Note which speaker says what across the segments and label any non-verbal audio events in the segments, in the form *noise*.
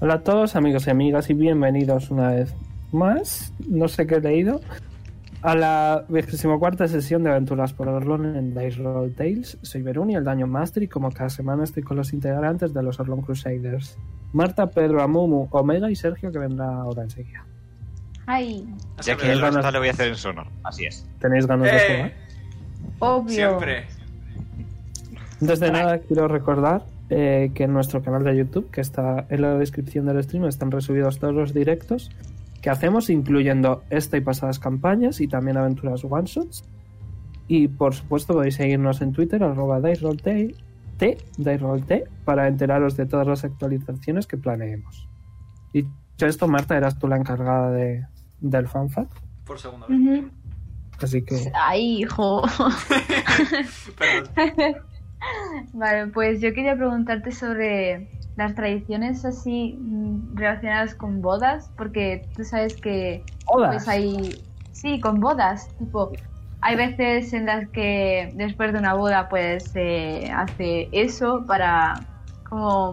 Speaker 1: Hola a todos, amigos y amigas, y bienvenidos una vez más, no sé qué he leído, a la 24 sesión de Aventuras por Orlon en Dice Roll Tales. Soy Beruni, el Daño Master, y como cada semana estoy con los integrantes de los Orlon Crusaders. Marta, Pedro, Amumu, Omega y Sergio, que vendrá ahora enseguida.
Speaker 2: Ay,
Speaker 3: Ya que
Speaker 1: Tenéis
Speaker 3: el
Speaker 1: ganas-
Speaker 3: resto lo voy a hacer en sonoro. Así es.
Speaker 1: ¿Tenéis ganas de jugar?
Speaker 4: ¡Eh!
Speaker 2: obvio.
Speaker 4: Siempre.
Speaker 1: Antes de nada, quiero recordar eh, que en nuestro canal de YouTube, que está en la descripción del stream, están resubidos todos los directos que hacemos, incluyendo esta y pasadas campañas y también aventuras one shots. Y por supuesto, podéis seguirnos en Twitter, arroba DiceRollT, T, DiceRollT, para enteraros de todas las actualizaciones que planeemos. Dicho esto, Marta, eras tú la encargada de, del fanfact,
Speaker 4: Por *laughs* segunda vez.
Speaker 2: Ujú.
Speaker 1: así que
Speaker 2: Ay, hijo. *laughs*
Speaker 4: Perdón.
Speaker 2: Vale, pues yo quería preguntarte sobre las tradiciones así mm, relacionadas con bodas, porque tú sabes que
Speaker 1: ¡Hola!
Speaker 2: pues hay sí, con bodas, tipo hay veces en las que después de una boda pues se hace eso para como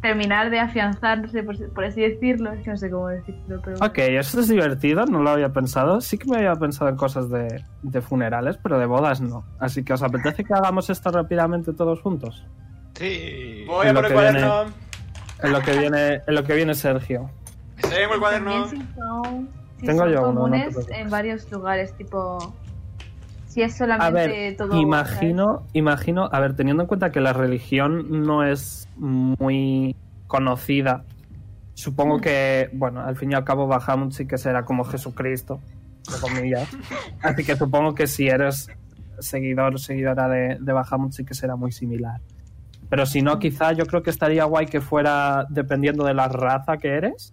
Speaker 2: terminar de afianzarse por, por así decirlo, es que no sé cómo decirlo, pero
Speaker 1: Ok, eso es divertido, no lo había pensado. Sí que me había pensado en cosas de, de funerales, pero de bodas no. Así que os apetece que hagamos esto rápidamente todos juntos.
Speaker 3: Sí.
Speaker 4: Voy a
Speaker 1: Lo
Speaker 4: por el
Speaker 1: que
Speaker 4: cuaderno.
Speaker 1: En lo que viene, en lo que viene Sergio.
Speaker 4: Tengo el
Speaker 2: También
Speaker 4: cuaderno.
Speaker 2: si son, si
Speaker 1: Tengo
Speaker 2: son
Speaker 1: yo uno, no te
Speaker 2: comunes
Speaker 1: preocupes.
Speaker 2: en varios lugares, tipo si es solamente
Speaker 1: A ver,
Speaker 2: todo *laughs*
Speaker 1: imagino, imagino, a ver, teniendo en cuenta que la religión no es muy conocida, supongo que, bueno, al fin y al cabo Bahamut sí que será como Jesucristo, entre comillas. Así que supongo que si eres seguidor o seguidora de, de Bahamut sí que será muy similar. Pero si no, quizá yo creo que estaría guay que fuera dependiendo de la raza que eres.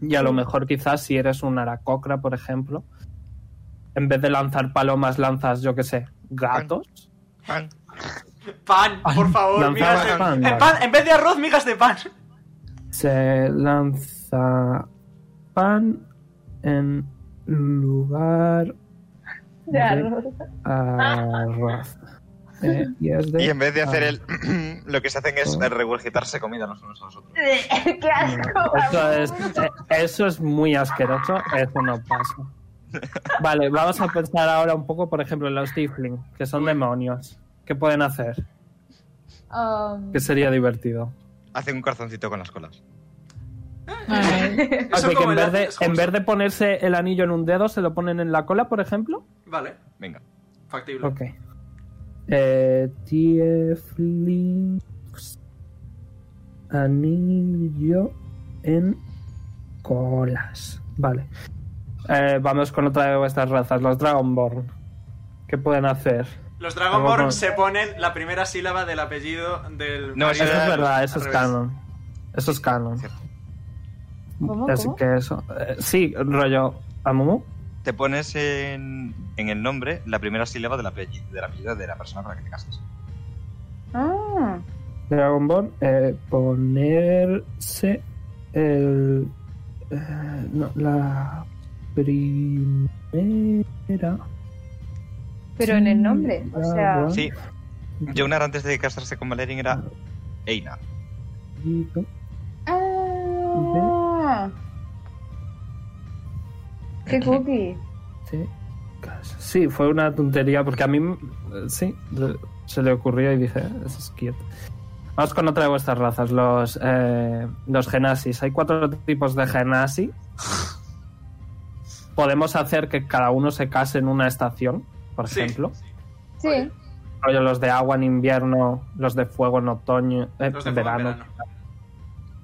Speaker 1: Y a lo mejor quizás si eres un aracocra, por ejemplo, en vez de lanzar palomas, lanzas, yo qué sé, gatos.
Speaker 3: Pan.
Speaker 4: Pan, por favor,
Speaker 1: Lanzaba
Speaker 4: migas de
Speaker 1: pan,
Speaker 4: pan.
Speaker 1: vale.
Speaker 4: En, pan- en vez de arroz, migas de pan.
Speaker 1: Se lanza pan en lugar de arroz. Eh, y es de
Speaker 3: Y en vez de hacer
Speaker 1: Ah.
Speaker 3: el. *clears throat* lo que se hacen es
Speaker 1: Ah.
Speaker 3: regurgitarse comida los unos a los otros.
Speaker 2: *laughs* ¡Qué asco!
Speaker 1: Eso es, eh, eso es muy asqueroso, eso no pasa. Vale, vamos a pensar ahora un poco, por ejemplo, en los Tifling, que son demonios. ¿Qué pueden hacer?
Speaker 2: Um,
Speaker 1: Que sería divertido.
Speaker 3: Hacen un corazoncito con las colas.
Speaker 4: Eso
Speaker 1: Ok, que
Speaker 4: como
Speaker 1: en,
Speaker 4: el
Speaker 1: vez de,
Speaker 4: arroz,
Speaker 1: en
Speaker 4: justo.
Speaker 1: vez de ponerse el anillo en un dedo, se lo ponen en la cola, por ejemplo.
Speaker 4: Vale,
Speaker 3: Venga.
Speaker 4: factible.
Speaker 1: Ok. Eh, Tieflings. Anillo en colas. Vale. Eh, vamos con otra de vuestras razas, los Dragonborn. ¿Qué pueden hacer?
Speaker 4: Los Dragonborn
Speaker 1: Dragonborn.
Speaker 4: se ponen la primera sílaba del apellido del.
Speaker 3: No,
Speaker 4: marido.
Speaker 3: Sí,
Speaker 1: Eso es
Speaker 3: al-
Speaker 1: verdad,
Speaker 3: al
Speaker 1: eso es
Speaker 3: revés.
Speaker 1: canon. Eso es canon.
Speaker 3: Cierto.
Speaker 2: ¿Cómo,
Speaker 1: Así
Speaker 2: cómo?
Speaker 1: que eso. eh, sí, rollo. ¿Amumu?
Speaker 3: Te pones en, en el nombre la primera sílaba de la apellido de la, apellido de la persona con la que te casas.
Speaker 2: Ah,
Speaker 1: Dragon Ball, eh, ponerse el. eh, no, la primera.
Speaker 2: pero en el nombre,
Speaker 1: Mm,
Speaker 2: o sea,
Speaker 3: Sí. Jonar antes de casarse con Valerin era Eina.
Speaker 2: ah, qué cookie.
Speaker 1: Sí, fue una tontería porque a mí. eh, Sí, le- se le ocurrió y dije, eso es cute. Vamos con otra de vuestras razas, los, eh, los genasis. Hay cuatro tipos de genasi. Podemos hacer que cada uno se case en una estación, por
Speaker 4: Sí.
Speaker 1: ejemplo.
Speaker 2: Sí,
Speaker 1: rollo los de agua en invierno, los de fuego en otoño, eh,
Speaker 4: Los de fuego en
Speaker 1: verano,
Speaker 4: verano.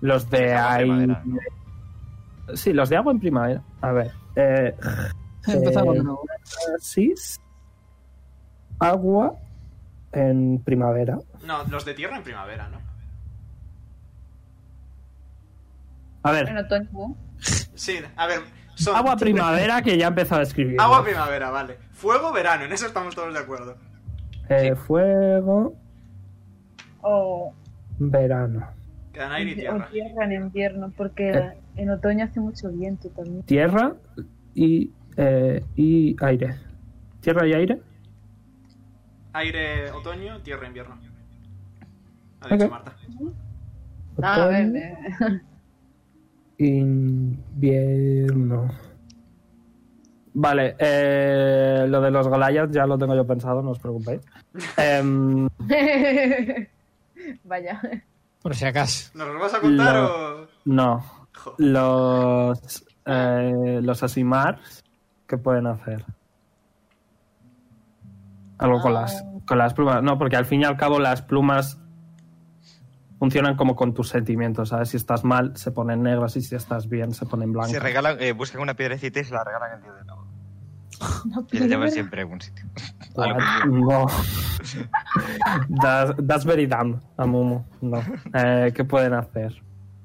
Speaker 1: los de
Speaker 3: Agua en
Speaker 1: aire.
Speaker 3: primavera,
Speaker 1: Sí, los de agua en primavera. A ver. Eh,
Speaker 5: *laughs* Empezamos de
Speaker 1: Eh,
Speaker 5: nuevo.
Speaker 1: sis, agua en primavera.
Speaker 4: No, los de tierra en primavera, ¿no?
Speaker 1: A
Speaker 2: en
Speaker 1: ver,
Speaker 2: otoño. ¿no?
Speaker 4: Sí, a ver. Son
Speaker 1: agua primavera que ya he empezado a escribir.
Speaker 4: Agua primavera, vale. Fuego verano, en eso estamos todos de acuerdo.
Speaker 1: Eh, Fuego,
Speaker 2: O,
Speaker 1: verano.
Speaker 4: Quedan aire y
Speaker 2: o
Speaker 4: tierra.
Speaker 2: tierra en invierno, porque
Speaker 1: Eh.
Speaker 2: en otoño hace mucho viento también.
Speaker 1: Tierra y, eh, y aire. Tierra y aire.
Speaker 4: Aire otoño, tierra invierno. Ha dicho
Speaker 1: Ok.
Speaker 4: Marta.
Speaker 2: Ah, a ver,
Speaker 1: Otoño,
Speaker 2: eh,
Speaker 1: invierno. Vale, eh, lo de los Goliath ya lo tengo yo pensado, no os preocupéis. Em,
Speaker 2: *laughs* Vaya.
Speaker 5: Por si acaso.
Speaker 4: ¿Nos lo vas a contar o.?
Speaker 1: no,
Speaker 4: Jo.
Speaker 1: los, eh, los Asimars, ¿qué pueden hacer? Algo con las, con las plumas. No, porque al fin y al cabo las plumas funcionan como con tus sentimientos, ¿sabes? Si estás mal, se ponen negras y si estás bien, se ponen blancas.
Speaker 3: Se regalan, eh, buscan una piedrecita y se la regalan el día de la boda. Y la llevan siempre a algún sitio.
Speaker 1: What? Ah, No. *laughs* that's, that's very dumb, Amumu. No. Eh, ¿Qué pueden hacer?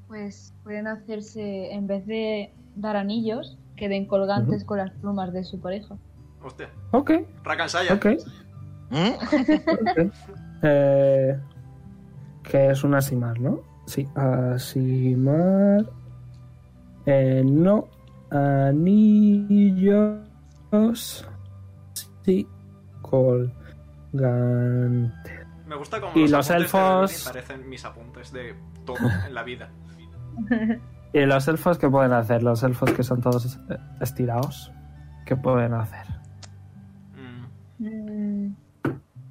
Speaker 2: Pues pueden hacerse, en vez de dar anillos, que den colgantes con las plumas de su pareja.
Speaker 4: Hostia.
Speaker 1: Ok,
Speaker 4: Rakan Saya.
Speaker 1: ok. *laughs*
Speaker 3: ¿Mm?
Speaker 1: ok. Eh, que es un asimar, ¿no? Sí, asimar. Eh, no. Anillos. Sí. Colgan.
Speaker 4: Me gusta como
Speaker 1: Y los
Speaker 4: los apuntes de Belén
Speaker 1: elfos-
Speaker 4: y parecen mis apuntes de todo en la vida.
Speaker 1: ¿Y los elfos qué pueden hacer? Los elfos que son todos eh, estirados. ¿Qué pueden hacer?
Speaker 4: Mm.
Speaker 2: Mm,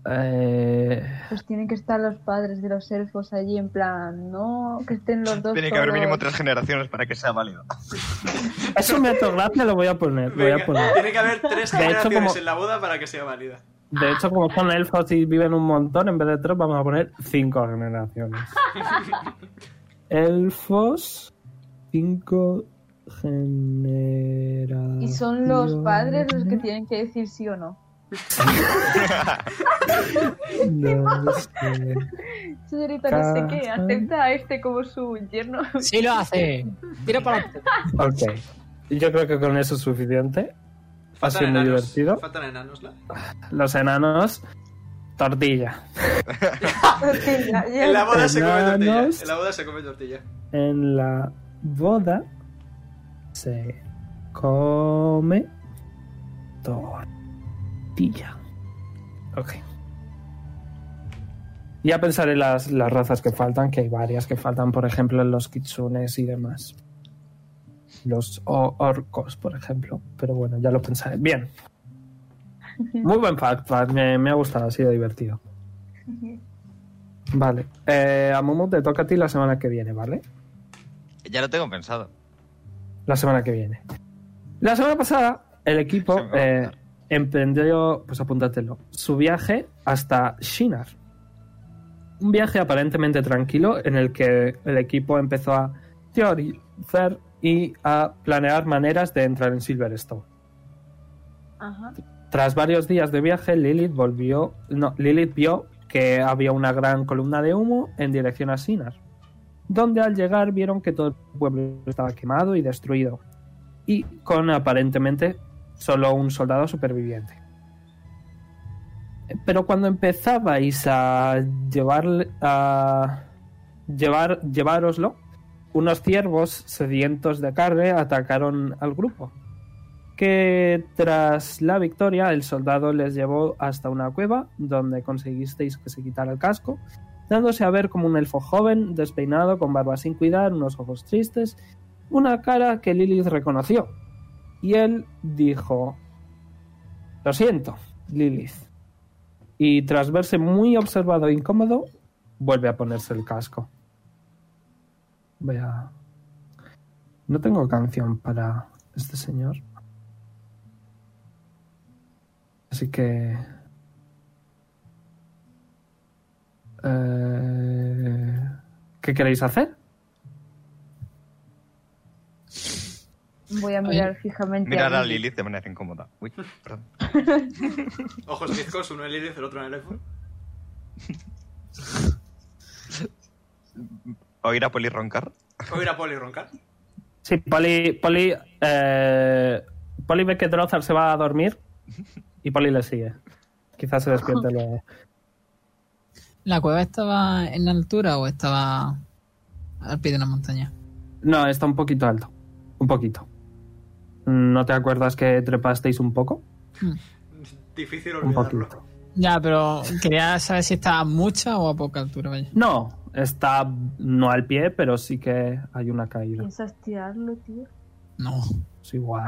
Speaker 1: Eh,
Speaker 2: Pues tienen que estar los padres de los elfos allí, en plan, no, que estén los dos.
Speaker 3: Tiene que haber
Speaker 2: solos.
Speaker 3: mínimo tres generaciones para que sea válido.
Speaker 1: eso me ha hecho gracia, lo voy a poner. lo voy a
Speaker 4: Venga,
Speaker 1: poner.
Speaker 4: tiene que haber tres
Speaker 1: De hecho,
Speaker 4: generaciones
Speaker 1: como-
Speaker 4: en la boda para que sea válida.
Speaker 1: De hecho, como son elfos y viven un montón, en vez de tres, vamos a poner cinco generaciones. Elfos, cinco generaciones.
Speaker 2: Y son los padres los que tienen que decir sí o no.
Speaker 1: No sé.
Speaker 2: Señorita, no sé qué,
Speaker 1: Casa.
Speaker 2: acepta a este como su
Speaker 3: *laughs*
Speaker 2: yerno.
Speaker 5: Sí lo hace. Tira para adelante.
Speaker 1: *laughs* Ok. Yo creo que con eso es suficiente. Ha sido muy
Speaker 4: enanos.
Speaker 1: divertido.
Speaker 4: Faltan enanos, ¿no?
Speaker 1: Los enanos, tortilla.
Speaker 2: Tortilla, ya.
Speaker 4: En la boda se come tortilla.
Speaker 1: Enanos.
Speaker 4: En la boda se come tortilla.
Speaker 1: en la boda se come tortilla. Ok. Ya pensaré las, las razas que faltan, que hay varias que faltan, por ejemplo, los kitsunes y demás. Los o- orcos, por ejemplo. Pero bueno, ya lo pensaré. Bien. Muy buen fact, fact. Me, me ha gustado, ha sido divertido. Vale. Eh, Amumu, te toca a ti la semana que viene, ¿vale?
Speaker 3: Ya lo tengo pensado.
Speaker 1: la semana que viene. La semana pasada, el equipo
Speaker 3: Se me va a
Speaker 1: eh,
Speaker 3: olvidar.
Speaker 1: emprendió, pues apúntatelo, su viaje hasta Shinar. Un viaje aparentemente tranquilo en el que el equipo empezó a teorizar y a planear maneras de entrar en Silverstone.
Speaker 2: Ajá.
Speaker 1: Tras varios días de viaje, Lilith volvió. No, Lilith vio que había una gran columna de humo en dirección a Sinar, donde al llegar vieron que todo el pueblo estaba quemado y destruido, y con aparentemente solo un soldado superviviente. Pero cuando empezabais a llevar a llevar llevároslo, unos ciervos sedientos de carne atacaron al grupo que tras la victoria el soldado les llevó hasta una cueva donde conseguisteis que se quitara el casco, dándose a ver como un elfo joven, despeinado, con barba sin cuidar, unos ojos tristes, una cara que Lilith reconoció. Y él dijo, lo siento, Lilith. Y tras verse muy observado e incómodo, vuelve a ponerse el casco. Voy a... No tengo canción para este señor. Así que. Eh, ¿Qué queréis hacer?
Speaker 2: Voy a mirar fijamente.
Speaker 3: Mirar a
Speaker 2: mí.
Speaker 3: Lilith de manera incómoda. Uy, perdón.
Speaker 4: Ojos bizcos, uno en Lilith, el otro en el elfo.
Speaker 3: ¿Oír a Poli roncar?
Speaker 4: O ir a Poli roncar.
Speaker 1: Sí, Polly. Polly, eh, Polly ve que Drozar se va a dormir y Polly le sigue. Quizás se despierte luego.
Speaker 5: ¿La cueva estaba en la altura o estaba al pie de una montaña?
Speaker 1: No, está un poquito alto. Un poquito. ¿No te acuerdas que trepasteis un poco?
Speaker 4: Difícil
Speaker 1: Un
Speaker 4: olvidarlo.
Speaker 1: poquito.
Speaker 5: Ya, pero quería saber si estaba a mucha o a poca altura, vaya.
Speaker 1: No, Está no al pie, pero sí que hay una caída.
Speaker 2: ¿Piensas tirarlo, tío?
Speaker 5: No.
Speaker 1: Es igual.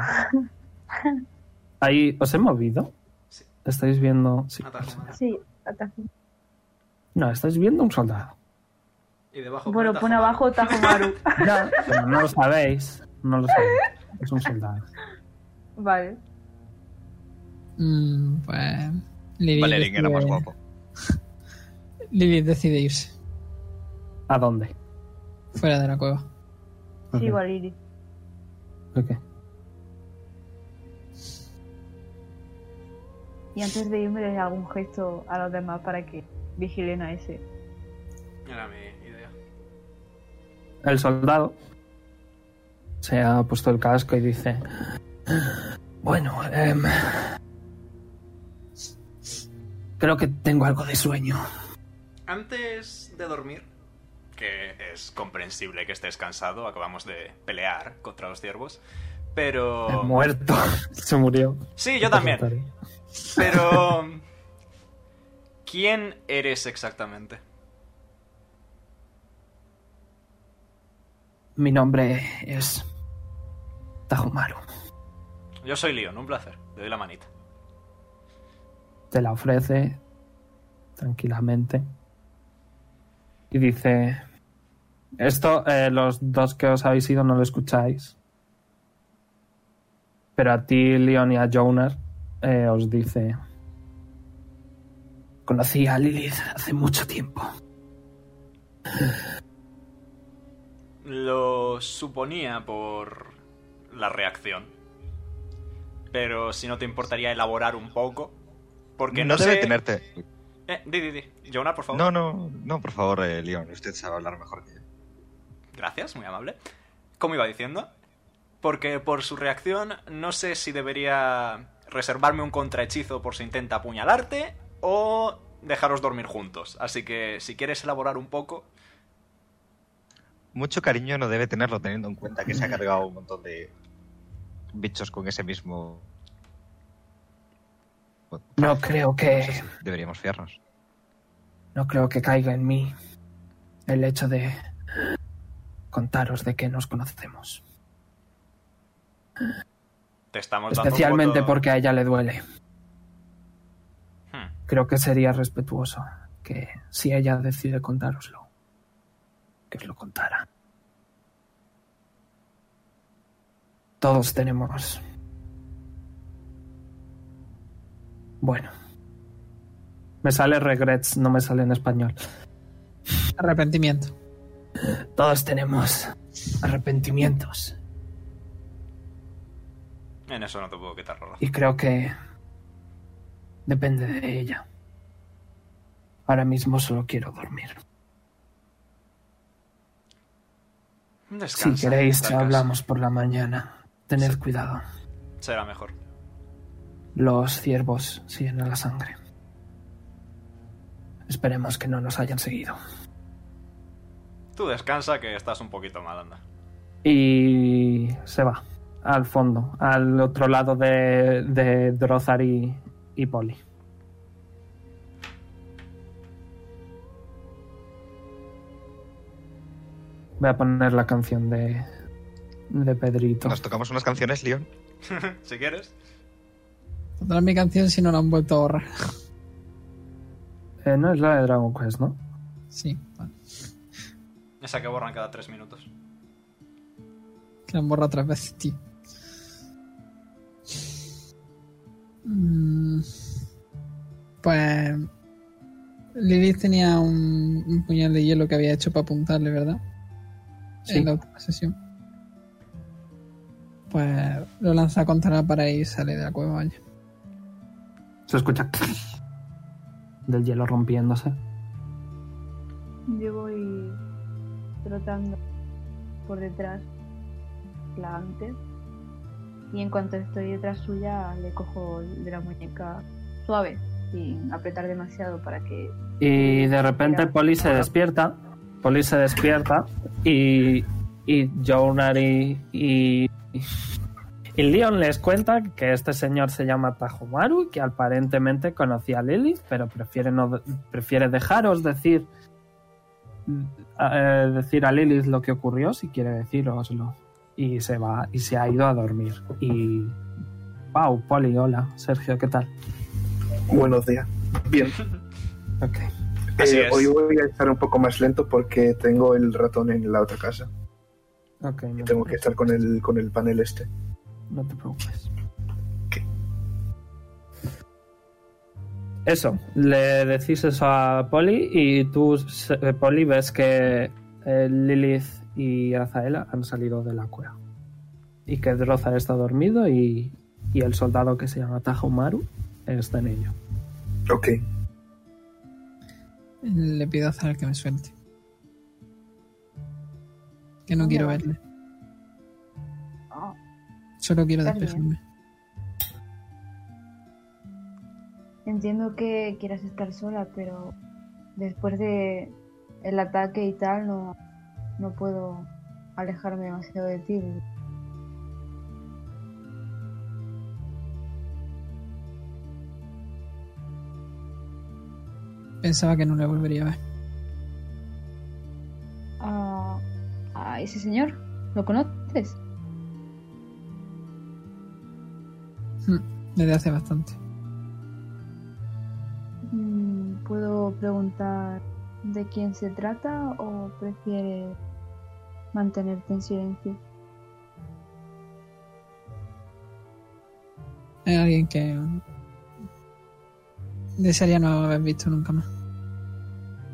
Speaker 1: Ahí, ¿os he movido?
Speaker 4: Sí. Ah,
Speaker 1: ¿Estáis viendo? Sí.
Speaker 4: Atajo.
Speaker 2: Sí, atajo.
Speaker 1: No, estáis viendo un soldado.
Speaker 4: Y debajo.
Speaker 2: Bueno,
Speaker 4: atajo
Speaker 2: pon abajo Tajomaru.
Speaker 1: Ya, pero no lo sabéis. No lo sabéis. Es un soldado.
Speaker 2: vale.
Speaker 5: Mm, pues. Lilith
Speaker 3: Valerín era más
Speaker 5: decide-
Speaker 3: guapo.
Speaker 5: Lilith decide irse
Speaker 1: ¿A dónde?
Speaker 5: fuera de la cueva.
Speaker 1: Ok,
Speaker 2: Sí, Valiri.
Speaker 1: ok.
Speaker 2: Y antes de irme, le haré algún gesto a los demás para que vigilen a ese.
Speaker 4: Era mi idea.
Speaker 1: El soldado se ha puesto el casco y dice: Bueno, em, creo que tengo algo de sueño.
Speaker 4: Antes de dormir, que es comprensible que estés cansado, acabamos de pelear contra los ciervos,
Speaker 1: He
Speaker 4: pero...
Speaker 1: muerto. *laughs* Se murió.
Speaker 4: Sí, Oh. yo también, pero... ¿Quién eres exactamente?
Speaker 1: Mi nombre es Tajumaru.
Speaker 4: Yo soy Leon, un placer. Te doy la manita.
Speaker 1: Te la ofrece tranquilamente. Y dice: Esto, eh, los dos que os habéis ido no lo escucháis. Pero a ti, Leon, y a Jonas eh, os dice: Conocí a Lilith hace mucho tiempo.
Speaker 4: Lo suponía por la reacción. Pero si no te importaría elaborar un poco. Porque no,
Speaker 3: no Oh. debe
Speaker 4: sé...
Speaker 3: tenerte.
Speaker 4: Eh, di, di, di. Jonah, por favor.
Speaker 3: No, no, no, por favor, eh, Leon. Usted sabe hablar mejor que yo.
Speaker 4: Gracias, muy amable. Como iba diciendo, porque por su reacción no sé si debería reservarme un contrahechizo por si intenta apuñalarte o dejaros dormir juntos. Así que si quieres elaborar un poco...
Speaker 3: Mucho cariño no debe tenerlo, teniendo en cuenta que se ha cargado un montón de bichos con ese mismo.
Speaker 1: No creo que.
Speaker 3: Eh. Deberíamos fiarnos.
Speaker 1: No creo que caiga en mí el hecho de contaros de que nos conocemos.
Speaker 4: Te estamos dando un
Speaker 1: Especialmente
Speaker 4: voto-
Speaker 1: porque a ella le duele.
Speaker 4: Hmm.
Speaker 1: Creo que sería respetuoso que si ella decide contároslo, que os lo contara. Todos tenemos... Bueno. Me sale regrets, no me sale en español.
Speaker 5: Arrepentimiento.
Speaker 1: Todos tenemos arrepentimientos.
Speaker 4: En eso no te puedo quitar la razón.
Speaker 1: Y creo que depende de ella. Ahora mismo solo quiero dormir.
Speaker 4: Descansa,
Speaker 1: si queréis,
Speaker 4: descansa.
Speaker 1: hablamos por la mañana. Tened cuidado.
Speaker 4: Será mejor.
Speaker 1: Los ciervos siguen a la sangre. Esperemos que no nos hayan seguido.
Speaker 4: Tú descansa que estás un poquito mal, anda. *laughs*
Speaker 1: Y se va al fondo, al otro lado de, de Drozar y, y Polly. Voy a poner la canción de, de Pedrito.
Speaker 3: Nos tocamos unas canciones, Leon.
Speaker 4: si quieres.
Speaker 5: Total, mi canción si no la han vuelto a borrar.
Speaker 1: Eh, no es la de Dragon Quest, ¿no?
Speaker 5: Sí, bueno,
Speaker 4: Esa que borran cada tres minutos.
Speaker 5: que la han borrado tres veces, tío. Mm, Pues. Lilith tenía un, un puñal de hielo que había hecho para apuntarle, ¿verdad?
Speaker 1: Sí.
Speaker 5: En la última sesión. Pues lo lanza contra la pared y sale de la cueva, vaya.
Speaker 1: Se escucha del hielo rompiéndose.
Speaker 2: Yo voy trotando por detrás, la antes, y en cuanto estoy detrás suya le cojo de la muñeca suave, sin apretar demasiado para que...
Speaker 1: Y de repente Polly se despierta. Polly se despierta y, y Jonar y, y, y Leon les cuenta que este señor se llama Tajomaru y que aparentemente conocía a Lilith, pero prefiere, no, prefiere dejaros decir eh, decir a Lilith lo que ocurrió, si quiere deciroslo. Y se va, y se ha ido a dormir. Y. Wow, Poli, hola. Sergio, ¿qué tal?
Speaker 6: Buenos días. Bien.
Speaker 1: Ok.
Speaker 4: *laughs* Así
Speaker 6: Eh,
Speaker 4: es.
Speaker 6: Hoy voy a estar un poco más lento porque tengo el ratón en la otra casa.
Speaker 1: Ok, no,
Speaker 6: Tengo que estar con el, con el panel este.
Speaker 1: no te preocupes. Eso, le decís eso a Polly y tú, se- eh, Polly, ves que eh, Lilith y Azaela han salido de la cueva. Y que Drozar está dormido y, y el soldado que se llama Tajomaru está en ello.
Speaker 6: Ok.
Speaker 5: Le pido a Zar que me suelte. Que no
Speaker 2: ¿Dónde
Speaker 5: quiero
Speaker 2: va?
Speaker 5: verle.
Speaker 2: Oh,
Speaker 5: Solo quiero
Speaker 2: Está bien.
Speaker 5: despejarme.
Speaker 2: entiendo que quieras estar sola, pero después de el ataque y tal, no, no puedo alejarme demasiado de ti.
Speaker 5: Pensaba que no le volvería a ver.
Speaker 2: A, a Ah, ese señor, ¿lo conoces?
Speaker 5: Desde hace bastante.
Speaker 2: Mm, ¿Puedo preguntar de quién se trata o prefieres mantenerte en silencio?
Speaker 5: Es alguien que um, desearía no haber visto nunca más.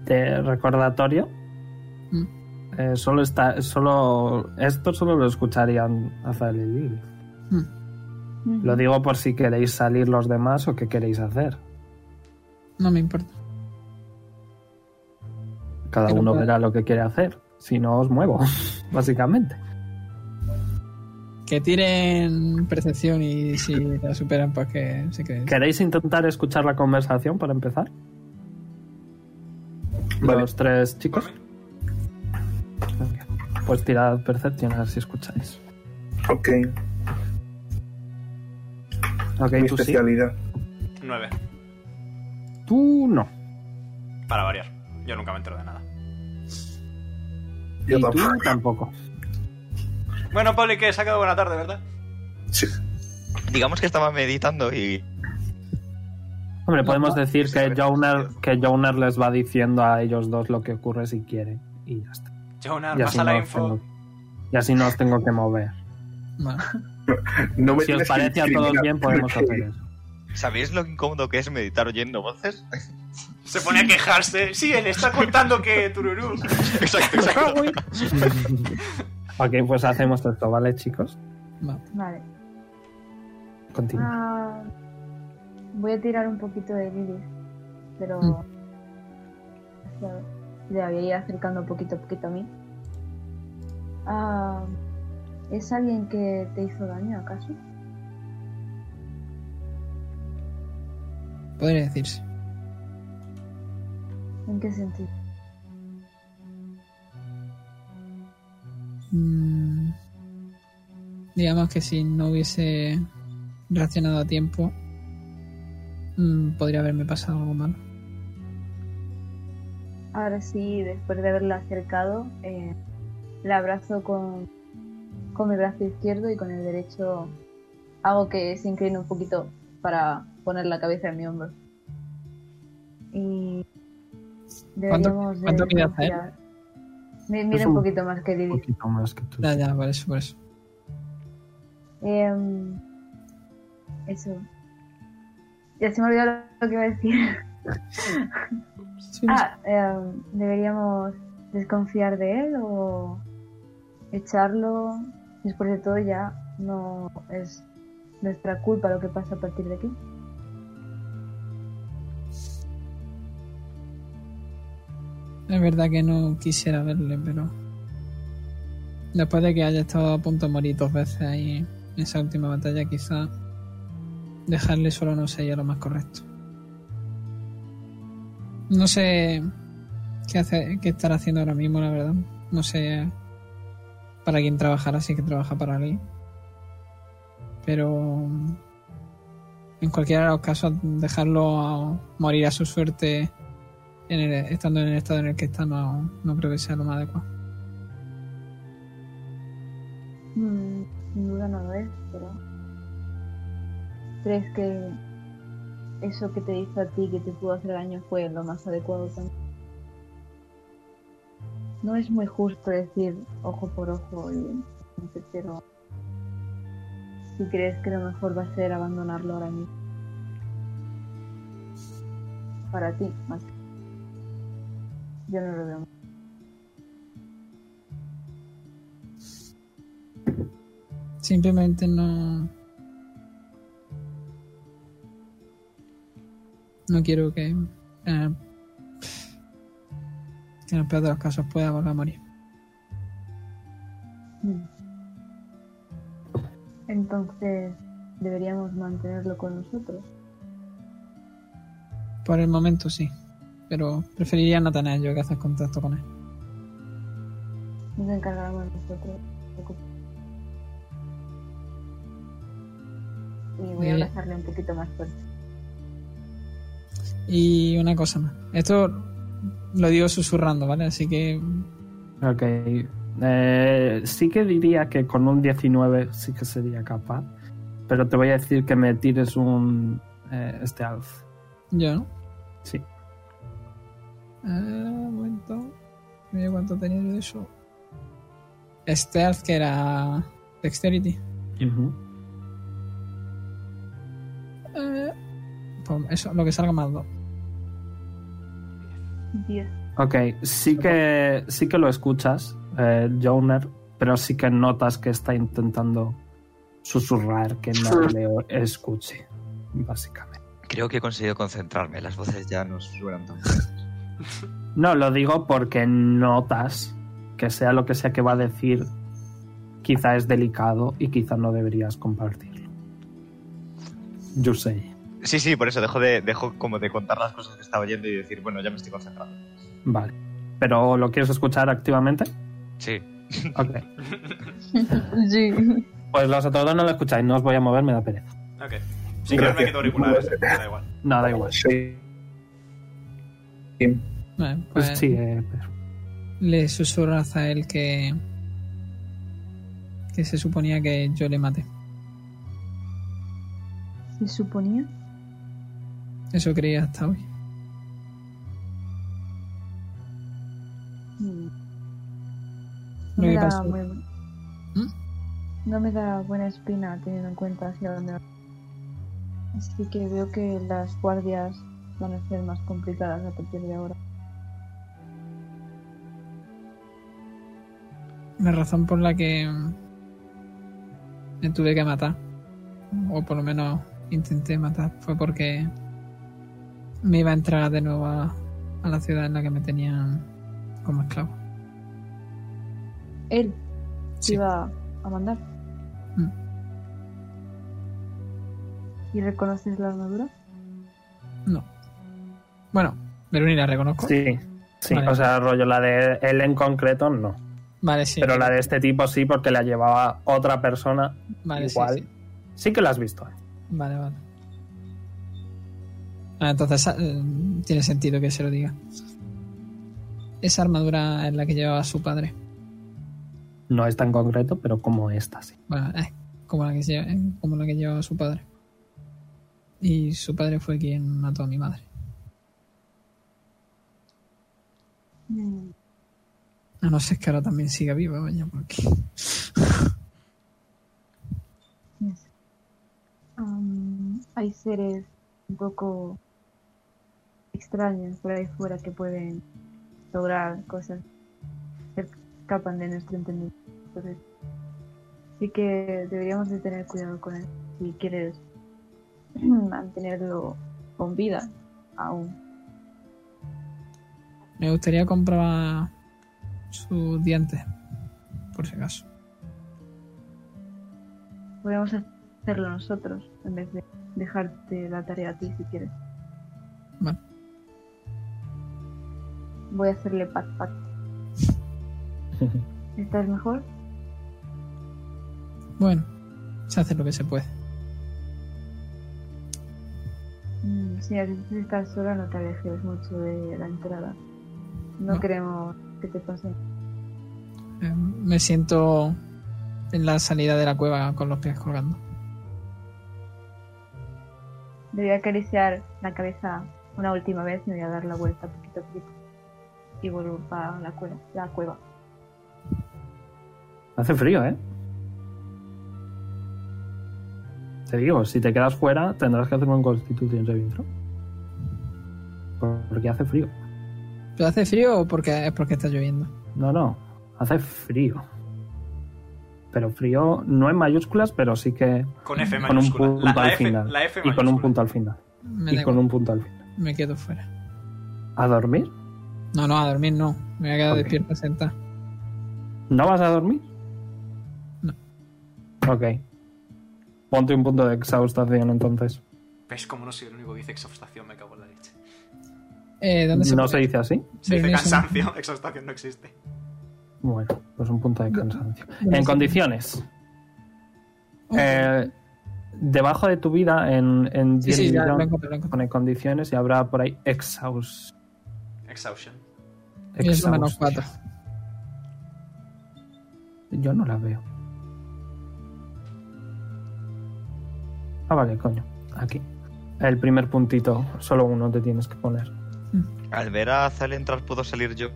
Speaker 1: de recordatorio.
Speaker 5: Mm.
Speaker 1: Eh, solo está, solo esto solo lo escucharían Azael y Lilith. Lo digo por si queréis salir los demás o qué queréis hacer.
Speaker 5: No me importa.
Speaker 1: Cada
Speaker 5: Que no
Speaker 1: uno
Speaker 5: puedo.
Speaker 1: verá lo que quiere hacer. Si no os muevo, *laughs* básicamente.
Speaker 5: Que tiren percepción y si la superan, pues que se queden.
Speaker 1: ¿Queréis intentar escuchar la conversación para empezar?
Speaker 6: Vale.
Speaker 1: Los tres chicos.
Speaker 4: Por mí.
Speaker 1: Venga. Pues tirad Perception a ver si escucháis.
Speaker 6: Ok.
Speaker 1: Ok,
Speaker 6: Mi
Speaker 1: tú sí.
Speaker 6: especialidad.
Speaker 4: Nueve.
Speaker 1: Tú no.
Speaker 4: Para variar. Yo nunca me entero de nada.
Speaker 6: Yo
Speaker 1: y tú
Speaker 6: tampoco.
Speaker 1: tampoco.
Speaker 4: Bueno, Poli, que se ha quedado buena tarde, ¿verdad?
Speaker 6: *laughs* Sí.
Speaker 3: Digamos que estaba meditando y.
Speaker 1: Hombre,
Speaker 5: No,
Speaker 1: podemos
Speaker 5: no.
Speaker 1: decir
Speaker 3: Sí,
Speaker 1: que
Speaker 3: sí, sí.
Speaker 1: Jonar, que Jonar les va diciendo a ellos dos lo que ocurre si quieren. Y ya está.
Speaker 4: Jonar,
Speaker 1: Y así,
Speaker 4: pasa
Speaker 1: no
Speaker 4: la
Speaker 1: os tengo,
Speaker 4: info.
Speaker 1: y así no os tengo que mover.
Speaker 5: Bueno,
Speaker 6: No me
Speaker 1: Si os
Speaker 6: tienes que
Speaker 1: parece a todos
Speaker 6: discriminar,
Speaker 1: bien, podemos
Speaker 6: porque
Speaker 1: hacer eso.
Speaker 3: ¿Sabéis lo incómodo que es meditar oyendo voces?
Speaker 4: Se pone a quejarse. Sí, él está contando que Tururú.
Speaker 3: exacto, exacto.
Speaker 1: *laughs* ok, pues hacemos esto, ¿vale, chicos?
Speaker 5: va.
Speaker 2: Vale.
Speaker 1: Continúa.
Speaker 2: Ah, voy a tirar un poquito de Lilith, pero
Speaker 5: Mm.
Speaker 2: o sea, le voy a ir acercando poquito a poquito a mí. Ah, ¿Es alguien que te hizo daño acaso?
Speaker 5: podría decirse.
Speaker 2: ¿En qué sentido?
Speaker 5: Mm, digamos que si no hubiese reaccionado a tiempo, mm, podría haberme pasado algo malo.
Speaker 2: Ahora sí, después de haberla acercado, eh, la abrazo con, con mi brazo izquierdo y con el derecho hago que se incline un poquito para poner la cabeza en mi hombro. Y
Speaker 5: ¿Cuánto-
Speaker 2: deberíamos de
Speaker 5: cuánto mide hacer?
Speaker 2: confiar. Mi-
Speaker 1: Es
Speaker 2: Mide un
Speaker 1: un-
Speaker 2: poquito más que
Speaker 1: Un
Speaker 2: Lili.
Speaker 1: poquito más que tú.
Speaker 5: Ya, ya, por eso, por eso.
Speaker 2: Em, eso. Ya se me olvidó lo que iba a decir.
Speaker 5: Sí,
Speaker 2: Ah, eh, deberíamos desconfiar de él o echarlo. Después de todo ya no es nuestra culpa lo que pasa a partir de aquí.
Speaker 5: Es verdad que no quisiera verle, pero. Después de que haya estado a punto de morir dos veces ahí en esa última batalla, quizá dejarle solo no sería lo más correcto. No sé qué, hace, qué estará haciendo ahora mismo, la verdad. No sé para quién trabajará, si es que trabaja para alguien. Pero. En cualquiera de los casos, dejarlo a- morir a su suerte en el- estando en el estado en el que está, no, no creo que sea lo más adecuado.
Speaker 2: Mm, sin duda no lo es, pero. ¿Crees que eso que te hizo a ti que te pudo hacer daño fue lo más adecuado también? No es muy justo decir ojo por ojo y pero si crees que lo mejor va a ser abandonarlo ahora mismo. Para ti, más. que- Yo no lo veo.
Speaker 5: Simplemente no. No quiero que. eh, que en el peor de los casos pueda volver a morir.
Speaker 2: Mm. Entonces, deberíamos mantenerlo con nosotros.
Speaker 5: Por el momento sí. Pero preferiría no tener yo que hacer contacto con él.
Speaker 2: Nos encargaremos nosotros. no te preocupes. Y voy a
Speaker 5: Eh.
Speaker 2: abrazarle un poquito más fuerte.
Speaker 5: Y una cosa más. Esto lo digo susurrando, ¿vale? Así que.
Speaker 1: Ok. Eh, sí que diría que con un 19 sí que sería capaz. Pero te voy a decir que me tires un eh, stealth.
Speaker 5: Yo, ¿no?
Speaker 1: Sí.
Speaker 5: Ah, un momento. Mira cuánto tenía yo de eso. Stealth, que era. Dexterity. Eh, pues eso, lo que salga más dos.
Speaker 2: Dios.
Speaker 1: Ok, sí que, sí que lo escuchas, eh, Joner, pero sí que notas que está intentando susurrar que no le o- escuche, básicamente.
Speaker 3: Creo que he conseguido concentrarme. Las voces ya no suenan tan fuertes.
Speaker 1: No, lo digo porque notas que sea lo que sea que va a decir, quizá es delicado y quizá no deberías compartirlo. Yo sé.
Speaker 3: Sí, sí, por eso dejo, de, dejo como de contar las cosas que estaba oyendo y decir, bueno, ya me estoy concentrando.
Speaker 1: Vale. ¿Pero lo quieres escuchar *clears throat* activamente?
Speaker 3: Sí.
Speaker 1: Ok.
Speaker 2: Sí.
Speaker 1: Pues los otros dos no lo escucháis, no os voy a mover, me da pereza.
Speaker 4: Ok. Si quieres me
Speaker 6: Gracias.
Speaker 4: quito auriculares. Da igual.
Speaker 1: No, da igual.
Speaker 6: Sí.
Speaker 5: Vale, pues
Speaker 1: Pues sí, eh, pero-
Speaker 5: le susurra a él que. que se suponía que yo le maté.
Speaker 2: Se suponía.
Speaker 5: Eso creía hasta hoy.
Speaker 2: Mm.
Speaker 5: Lo
Speaker 2: No
Speaker 5: que
Speaker 2: me, ¿Mm? da
Speaker 5: pasó.
Speaker 2: muy... no me da buena espina teniendo en cuenta hacia dónde va. Así que veo que las guardias van a ser más complicadas a partir de ahora.
Speaker 5: La razón por la que. me tuve que matar. O por lo menos intenté matar. Fue porque. me iba a entrar de nuevo a, a la ciudad en la que me tenían como esclavo.
Speaker 2: Él te
Speaker 5: Sí.
Speaker 2: iba a mandar.
Speaker 5: Mm.
Speaker 2: ¿Y reconoces la armadura?
Speaker 5: No. Bueno, Veruni la reconozco.
Speaker 1: Sí, sí.
Speaker 5: Vale.
Speaker 1: O sea, rollo, la de él en concreto no.
Speaker 5: Vale, sí.
Speaker 1: Pero la de este tipo sí, porque la llevaba otra persona.
Speaker 5: Vale, sí,
Speaker 1: igual.
Speaker 5: sí.
Speaker 1: Sí que la has visto. eh.
Speaker 5: Vale, vale. Ah, entonces eh, tiene sentido que se lo diga. Esa armadura es la que llevaba su padre.
Speaker 1: No es tan concreto, pero como esta, *laughs* sí.
Speaker 5: Bueno, eh, como, la que lleva- eh, como la que llevaba su padre. Y su padre fue quien mató a mi madre. Mm. A no ser que ahora también siga viva, vaya, porque...
Speaker 2: Yes. Am, hay seres un poco extraños por ahí fuera que pueden lograr cosas que escapan de nuestro entendimiento. Entonces, sí que deberíamos de tener cuidado con él si quieres *clears throat* mantenerlo con vida aún.
Speaker 5: Me gustaría comprar sus dientes, por si acaso.
Speaker 2: Podemos hacerlo nosotros en vez de dejarte la tarea a ti si quieres.
Speaker 5: Vale.
Speaker 2: Voy a hacerle pat pat. ¿Estás mejor?
Speaker 5: Bueno, se hace lo que se puede.
Speaker 2: Mm. Mm, Sí, así que si estás sola no te alejes mucho de la entrada. No
Speaker 5: No.
Speaker 2: queremos que te pase.
Speaker 5: Eh, me siento en la salida de la cueva con los pies colgando.
Speaker 2: Debí acariciar la cabeza una última vez, me voy a dar la vuelta poquito a poquito. Y vuelvo para la cueva. La cueva.
Speaker 1: Hace frío, ¿eh? Te digo, si te quedas fuera, tendrás que hacer un Constitution Saving Throw. Por- Porque hace frío.
Speaker 5: ¿Pero hace frío o porque es porque está lloviendo?
Speaker 1: No, no. Hace frío. Pero frío no en mayúsculas, pero sí que
Speaker 4: Con F
Speaker 1: con un
Speaker 4: mayúscula.
Speaker 1: punto
Speaker 4: La, la
Speaker 1: al
Speaker 4: F,
Speaker 1: final.
Speaker 4: la F
Speaker 1: y con un
Speaker 4: mayúscula.
Speaker 1: punto al final.
Speaker 5: Me, da
Speaker 1: Y con
Speaker 5: igual,
Speaker 1: un punto al final.
Speaker 5: me quedo fuera.
Speaker 1: ¿A dormir?
Speaker 5: No, no, a dormir no. Me voy a quedar
Speaker 1: Ok.
Speaker 5: despierta sentada.
Speaker 1: ¿No vas a dormir?
Speaker 5: No.
Speaker 1: Ok. Ponte un punto de exhaustación entonces.
Speaker 4: ¿Ves cómo no soy el único que dice exhaustación? Me cago en la leche.
Speaker 5: Eh, ¿Dónde se
Speaker 1: ¿No
Speaker 5: pone?
Speaker 1: se dice así?
Speaker 4: Se dice
Speaker 5: Reunión-
Speaker 4: cansancio, *laughs* exhaustación no existe.
Speaker 1: Bueno, pues un punto de cansancio.
Speaker 5: Bueno,
Speaker 1: En
Speaker 5: sí.
Speaker 1: condiciones.
Speaker 5: Oh,
Speaker 1: eh, debajo de tu vida, en, en
Speaker 5: sí, sí,
Speaker 1: 10
Speaker 5: ya lo
Speaker 1: millón,
Speaker 5: encuentro, lo encuentro.
Speaker 1: pone condiciones y habrá por ahí exhaust.
Speaker 4: Exhaustion.
Speaker 5: Y es menos
Speaker 1: exhaust.
Speaker 5: cuatro.
Speaker 1: Yo no la veo. Ah, vale, coño. Aquí. El primer puntito, solo uno te tienes que poner.
Speaker 3: Al ver a Zal entrar, puedo salir yo.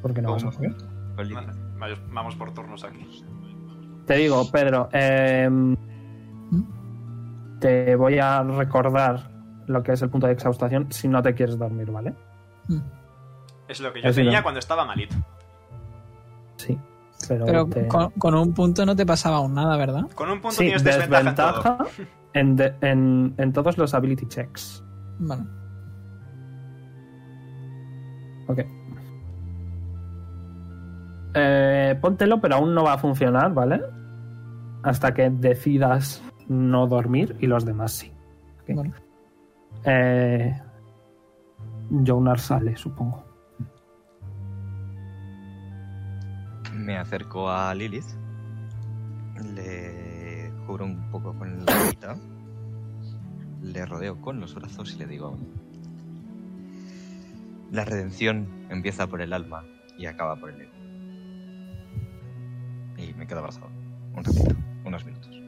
Speaker 1: Porque no
Speaker 3: Oh,
Speaker 1: vas a
Speaker 3: my
Speaker 1: jugar.
Speaker 3: Oli.
Speaker 4: Vale, vale, Vamos por turnos aquí.
Speaker 1: Te digo, Pedro, em,
Speaker 5: ¿Mm?
Speaker 1: te voy a recordar lo que es el punto de exhaustación si no te quieres dormir, ¿vale?
Speaker 5: Mm.
Speaker 4: Es lo que yo
Speaker 1: Así
Speaker 4: tenía
Speaker 1: no.
Speaker 4: cuando estaba malito.
Speaker 1: Sí. Pero,
Speaker 5: Pero
Speaker 1: te-
Speaker 5: con, con un punto no te pasaba aún nada, ¿verdad?
Speaker 4: Con un punto
Speaker 1: sí,
Speaker 4: tienes desventaja, en todo.
Speaker 1: desventaja en, de- en- en todos los ability checks.
Speaker 5: Bueno,
Speaker 1: Ok. Eh, póntelo, pero aún no va a funcionar, ¿vale? Hasta que decidas no dormir y los demás sí. Ok.
Speaker 5: bueno.
Speaker 1: Eh, Jonar sale, supongo. *clears throat*
Speaker 3: Me acerco a Lilith. Le cubro un poco con la varita. Le rodeo con los brazos y le digo... La redención empieza por el alma y acaba por el ego. Y me quedo abrazado. Un ratito, unos minutos.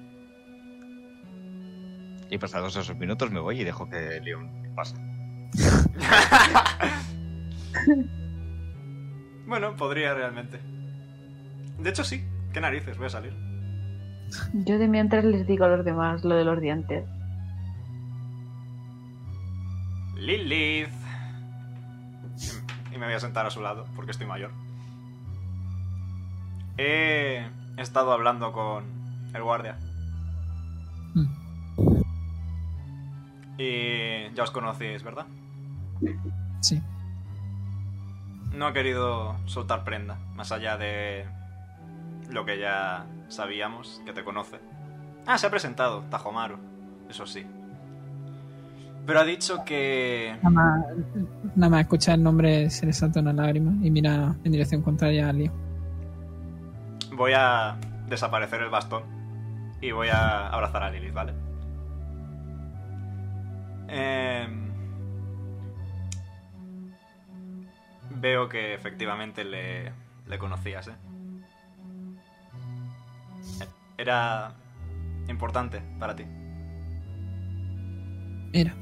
Speaker 3: Y pasados esos minutos me voy y dejo que Leon pase.
Speaker 4: Bueno, podría realmente. De hecho, sí. Qué narices, voy a salir.
Speaker 2: Yo de mientras les digo a los demás lo de los dientes.
Speaker 4: Lilith. Y me voy a sentar a su lado, porque estoy mayor. He estado hablando con el guardia.
Speaker 5: Mm.
Speaker 4: Y ya os conocéis, ¿verdad?
Speaker 5: Sí.
Speaker 4: No ha querido soltar prenda, más allá de lo que ya sabíamos, que te conoce. Ah, se ha presentado, Tajomaru, eso sí. Pero ha dicho que...
Speaker 5: Nada más, nada más escuchar el nombre se le salta una lágrima y mira en dirección contraria al lío.
Speaker 4: Voy a desaparecer el bastón y voy a abrazar a Lilith, ¿vale? Em, Veo que efectivamente le, le conocías, ¿eh? Era importante para ti.
Speaker 5: Mira,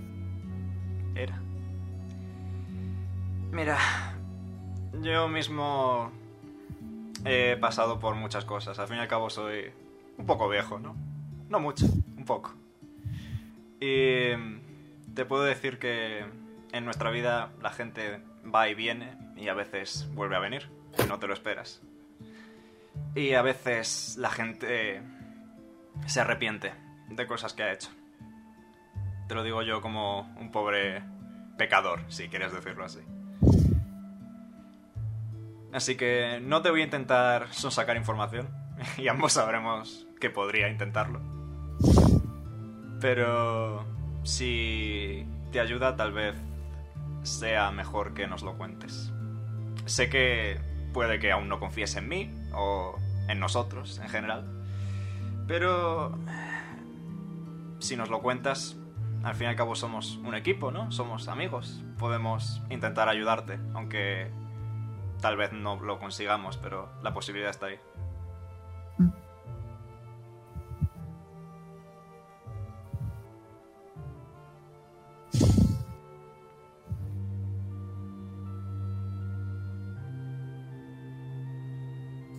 Speaker 4: Era. Mira, yo mismo he pasado por muchas cosas. Al fin y al cabo soy un poco viejo, ¿no? No mucho, un poco. Y mm, te puedo decir que en nuestra vida la gente va y viene y a veces vuelve a venir. No te lo esperas. Y a veces la gente se arrepiente de cosas que ha hecho. Te lo digo yo como un pobre pecador, si quieres decirlo así. Así que no te voy a intentar sonsacar información, *laughs* y ambos sabremos que podría intentarlo. Pero si te ayuda, tal vez sea mejor que nos lo cuentes. Sé que puede que aún no confíes en mí, o en nosotros en general, pero si nos lo cuentas, Al fin y al cabo somos un equipo, ¿no? Somos amigos. Podemos intentar ayudarte, aunque tal vez no lo consigamos, pero la posibilidad está ahí.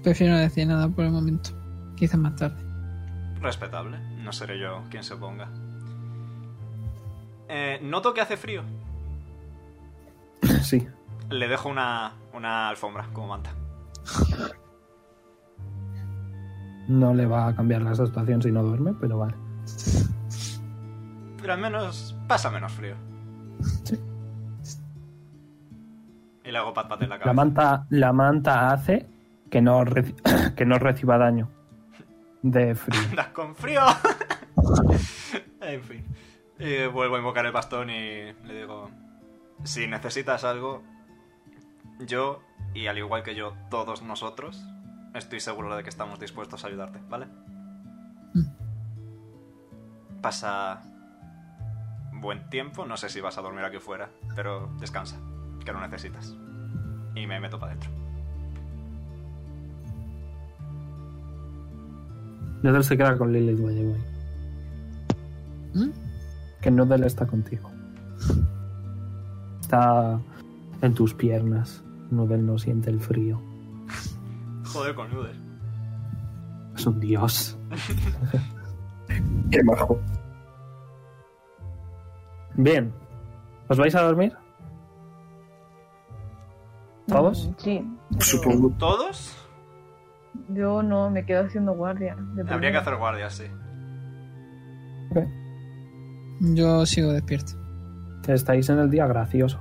Speaker 5: Prefiero no decir nada por el momento. Quizás más tarde.
Speaker 4: Respetable, no seré yo quien se ponga. Eh, noto que hace frío.
Speaker 1: Sí.
Speaker 4: Le dejo una, una alfombra como manta.
Speaker 1: No le va a cambiar la situación si no duerme, pero vale.
Speaker 4: Pero al menos pasa menos frío.
Speaker 1: Sí.
Speaker 4: Y le hago pat pat en la
Speaker 1: La
Speaker 4: cabeza.
Speaker 1: manta, la manta hace que no, reci- *clears throat* que no reciba daño de frío.
Speaker 4: ¡Andas con frío! *laughs* en fin. Y vuelvo a invocar el bastón y le digo: Si necesitas algo, yo, y al igual que yo, todos nosotros, estoy seguro de que estamos dispuestos a ayudarte, ¿vale? Pasa buen tiempo, no sé si vas a dormir aquí fuera, pero descansa, que lo necesitas. Y me meto para adentro.
Speaker 1: Noodle se queda con Lilith, by the way.
Speaker 5: ¿Mm?
Speaker 1: Que Noodle está contigo. Está en tus piernas. Noodle no siente el frío.
Speaker 4: Joder con Nuder.
Speaker 1: Es un dios.
Speaker 6: Qué majo.
Speaker 1: Bien. ¿Os vais a dormir? ¿Todos?
Speaker 2: Mm, Sí. Yo-
Speaker 6: Supongo.
Speaker 4: ¿Todos?
Speaker 2: Yo no, me quedo haciendo guardia. de
Speaker 4: Habría que
Speaker 2: primera.
Speaker 4: hacer guardia, sí.
Speaker 5: Yo sigo despierto.
Speaker 1: Estáis en el día gracioso.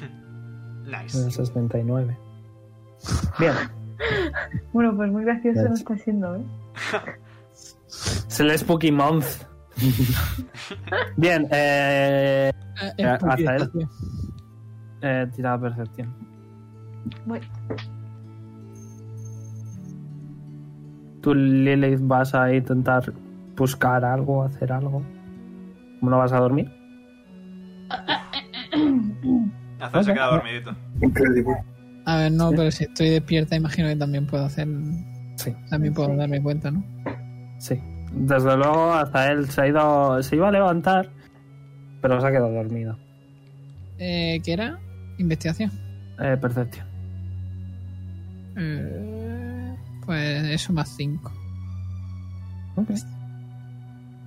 Speaker 1: En
Speaker 4: Nice.
Speaker 1: el 69. Bien.
Speaker 2: Bueno, pues muy gracioso no
Speaker 1: Gracias.
Speaker 2: está siendo, ¿eh?
Speaker 1: Es el Spooky Month. Bien. Eh,
Speaker 5: Eh,
Speaker 1: Eh,
Speaker 5: Spooky
Speaker 1: Azael.
Speaker 5: está, tío.
Speaker 1: eh, tirada percepción.
Speaker 2: Voy.
Speaker 1: ¿Tú, Lilith, vas a intentar buscar algo, hacer algo? ¿Cómo no vas a dormir?
Speaker 4: Hacer se
Speaker 1: Ok.
Speaker 4: queda dormidito.
Speaker 6: Increíble.
Speaker 5: A ver, no,
Speaker 1: Sí.
Speaker 5: pero si estoy despierta, imagino que también puedo hacer.
Speaker 1: Sí.
Speaker 5: También puedo
Speaker 2: Sí.
Speaker 5: darme cuenta, ¿no?
Speaker 1: Sí. Desde luego, hasta él se ha ido. Se iba a levantar, pero se ha quedado dormido.
Speaker 5: Eh, ¿Qué era? Investigación.
Speaker 1: Eh, percepción.
Speaker 5: Eh, pues eso más 5.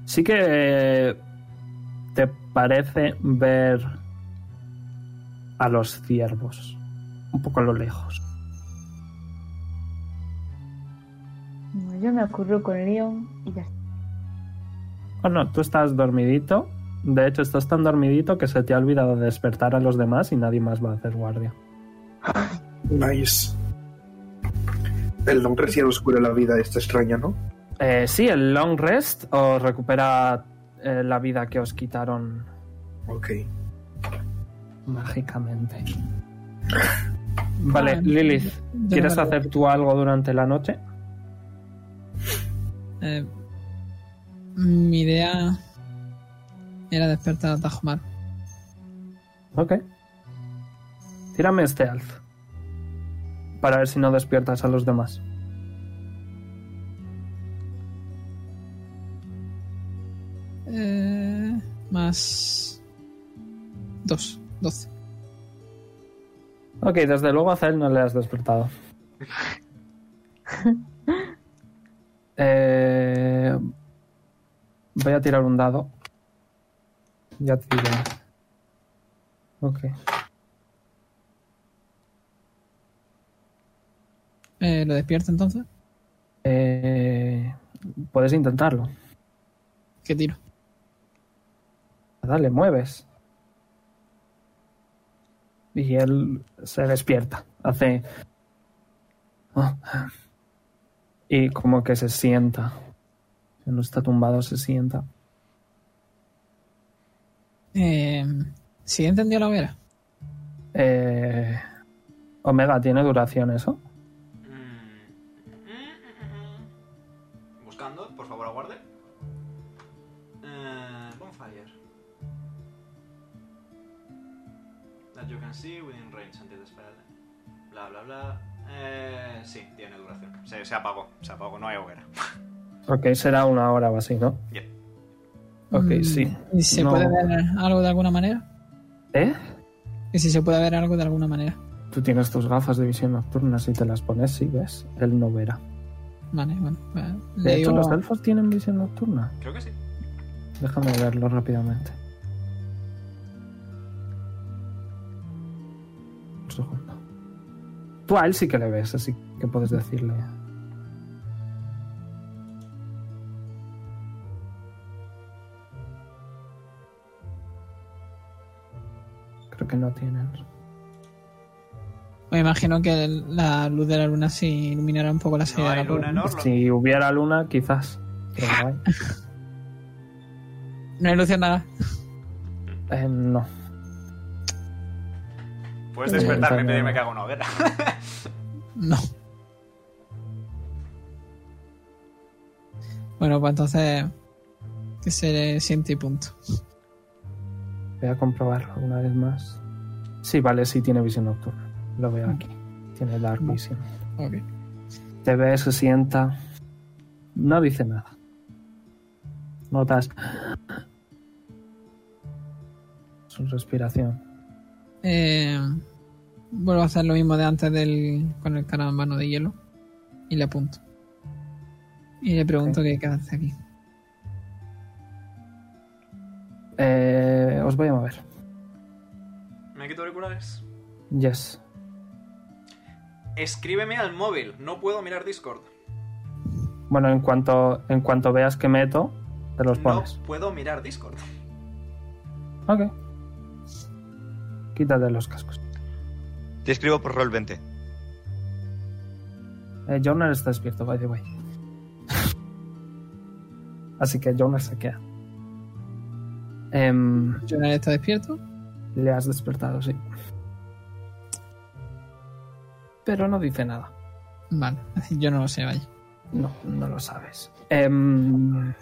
Speaker 1: Sí que. eh, te parece ver. a los ciervos. Un poco a lo lejos.
Speaker 2: No, Yo me ocurro con Leon y ya está.
Speaker 1: Oh, no, tú estás dormidito. De hecho, estás tan dormidito que se te ha olvidado despertar a los demás y nadie más va a hacer guardia.
Speaker 6: Nice. El nombre sí nos cura la vida, esta extraña, ¿no?
Speaker 1: Eh, sí, el long rest os recupera eh, la vida que os quitaron
Speaker 6: Ok.
Speaker 1: mágicamente. Vale,
Speaker 5: Ah,
Speaker 1: Lilith,
Speaker 5: yo
Speaker 1: ¿quieres
Speaker 5: no me
Speaker 1: hacer tú algo durante la noche?
Speaker 5: Eh, mm, mi idea era despertar a Tajumar.
Speaker 1: Ok. Tírame este alz. Para ver si no despiertas a los demás.
Speaker 5: Eh, más 2, 12.
Speaker 1: Ok, desde luego a Zael no le has despertado. Eh, voy a tirar un dado. Ya te diré. Ok.
Speaker 5: Eh, ¿Lo despierto entonces?
Speaker 1: Eh, puedes intentarlo.
Speaker 5: ¿Qué tiro?
Speaker 1: Dale, mueves. Y él se despierta. Hace. oh. Y como que se sienta. No está tumbado, se sienta.
Speaker 5: Eh, ¿Sí he entendido la hoguera?
Speaker 1: Eh, Omega, ¿tiene duración eso?
Speaker 4: Mm. Buscando, por favor, aguarde. Eh, bonfire. sí, within range until the spell. Bla, bla, bla. Eh, sí, tiene duración. Se, se apagó, se apagó, no hay hoguera.
Speaker 1: Ok, será una hora o así, ¿no?
Speaker 4: Yeah.
Speaker 1: Ok,
Speaker 5: Mm,
Speaker 1: sí.
Speaker 5: ¿Y se
Speaker 1: No.
Speaker 5: puede ver algo de alguna manera?
Speaker 1: ¿Eh?
Speaker 5: Y si se puede ver algo de alguna manera.
Speaker 1: Tú tienes tus gafas de visión nocturna, si te las pones, sí, ves. Él no verá.
Speaker 5: Vale, bueno. pues,
Speaker 1: De
Speaker 5: le
Speaker 1: hecho,
Speaker 5: digo-
Speaker 1: los elfos tienen visión nocturna.
Speaker 4: Creo que sí.
Speaker 1: Déjame verlo rápidamente. Un segundo. Tú a él sí que le ves, así que puedes decirle. Creo que no tienen.
Speaker 5: me imagino que el- la luz de la luna sí iluminará un poco la
Speaker 4: No
Speaker 5: salida de
Speaker 4: hay
Speaker 5: la
Speaker 4: luna en
Speaker 5: puerta.
Speaker 4: Orlo.
Speaker 1: Si hubiera luna, quizás. Pero no
Speaker 4: *laughs*
Speaker 1: hay.
Speaker 5: No hay luz en nada.
Speaker 1: Eh, no.
Speaker 4: Puedes
Speaker 5: Eh,
Speaker 4: despertarme y
Speaker 1: también.
Speaker 4: pedirme que haga una hoguera.
Speaker 5: No. Bueno, pues entonces que se siente y punto.
Speaker 1: Voy a comprobarlo una vez más. Sí, vale, sí tiene visión nocturna. Lo veo aquí. Tiene Dark
Speaker 5: Vale.
Speaker 1: Vision.
Speaker 5: Ok.
Speaker 1: Te ve, se sienta. No dice nada. Notas su respiración.
Speaker 5: Eh, vuelvo a hacer lo mismo de antes del, con el carambano de hielo y le apunto. Y le pregunto qué qué hace aquí.
Speaker 1: Eh, os voy a mover.
Speaker 4: ¿Me quito auriculares?
Speaker 1: Yes.
Speaker 4: Escríbeme al móvil, no puedo mirar Discord.
Speaker 1: Bueno, en cuanto, en cuanto veas que meto, te los
Speaker 4: No
Speaker 1: pones.
Speaker 4: puedo mirar Discord.
Speaker 1: Ok. Quítate los cascos.
Speaker 3: Te escribo por Roll 20.
Speaker 1: Eh, Jonar está despierto, by the way. *laughs* Así que Jonar se queda. Em,
Speaker 5: Jonar está despierto.
Speaker 1: Le has despertado, sí. Pero no dice nada.
Speaker 5: Vale, yo no lo sé, vaya.
Speaker 1: No, no lo sabes. Em,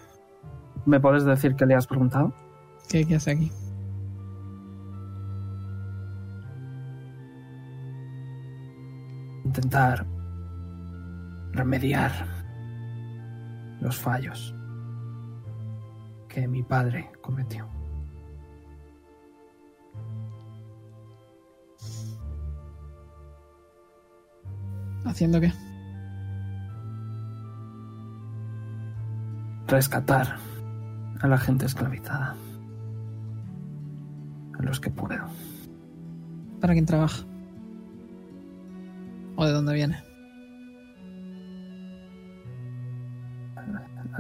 Speaker 1: ¿Me puedes decir qué le has preguntado?
Speaker 5: ¿Qué, qué hace aquí?
Speaker 1: Intentar remediar los fallos que mi padre cometió.
Speaker 5: ¿Haciendo qué?
Speaker 1: Rescatar a la gente esclavizada. A los que puedo.
Speaker 5: ¿Para quién trabaja? ¿O de dónde viene?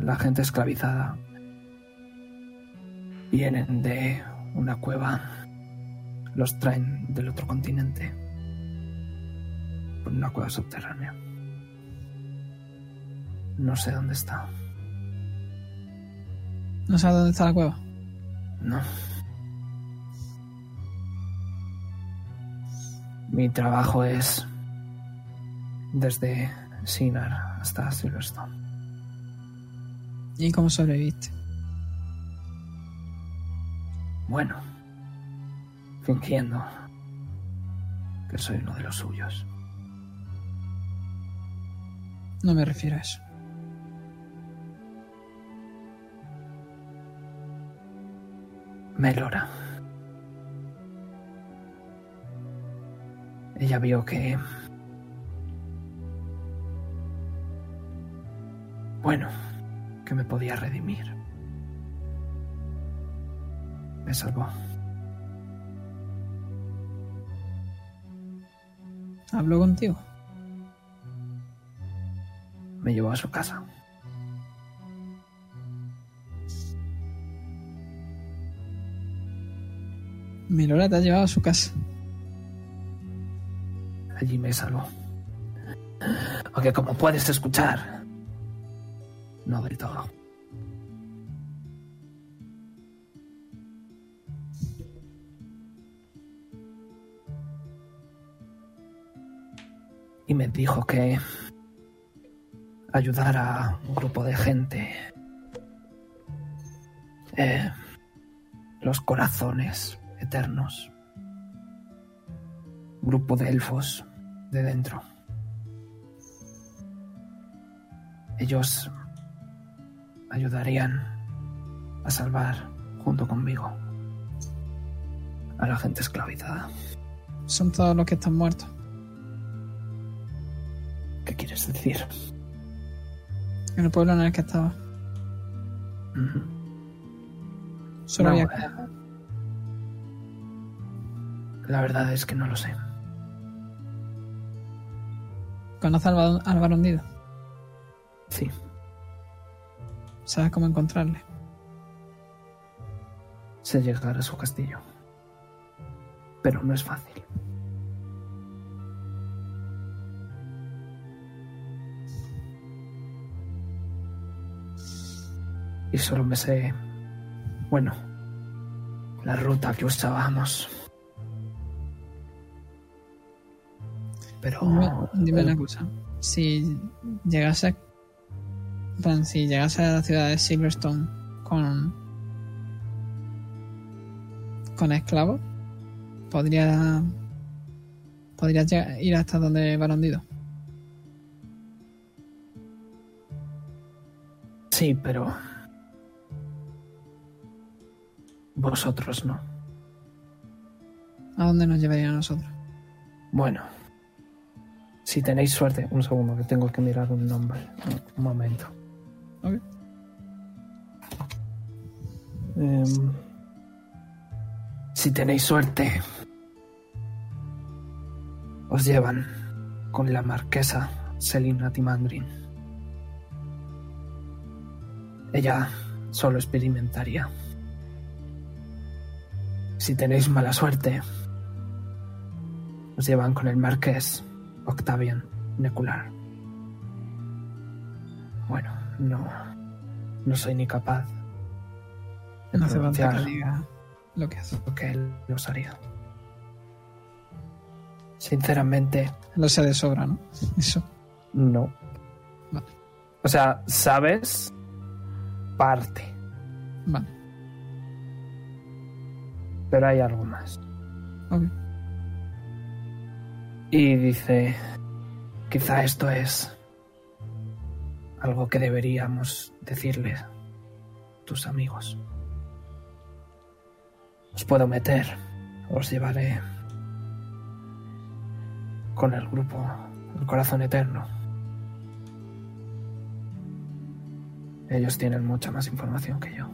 Speaker 1: la gente esclavizada vienen de una cueva, los traen del otro continente, por una cueva subterránea. No sé dónde está,
Speaker 5: ¿No sabe dónde está la cueva?
Speaker 1: no. Mi trabajo es desde Sinar hasta Silverstone.
Speaker 5: ¿Y cómo sobreviviste?
Speaker 1: Bueno, fingiendo que soy uno de los suyos.
Speaker 5: No me refiero a eso.
Speaker 1: Melora. Ella vio que... Bueno, que me podía redimir. Me salvó.
Speaker 5: ¿Hablo contigo?
Speaker 1: Me llevó a su casa.
Speaker 5: Melora te ha llevado a su casa.
Speaker 1: Allí me salvó. Aunque como puedes escuchar... No del todo. y me dijo que ayudar a un grupo de gente. Eh, los corazones eternos. grupo de elfos de dentro. Ellos ayudarían a salvar, junto conmigo, a la gente esclavizada.
Speaker 5: Son todos los que están muertos.
Speaker 1: ¿Qué quieres decir?
Speaker 5: En el pueblo en el que estaba.
Speaker 1: Ujú.
Speaker 5: Solo
Speaker 1: No,
Speaker 5: había
Speaker 1: eh. La verdad es que no lo sé.
Speaker 5: Conoce al, varón- al varón Dido.
Speaker 1: Sí,
Speaker 5: Sabes cómo encontrarle.
Speaker 1: sé llegar a su castillo. Pero no es fácil. Y solo me sé, bueno, la ruta que usábamos. Pero...
Speaker 5: Dime, dime una cosa. Si llegase. en plan, si llegase a la ciudad de Silverstone con. con esclavos, podría. podrías llega- ir hasta donde varón Dido.
Speaker 1: Sí, pero... Vosotros no.
Speaker 5: ¿A dónde nos llevaría a nosotros?
Speaker 1: Bueno. Si tenéis suerte, un segundo, que tengo que mirar un nombre. Un momento.
Speaker 5: Ok.
Speaker 1: Em, si tenéis suerte, os llevan con la marquesa Selina Timandrin. Ella solo experimentaría. Si tenéis mala suerte, nos llevan con el marqués Octavian Necular. Bueno, no. No soy ni capaz de
Speaker 5: No hace falta
Speaker 1: pronunciar
Speaker 5: que diga lo que hace.
Speaker 1: lo que él nos haría. Sinceramente,
Speaker 5: Lo sé de sobra, ¿no? *laughs* Eso.
Speaker 1: no.
Speaker 5: Vale.
Speaker 1: O sea, sabes parte,
Speaker 5: Vale.
Speaker 1: pero hay algo más.
Speaker 5: Ok.
Speaker 1: Y dice, quizá esto es algo que deberíamos decirle a tus amigos. Os puedo meter, os llevaré con el grupo, el corazón eterno. Ellos tienen mucha más información que yo.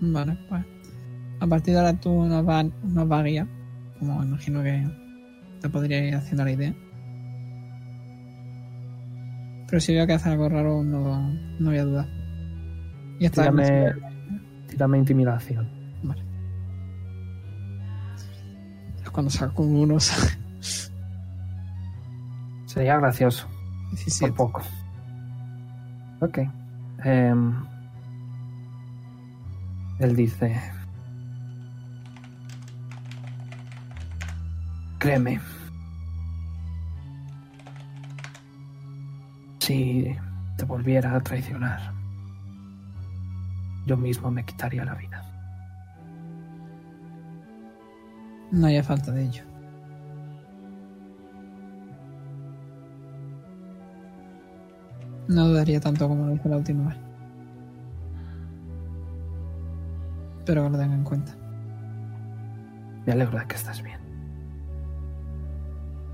Speaker 5: Vale, pues. A partir de ahora tú nos vas, nos vas a guiar. Como imagino que te podría ir haciendo la idea. Pero si veo que hace algo raro, no, no voy a dudar. Y esta vez me
Speaker 1: Tírame,
Speaker 5: sirve.
Speaker 1: tírame intimidación.
Speaker 5: Es cuando saco un uno, *laughs* ¿sabes?
Speaker 1: Sería gracioso.
Speaker 5: 17.
Speaker 1: Por poco. Ok. Em, él dice... Créeme. Si te volviera a traicionar, yo mismo me quitaría la vida.
Speaker 5: No haya falta de ello. No dudaría tanto como lo hice la última vez. Pero que lo tenga en cuenta.
Speaker 1: Me alegro de que estás bien.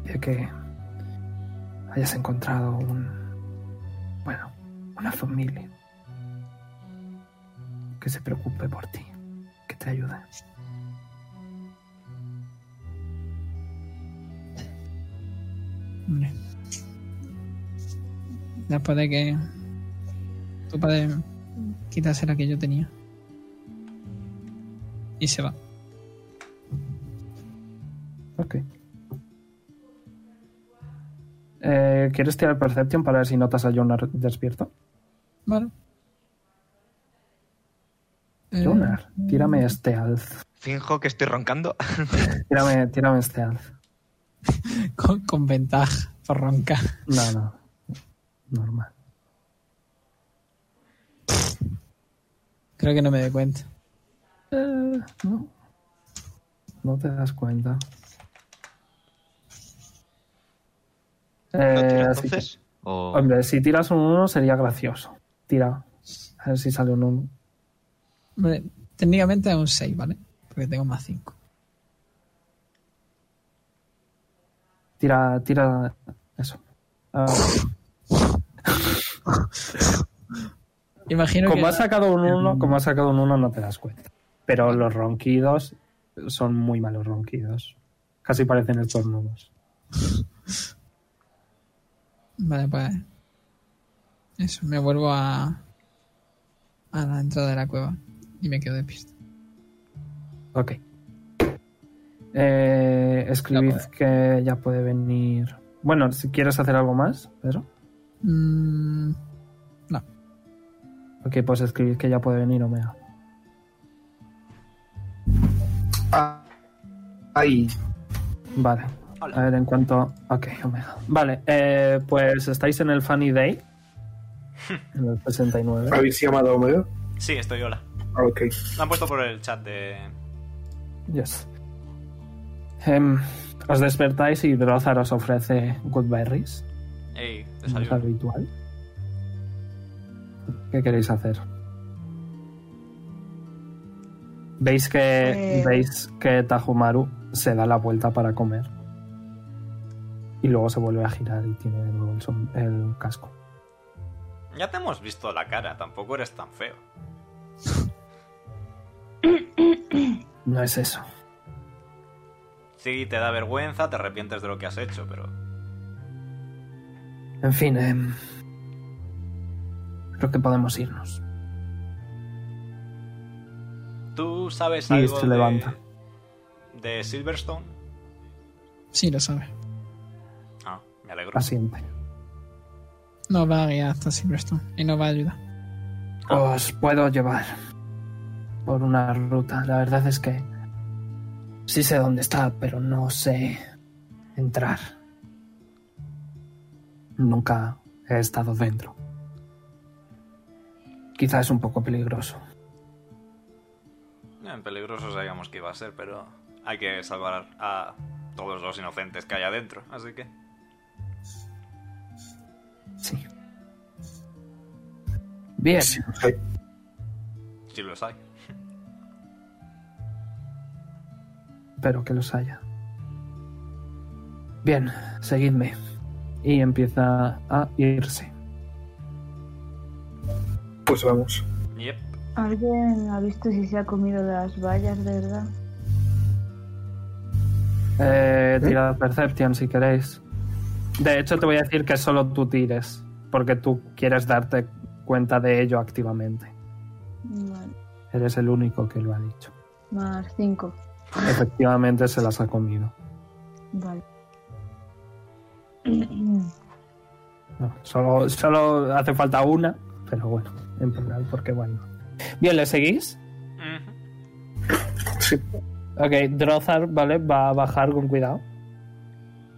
Speaker 1: De que hayas encontrado un. Bueno, una familia. Que se preocupe por ti. Que te ayude.
Speaker 5: Hombre. Después de que tu padre quitase la que yo tenía. Y se va.
Speaker 1: Ok. Eh, ¿Quieres tirar Perception para ver si notas a Jonar despierto?
Speaker 5: Vale. Eh,
Speaker 1: Jonar, tírame este alz.
Speaker 3: Finjo que estoy roncando.
Speaker 1: Tírame, tírame este alz.
Speaker 5: Con, con ventaja, por roncar.
Speaker 1: No, no. Normal.
Speaker 5: Creo que no me doy cuenta.
Speaker 1: Eh, no. No te das cuenta.
Speaker 3: ¿No
Speaker 1: Eh,
Speaker 3: tiro
Speaker 1: así que-
Speaker 3: entonces? O-
Speaker 1: hombre, si tiras un 1 sería gracioso. Tira. A ver si sale un 1.
Speaker 5: Vale, técnicamente es un 6, ¿vale? Porque tengo más 5.
Speaker 1: Tira, tira eso. Ah,
Speaker 5: Imagino que.
Speaker 1: como has sacado un 1, como has sacado un 1 no te das cuenta. Pero los ronquidos son muy malos ronquidos. Casi parecen estornudos.
Speaker 5: Vale, pues. Eso, me vuelvo a. a la entrada de la cueva. Y me quedo de pista.
Speaker 1: Ok. Eh, escribid
Speaker 5: Ya
Speaker 1: que ya puede venir. Bueno, si quieres hacer algo más, Pedro.
Speaker 5: Mm,
Speaker 1: Ok, pues escribid que ya puede venir Omega.
Speaker 6: Ah, ahí.
Speaker 1: Vale.
Speaker 4: Hola.
Speaker 1: A ver, en cuanto. Ok, Omega. Vale, eh, pues estáis en el Funny Day. En el 69.
Speaker 6: ¿Habéis llamado a Omega?
Speaker 4: Sí, estoy hola.
Speaker 6: Ah, Ok.
Speaker 4: Lo han puesto por el chat de.
Speaker 1: Yes. Em, os despertáis y Drozar os ofrece Goodberries.
Speaker 4: Ey,
Speaker 1: como Es
Speaker 4: desayuno.
Speaker 1: habitual. ¿Qué queréis hacer? Veis que
Speaker 2: Eh.
Speaker 1: veis que Tajumaru se da la vuelta para comer. Y luego se vuelve a girar y tiene de nuevo el, som- el casco.
Speaker 4: Ya te hemos visto la cara, tampoco eres tan feo.
Speaker 1: No es eso.
Speaker 4: Sí, te da vergüenza, te arrepientes de lo que has hecho, pero.
Speaker 1: En fin, em, creo que podemos irnos.
Speaker 4: ¿Tú sabes
Speaker 1: Y
Speaker 4: algo
Speaker 1: se
Speaker 4: de.
Speaker 1: levanta.
Speaker 4: de Silverstone?
Speaker 5: sí, lo sabes.
Speaker 4: Ah, me alegro.
Speaker 1: Asiente.
Speaker 5: Nos va a guiar hasta Silverstone. Y nos va a ayudar.
Speaker 1: Os puedo llevar por una ruta. La verdad es que sí sé dónde está, pero no sé entrar. Nunca he estado dentro. Quizás es un poco peligroso.
Speaker 4: En peligroso sabíamos que iba a ser, pero hay que salvar a todos los inocentes que hay adentro, así que.
Speaker 1: Sí. Bien,
Speaker 6: Ahí.
Speaker 4: Sí los hay.
Speaker 1: espero que los haya. Bien, seguidme. Y empieza a irse.
Speaker 6: Pues vamos.
Speaker 4: Yep.
Speaker 2: ¿Alguien ha visto si se ha comido las vallas, de verdad?
Speaker 1: Eh, tirad Perception si queréis. De hecho, te voy a decir que solo tú tires, porque tú quieres darte cuenta de ello activamente.
Speaker 2: Vale,
Speaker 1: Eres el único que lo ha dicho.
Speaker 2: más cinco.
Speaker 1: Efectivamente, se las ha comido.
Speaker 2: Vale. *clears throat*
Speaker 1: No, solo, solo hace falta una, pero bueno, en plural, porque bueno. Bien, ¿le seguís?
Speaker 4: Ujú.
Speaker 6: Sí.
Speaker 1: Ok, Drozar, ¿vale? Va a bajar con cuidado.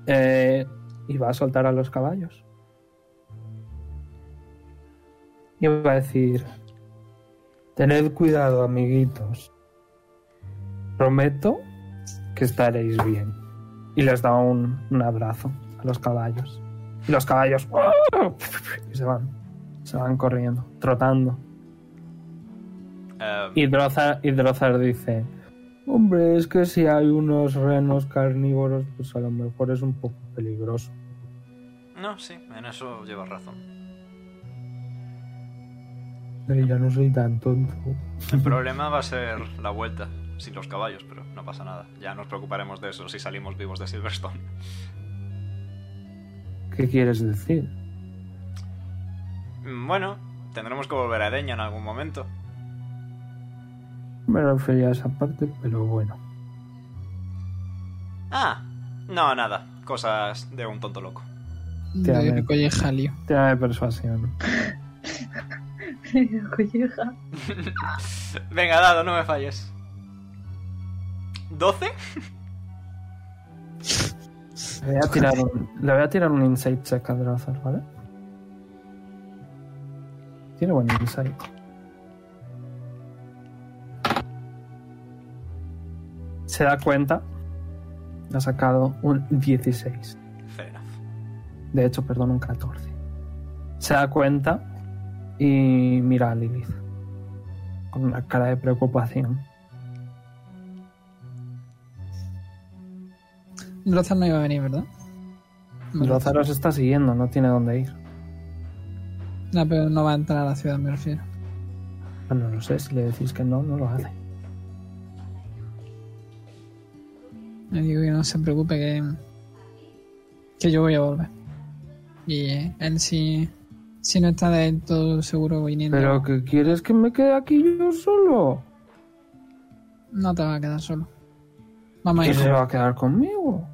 Speaker 1: Eh, y va a soltar a los caballos. Y va a decir... Tened cuidado, amiguitos. Prometo que estaréis bien. Y les da un, un abrazo a los caballos. Y los caballos... ¡oh! *laughs* Y se van. Se van corriendo, trotando.
Speaker 4: Eh,
Speaker 1: Y Drozar, y Drozar dice: Hombre, es que si hay unos renos carnívoros, pues a lo mejor es un poco peligroso.
Speaker 4: No, sí, en eso llevas razón.
Speaker 1: Pero ya no soy tan tonto.
Speaker 4: El problema va a ser la vuelta, sin los caballos, pero no pasa nada. Ya nos preocuparemos de eso si salimos vivos de Silverstone.
Speaker 1: ¿Qué quieres decir?
Speaker 4: Mm, Bueno, tendremos que volver a Edeña en algún momento.
Speaker 1: Me refería a esa parte, pero bueno.
Speaker 4: Ah, no, nada. Cosas de un tonto loco.
Speaker 5: Yo
Speaker 1: Te amé.
Speaker 5: recoger el jalio.
Speaker 1: Tira de persuasión.
Speaker 2: Colleja.
Speaker 4: Venga, dado, no me falles. ¿12?
Speaker 1: Le voy a tirar un, le voy a tirar un insight check a Drazar, ¿vale? Tiene buen insight. se da cuenta. Ha sacado un 16.
Speaker 4: Fair enough.
Speaker 1: De hecho, perdón, un 14. Se da cuenta y mira a Lilith con una cara de preocupación.
Speaker 5: Lozar no iba a venir, ¿verdad?
Speaker 1: Lázaro se está siguiendo, no tiene dónde ir.
Speaker 5: No, pero no va a entrar a la ciudad, me refiero.
Speaker 1: Bueno, no sé, si le decís que no, no lo hace.
Speaker 5: Le digo que no se preocupe que, que yo voy a volver. Y eh, él si, si no está del todo seguro viniendo,
Speaker 1: ¿Pero que quieres que me quede aquí yo solo?
Speaker 5: no te va a quedar solo. Vamos a
Speaker 1: ¿Quién
Speaker 5: ir
Speaker 1: se va a quedar conmigo?
Speaker 5: con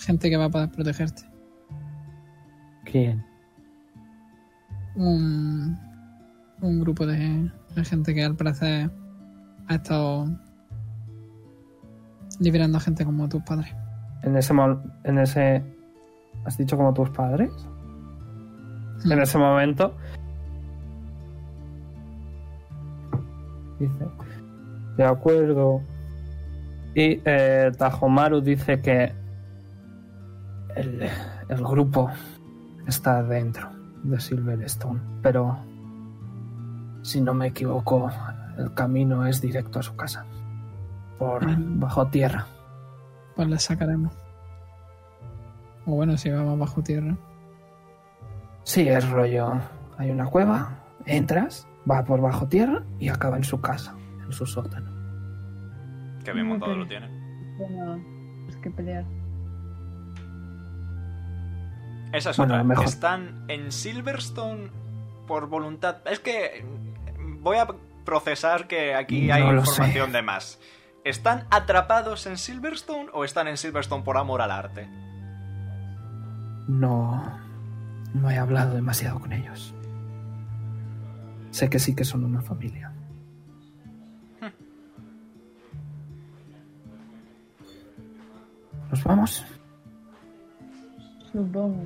Speaker 5: gente que va a poder protegerte.
Speaker 1: ¿Quién?
Speaker 5: Un, un grupo de, de gente que al parecer ha estado liberando a gente como tus padres.
Speaker 1: En ese mol- en ese has dicho como tus padres. En ese momento dice, de acuerdo. Y eh, Tajomaru dice que el, el grupo está dentro de Silverstone, pero si no me equivoco, el camino es directo a su casa, por bajo tierra.
Speaker 5: Pues la sacaremos. O bueno, si vamos bajo tierra.
Speaker 1: Sí, es rollo. Hay una cueva, entras, va por bajo tierra y acaba en su casa, en su sótano.
Speaker 4: Que bien
Speaker 2: No,
Speaker 4: montado
Speaker 2: pero-
Speaker 4: lo tiene.
Speaker 2: Bueno, es que pelear.
Speaker 4: Esa es
Speaker 1: Bueno,
Speaker 4: otra.
Speaker 1: mejor.
Speaker 4: Están en Silverstone por voluntad. Es que mm, voy a procesar que aquí hay
Speaker 1: No lo
Speaker 4: información de más. ¿Están atrapados en Silverstone o están en Silverstone por amor al arte?
Speaker 1: No. No he hablado demasiado con ellos. Sé que sí que son una familia. ¿Nos vamos?
Speaker 2: Supongo.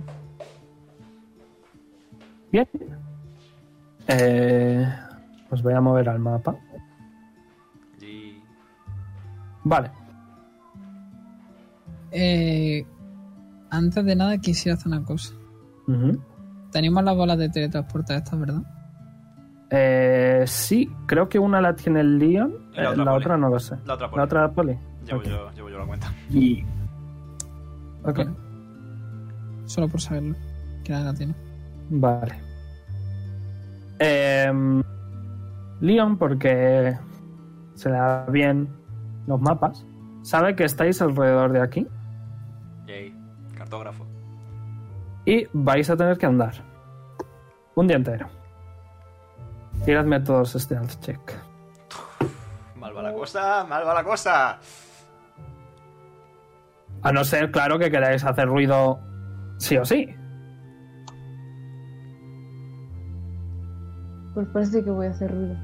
Speaker 1: Bien. Eh, os voy a mover al mapa.
Speaker 4: Y...
Speaker 1: Vale.
Speaker 5: Eh, antes de nada quisiera hacer una cosa.
Speaker 1: Ujú.
Speaker 5: Tenemos las bolas de teletransportar estas, ¿verdad?
Speaker 1: Eh, sí, creo que una la tiene el Leon,
Speaker 4: Y
Speaker 1: eh,
Speaker 4: la
Speaker 1: la,
Speaker 4: otra
Speaker 1: otra,
Speaker 4: Polly.
Speaker 1: no lo sé.
Speaker 4: La otra por
Speaker 1: La otra poli.
Speaker 4: Llevo,
Speaker 1: Ok,
Speaker 4: yo, llevo yo la cuenta.
Speaker 6: Y
Speaker 1: ok,
Speaker 5: Bueno. Solo por saberlo. Que nadie la tiene.
Speaker 1: Vale. Em, Leon, porque se le da bien los mapas, sabe que estáis alrededor de aquí
Speaker 4: Yay. Cartógrafo.
Speaker 1: y vais a tener que andar. Un día entero. Tiradme todos stealth check.
Speaker 4: Mal va la cosa, mal va la cosa.
Speaker 1: A no ser, claro, que queráis hacer ruido sí o sí.
Speaker 2: Pues parece que voy a hacer ruido.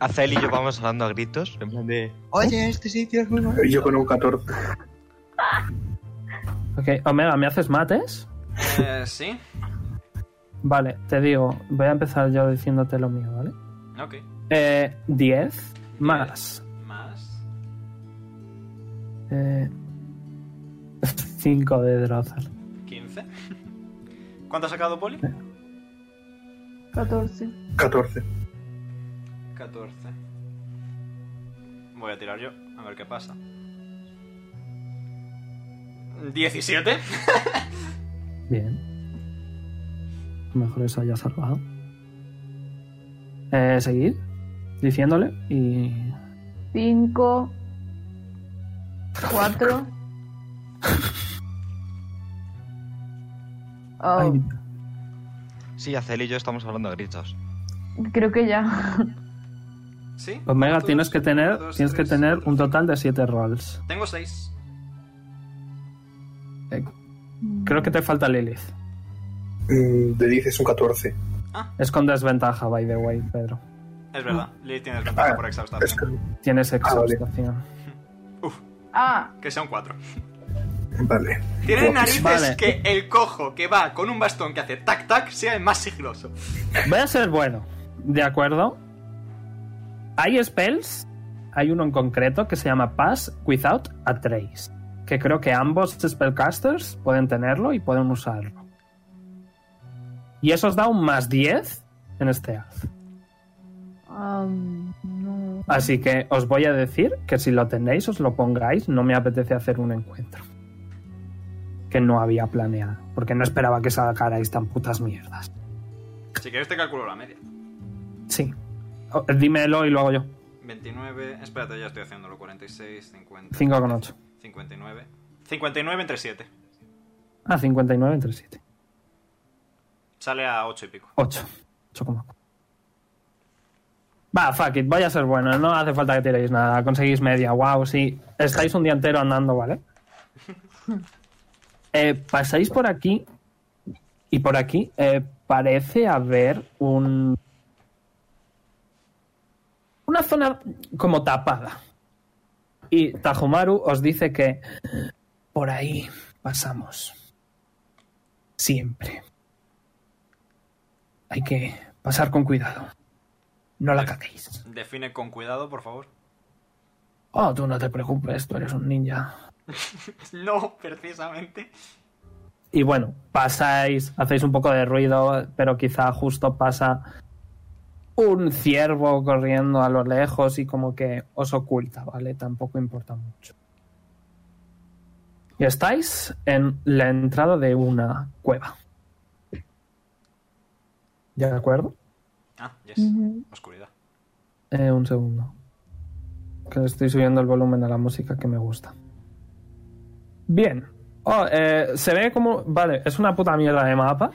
Speaker 3: Azael y yo vamos hablando a gritos, en plan de... Oye, este sitio es muy bueno.
Speaker 6: yo con un 14.
Speaker 1: Ok, Omega, ¿me haces mates?
Speaker 4: Eh, sí.
Speaker 1: Vale, te digo, voy a empezar yo diciéndote lo mío, ¿vale?
Speaker 4: Ok.
Speaker 1: Eh, 10 más
Speaker 4: Más.
Speaker 1: eh, *laughs* 5 de Drozar.
Speaker 4: 15. ¿Cuánto ha sacado Poli?
Speaker 2: 14.
Speaker 6: 14.
Speaker 4: 14. Voy a tirar yo, a ver qué pasa. 17.
Speaker 1: Bien. A lo mejor eso haya salvado. Eh, seguid diciéndole y.
Speaker 2: 5. 4. Oh,
Speaker 1: Ay,
Speaker 3: Sí, Azael y yo estamos hablando a gritos.
Speaker 2: creo que ya.
Speaker 4: ¿Sí?
Speaker 1: Omega,
Speaker 4: Dos,
Speaker 1: Pues, tienes que tener,
Speaker 4: dos,
Speaker 1: tienes que
Speaker 4: tres,
Speaker 1: tener
Speaker 4: cuatro,
Speaker 1: un total de 7 rolls.
Speaker 4: cinco. Tengo 6.
Speaker 1: Eh, creo que te falta Lilith.
Speaker 6: Mm, de 10 es un 14.
Speaker 1: Es con desventaja, by the way, Pedro.
Speaker 4: Es verdad, Lilith tiene desventaja
Speaker 6: Ah,
Speaker 4: por
Speaker 6: Es que,
Speaker 4: exhaustación.
Speaker 1: Tienes
Speaker 6: vale.
Speaker 1: exhaustación.
Speaker 2: Ah,
Speaker 4: Que sean 4.
Speaker 6: vale.
Speaker 4: Tienen
Speaker 6: Guau. pues,
Speaker 4: narices
Speaker 1: Vale.
Speaker 4: que el cojo que va con un bastón que hace tac-tac sea el más sigiloso.
Speaker 1: Voy a ser bueno, ¿de acuerdo? Hay spells hay uno en concreto que se llama Pass Without a Trace, que creo que ambos spellcasters pueden tenerlo y pueden usarlo. Y eso os da un más 10 en este stealth.
Speaker 2: Um, no.
Speaker 1: Así que os voy a decir que si lo tenéis, os lo pongáis. No me apetece hacer un encuentro. Que no había planeado. Porque no esperaba que sacarais tan putas mierdas.
Speaker 4: Si quieres te calculo la media.
Speaker 1: Sí. O- Dímelo y lo hago yo.
Speaker 4: 29, espérate, ya estoy haciéndolo. 46, 50.
Speaker 1: 5,8.
Speaker 4: 59. 59 entre 7.
Speaker 1: Ah, 59 entre 7.
Speaker 4: Sale a 8 y pico.
Speaker 1: 8. 8,4. Va, fuck it. Voy a ser bueno. No hace falta que tiréis nada. Conseguís media. Wow, sí. Estáis un día entero andando, ¿vale? Eh, pasáis por aquí. Y por aquí eh, parece haber un. Una zona como tapada. Y Tajumaru os dice que. Por ahí pasamos. Siempre. Hay que pasar con cuidado. No la caguéis.
Speaker 4: Define con cuidado, por favor. *laughs*
Speaker 1: Oh, tú no te preocupes, tú eres un ninja.
Speaker 4: No, precisamente.
Speaker 1: Y bueno, pasáis, hacéis un poco de ruido, pero quizá justo pasa un ciervo corriendo a lo lejos y como que os oculta, ¿vale? Tampoco importa mucho. Y estáis en la entrada de una cueva. ¿De acuerdo?
Speaker 4: Ah, yes.
Speaker 2: Ujú.
Speaker 4: Oscuridad.
Speaker 1: Eh, un segundo. Que le estoy subiendo el volumen a la música que me gusta. Bien. Oh, eh, se ve como... Vale, es una puta mierda de mapa.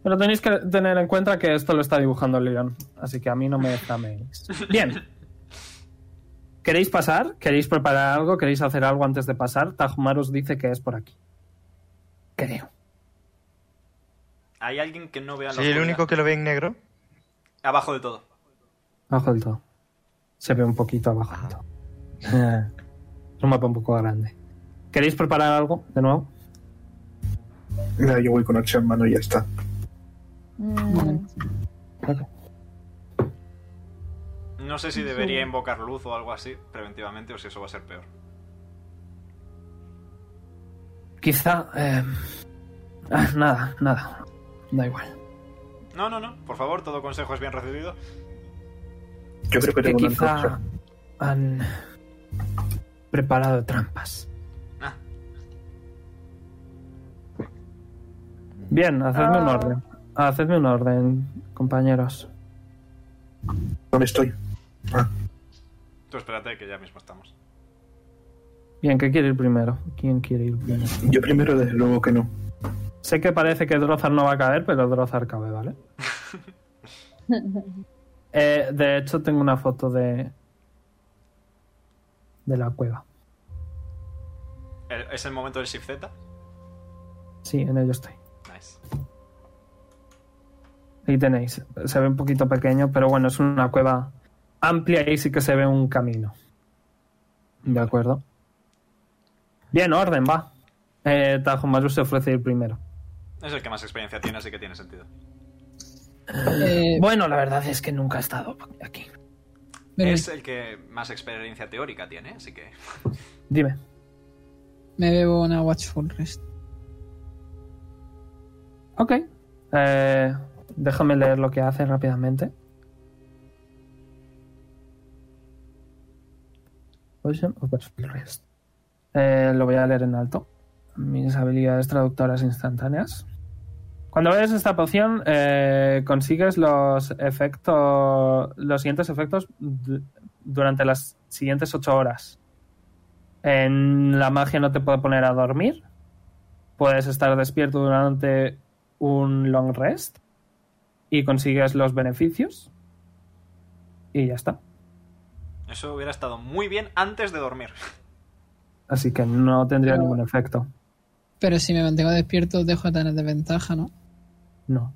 Speaker 1: Pero tenéis que tener en cuenta que esto lo está dibujando Leon. Así que a mí no me flameéis. Bien. ¿Queréis pasar? ¿Queréis preparar algo? ¿Queréis hacer algo antes de pasar? Tajumar os dice que es por aquí. Creo.
Speaker 4: Hay alguien que no vea la
Speaker 3: Soy el
Speaker 4: oscuridad.
Speaker 3: único que lo ve en negro.
Speaker 4: Abajo de todo.
Speaker 1: Abajo del todo. Se ve un poquito abajo del todo. es *laughs* un mapa un poco grande. ¿Queréis preparar algo de nuevo?
Speaker 6: Nada, yo voy con hacha en mano y ya está.
Speaker 2: Mm,
Speaker 4: No sé si debería invocar luz o algo así preventivamente o si eso va a ser peor.
Speaker 1: Quizá... eh, ah, nada, nada. Da igual.
Speaker 4: No, no, no. Por favor, todo consejo es bien recibido.
Speaker 6: Yo creo
Speaker 1: Que
Speaker 6: que tengo una
Speaker 1: quizá
Speaker 6: antorcha.
Speaker 1: han preparado trampas.
Speaker 4: Ah,
Speaker 1: Bien, hacedme un
Speaker 2: Ah.
Speaker 1: orden. Hacedme un orden, compañeros.
Speaker 6: ¿Dónde estoy? Ah,
Speaker 4: tú espérate que ya mismo estamos.
Speaker 1: Bien, ¿qué quiere ir primero? ¿Quién quiere ir primero?
Speaker 6: yo primero, desde luego que no.
Speaker 1: Sé que parece que Drozar no va a caer, pero Drozar cabe, ¿vale? Eh, de hecho, tengo una foto de. de la cueva.
Speaker 4: El- ¿Es el momento del Shift Z?
Speaker 1: Sí, en ello estoy.
Speaker 4: Nice.
Speaker 1: Ahí tenéis. Se ve un poquito pequeño, pero bueno, es una cueva amplia y sí que se ve un camino. De acuerdo. Bien, orden, va. Eh, Tajomaru se ofrece ir primero.
Speaker 4: Es el que más experiencia tiene, así que tiene sentido.
Speaker 5: Eh,
Speaker 1: Bueno, la verdad es que nunca he estado aquí.
Speaker 5: pero
Speaker 4: Es el que más experiencia teórica tiene, así que...
Speaker 1: Dime.
Speaker 5: me bebo una Watchful Rest.
Speaker 1: Ok. Eh, déjame leer lo que hace rápidamente. Potion of Watchful Rest. Eh, lo voy a leer en alto. Mis habilidades traductoras instantáneas. Cuando ves esta poción, eh, consigues los efectos. los siguientes efectos du- durante las siguientes 8 horas. En la magia no te puede poner a dormir. Puedes estar despierto durante un long rest y consigues los beneficios y ya está.
Speaker 4: Eso hubiera estado muy bien antes de dormir.
Speaker 1: Así que no tendría
Speaker 5: Pero-
Speaker 1: ningún efecto.
Speaker 5: Pero si me mantengo despierto, dejo de tener desventaja, ¿no?
Speaker 1: No.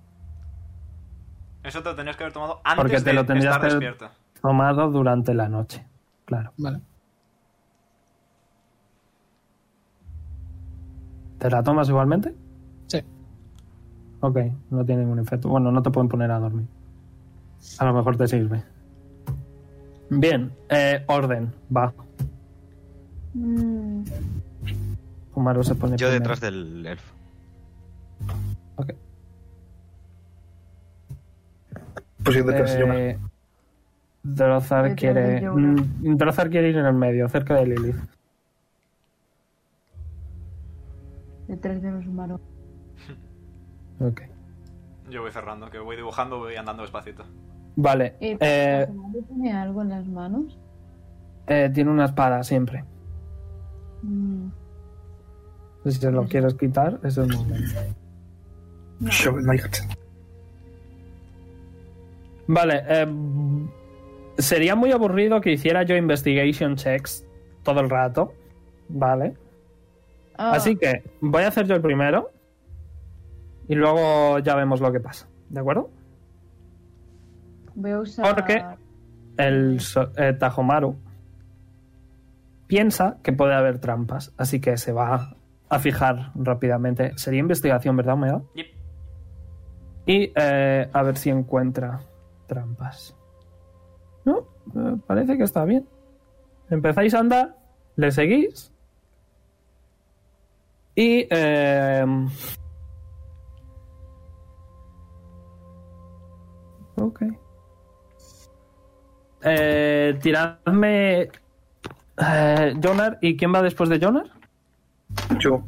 Speaker 4: Eso te lo tenías que haber tomado antes
Speaker 1: Porque te
Speaker 4: de
Speaker 1: lo tendrías
Speaker 4: estar
Speaker 1: que-
Speaker 4: despierto.
Speaker 1: Tomado durante la noche. Claro.
Speaker 5: Vale.
Speaker 1: ¿Te la tomas igualmente?
Speaker 5: Sí.
Speaker 1: Ok, no tiene ningún efecto. Bueno, no te pueden poner a dormir. A lo mejor te sirve. Bien, eh, orden, va.
Speaker 2: Mm,
Speaker 1: Umaru se pone.
Speaker 3: Yo
Speaker 1: primero.
Speaker 3: detrás del elfo.
Speaker 1: Ok.
Speaker 6: Pues yo detrás de Yona.
Speaker 1: Eh, Drozar
Speaker 2: Detrás de
Speaker 1: quiere.
Speaker 2: Yona.
Speaker 1: Mm, Drozar quiere ir en el medio, cerca de Lilith.
Speaker 2: detrás de los humanos.
Speaker 1: Ok.
Speaker 4: Yo voy cerrando, que voy dibujando, voy andando despacito.
Speaker 1: Vale.
Speaker 2: Eh,
Speaker 1: eh,
Speaker 2: ¿Maru ¿Tiene algo en las manos?
Speaker 1: eh, tiene una espada siempre.
Speaker 2: Mm,
Speaker 1: Si se lo quieres quitar, es el momento.
Speaker 6: Shovel Knight.
Speaker 1: Vale. eh, sería muy aburrido que hiciera yo investigation checks todo el rato. Vale.
Speaker 2: ah,
Speaker 1: Así que voy a hacer yo el primero. Y luego ya vemos lo que pasa. ¿De acuerdo?
Speaker 2: Voy a usar.
Speaker 1: Porque- El so- eh, Tajomaru piensa que puede haber trampas. Así que se va a fijar rápidamente. Sería investigación, ¿verdad, Omega?
Speaker 4: Yep.
Speaker 1: Y eh, a ver si encuentra trampas. No, eh, parece que está bien. Empezáis a andar, le seguís. Y. eh, Ok. Eh, tiradme. eh, Jonar, ¿y quién va después de Jonar?
Speaker 6: Yo,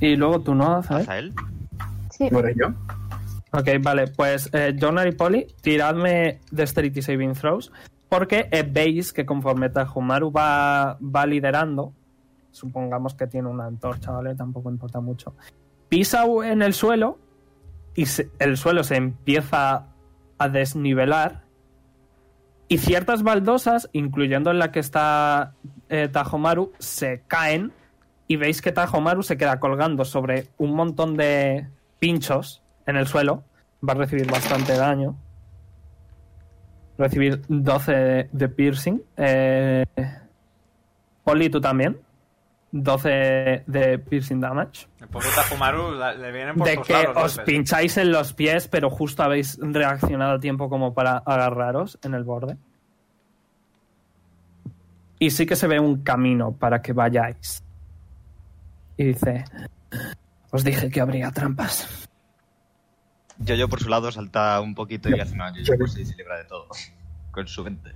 Speaker 1: Y luego tú no, ¿sabes?
Speaker 3: ¿Azael?
Speaker 2: Sí,
Speaker 6: ¿no era yo?
Speaker 1: Ok, vale, pues eh, Jonar y Polly, tiradme Dexterity Saving Throws, porque eh, veis que conforme Tajumaru va, va liderando, supongamos que tiene una antorcha, ¿vale? Tampoco importa mucho. Pisa en el suelo y se- el suelo se empieza a desnivelar y ciertas baldosas, incluyendo en la que está eh, Tajomaru, se caen y veis que Tajomaru se queda colgando sobre un montón de pinchos en el suelo. Va a recibir bastante daño. Recibir 12 de, de piercing. Eh, Oli, tú también. 12 de piercing damage.
Speaker 4: El pobre Tajumaru la- le vienen por
Speaker 1: De
Speaker 4: todos
Speaker 1: que
Speaker 4: lados los
Speaker 1: os
Speaker 4: golpes. ¿eh?
Speaker 1: pincháis en los pies, pero justo habéis reaccionado a tiempo como para agarraros en el borde. Y sí que se ve un camino para que vayáis. Y dice: Os dije que habría trampas.
Speaker 3: Yo-Yo por su lado salta un poquito y hace una Yo-Yo por 6 y se libra de todo. Con su 20.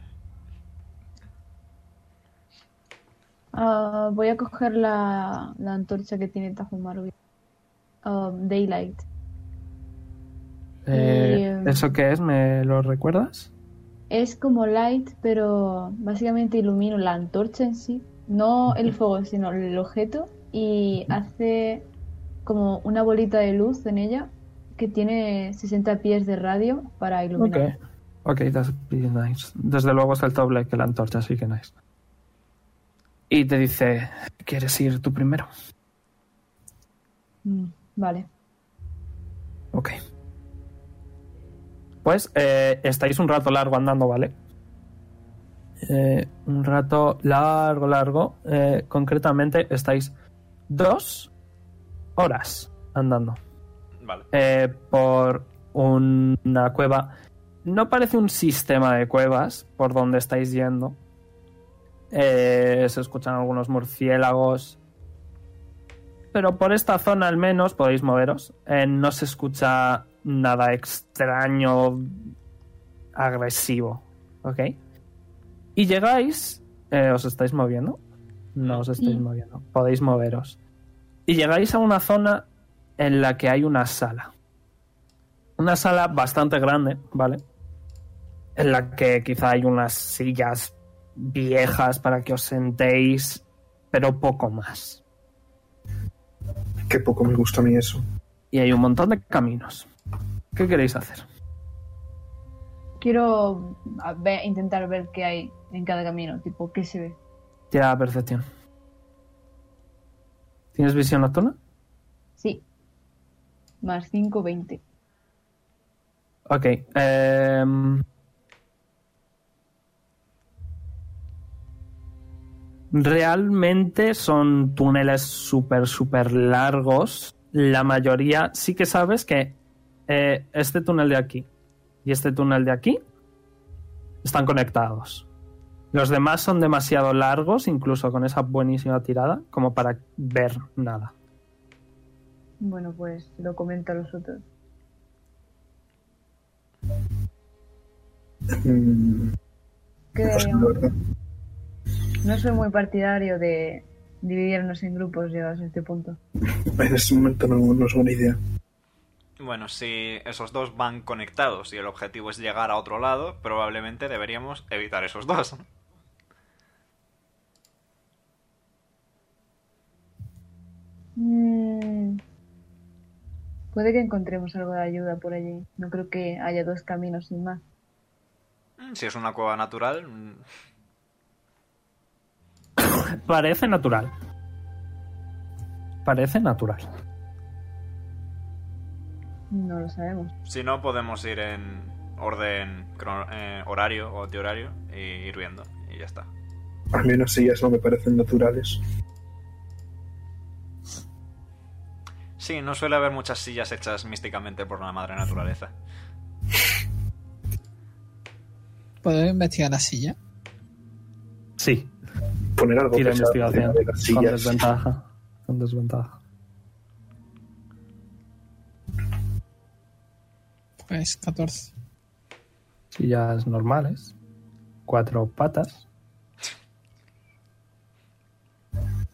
Speaker 2: ah, voy a coger la, la antorcha que tiene Tajumaru. Ah, Daylight.
Speaker 1: Eh,
Speaker 2: Y, eh,
Speaker 1: ¿Eso qué es? ¿Me lo recuerdas?
Speaker 2: Es como light, pero básicamente ilumino la antorcha en sí, no el fuego, sino el objeto, y hace como una bolita de luz en ella que tiene 60 pies de radio para
Speaker 1: Ok.
Speaker 2: iluminar.
Speaker 1: Ok, that's pretty nice. Desde luego es el doble que la antorcha, así que nice. Y te dice, ¿quieres ir tú primero?
Speaker 2: Mm, vale.
Speaker 1: Ok. Pues eh, estáis un rato largo andando, ¿vale? Eh, un rato largo, largo. Eh, concretamente estáis dos horas andando.
Speaker 4: Vale.
Speaker 1: eh, por una cueva. No parece un sistema de cuevas por donde estáis yendo. Eh, se escuchan algunos murciélagos. Pero por esta zona al menos podéis moveros. Eh, no se escucha nada extraño, agresivo. ¿Ok? Y llegáis... eh, ¿Os estáis moviendo? No os estáis
Speaker 2: Sí.
Speaker 1: moviendo. Podéis moveros. Y llegáis a una zona en la que hay una sala. Una sala bastante grande, ¿vale? En la que quizá hay unas sillas viejas para que os sentéis, pero poco más.
Speaker 6: Qué poco me gusta a mí eso.
Speaker 1: Y hay un montón de caminos. ¿Qué queréis hacer?
Speaker 2: Quiero a ver- intentar ver qué hay en cada camino, tipo, qué se ve.
Speaker 1: Tira la percepción. ¿Tienes visión nocturna?
Speaker 2: Sí. Más 5, 20.
Speaker 1: Ok. em. Realmente son túneles súper, súper largos. La mayoría sí que sabes que eh, este túnel de aquí y este túnel de aquí Están conectados. Los demás son demasiado largos, incluso con esa buenísima tirada, como para ver nada.
Speaker 2: Bueno, pues lo comento a los otros.
Speaker 6: Mm,
Speaker 2: Que
Speaker 6: pues, la verdad.
Speaker 2: no soy muy partidario de dividirnos en grupos llegados a este punto.
Speaker 6: En este momento no, no es buena idea.
Speaker 4: Bueno, si esos dos van conectados y el objetivo es llegar a otro lado, probablemente deberíamos evitar esos dos.
Speaker 2: Mm, Puede que encontremos algo de ayuda por allí. No creo que haya dos caminos sin más.
Speaker 4: Mm, Si es una cueva natural, mm,
Speaker 1: Parece natural. Parece natural.
Speaker 2: No lo sabemos.
Speaker 4: si no podemos ir en orden crono- eh, horario o antihorario e ir viendo y ya está.
Speaker 6: A mí unas sillas no me parecen naturales.
Speaker 4: Sí, no suele haber muchas sillas hechas místicamente por la madre naturaleza.
Speaker 5: ¿Puedo investigar la silla?
Speaker 1: Sí,
Speaker 6: Poner algo
Speaker 1: tira
Speaker 6: pesado
Speaker 1: investigación.
Speaker 6: encima de las
Speaker 1: Con
Speaker 6: sillas.
Speaker 1: desventaja. Con desventaja.
Speaker 5: Pues 14.
Speaker 1: Sillas normales. Cuatro patas.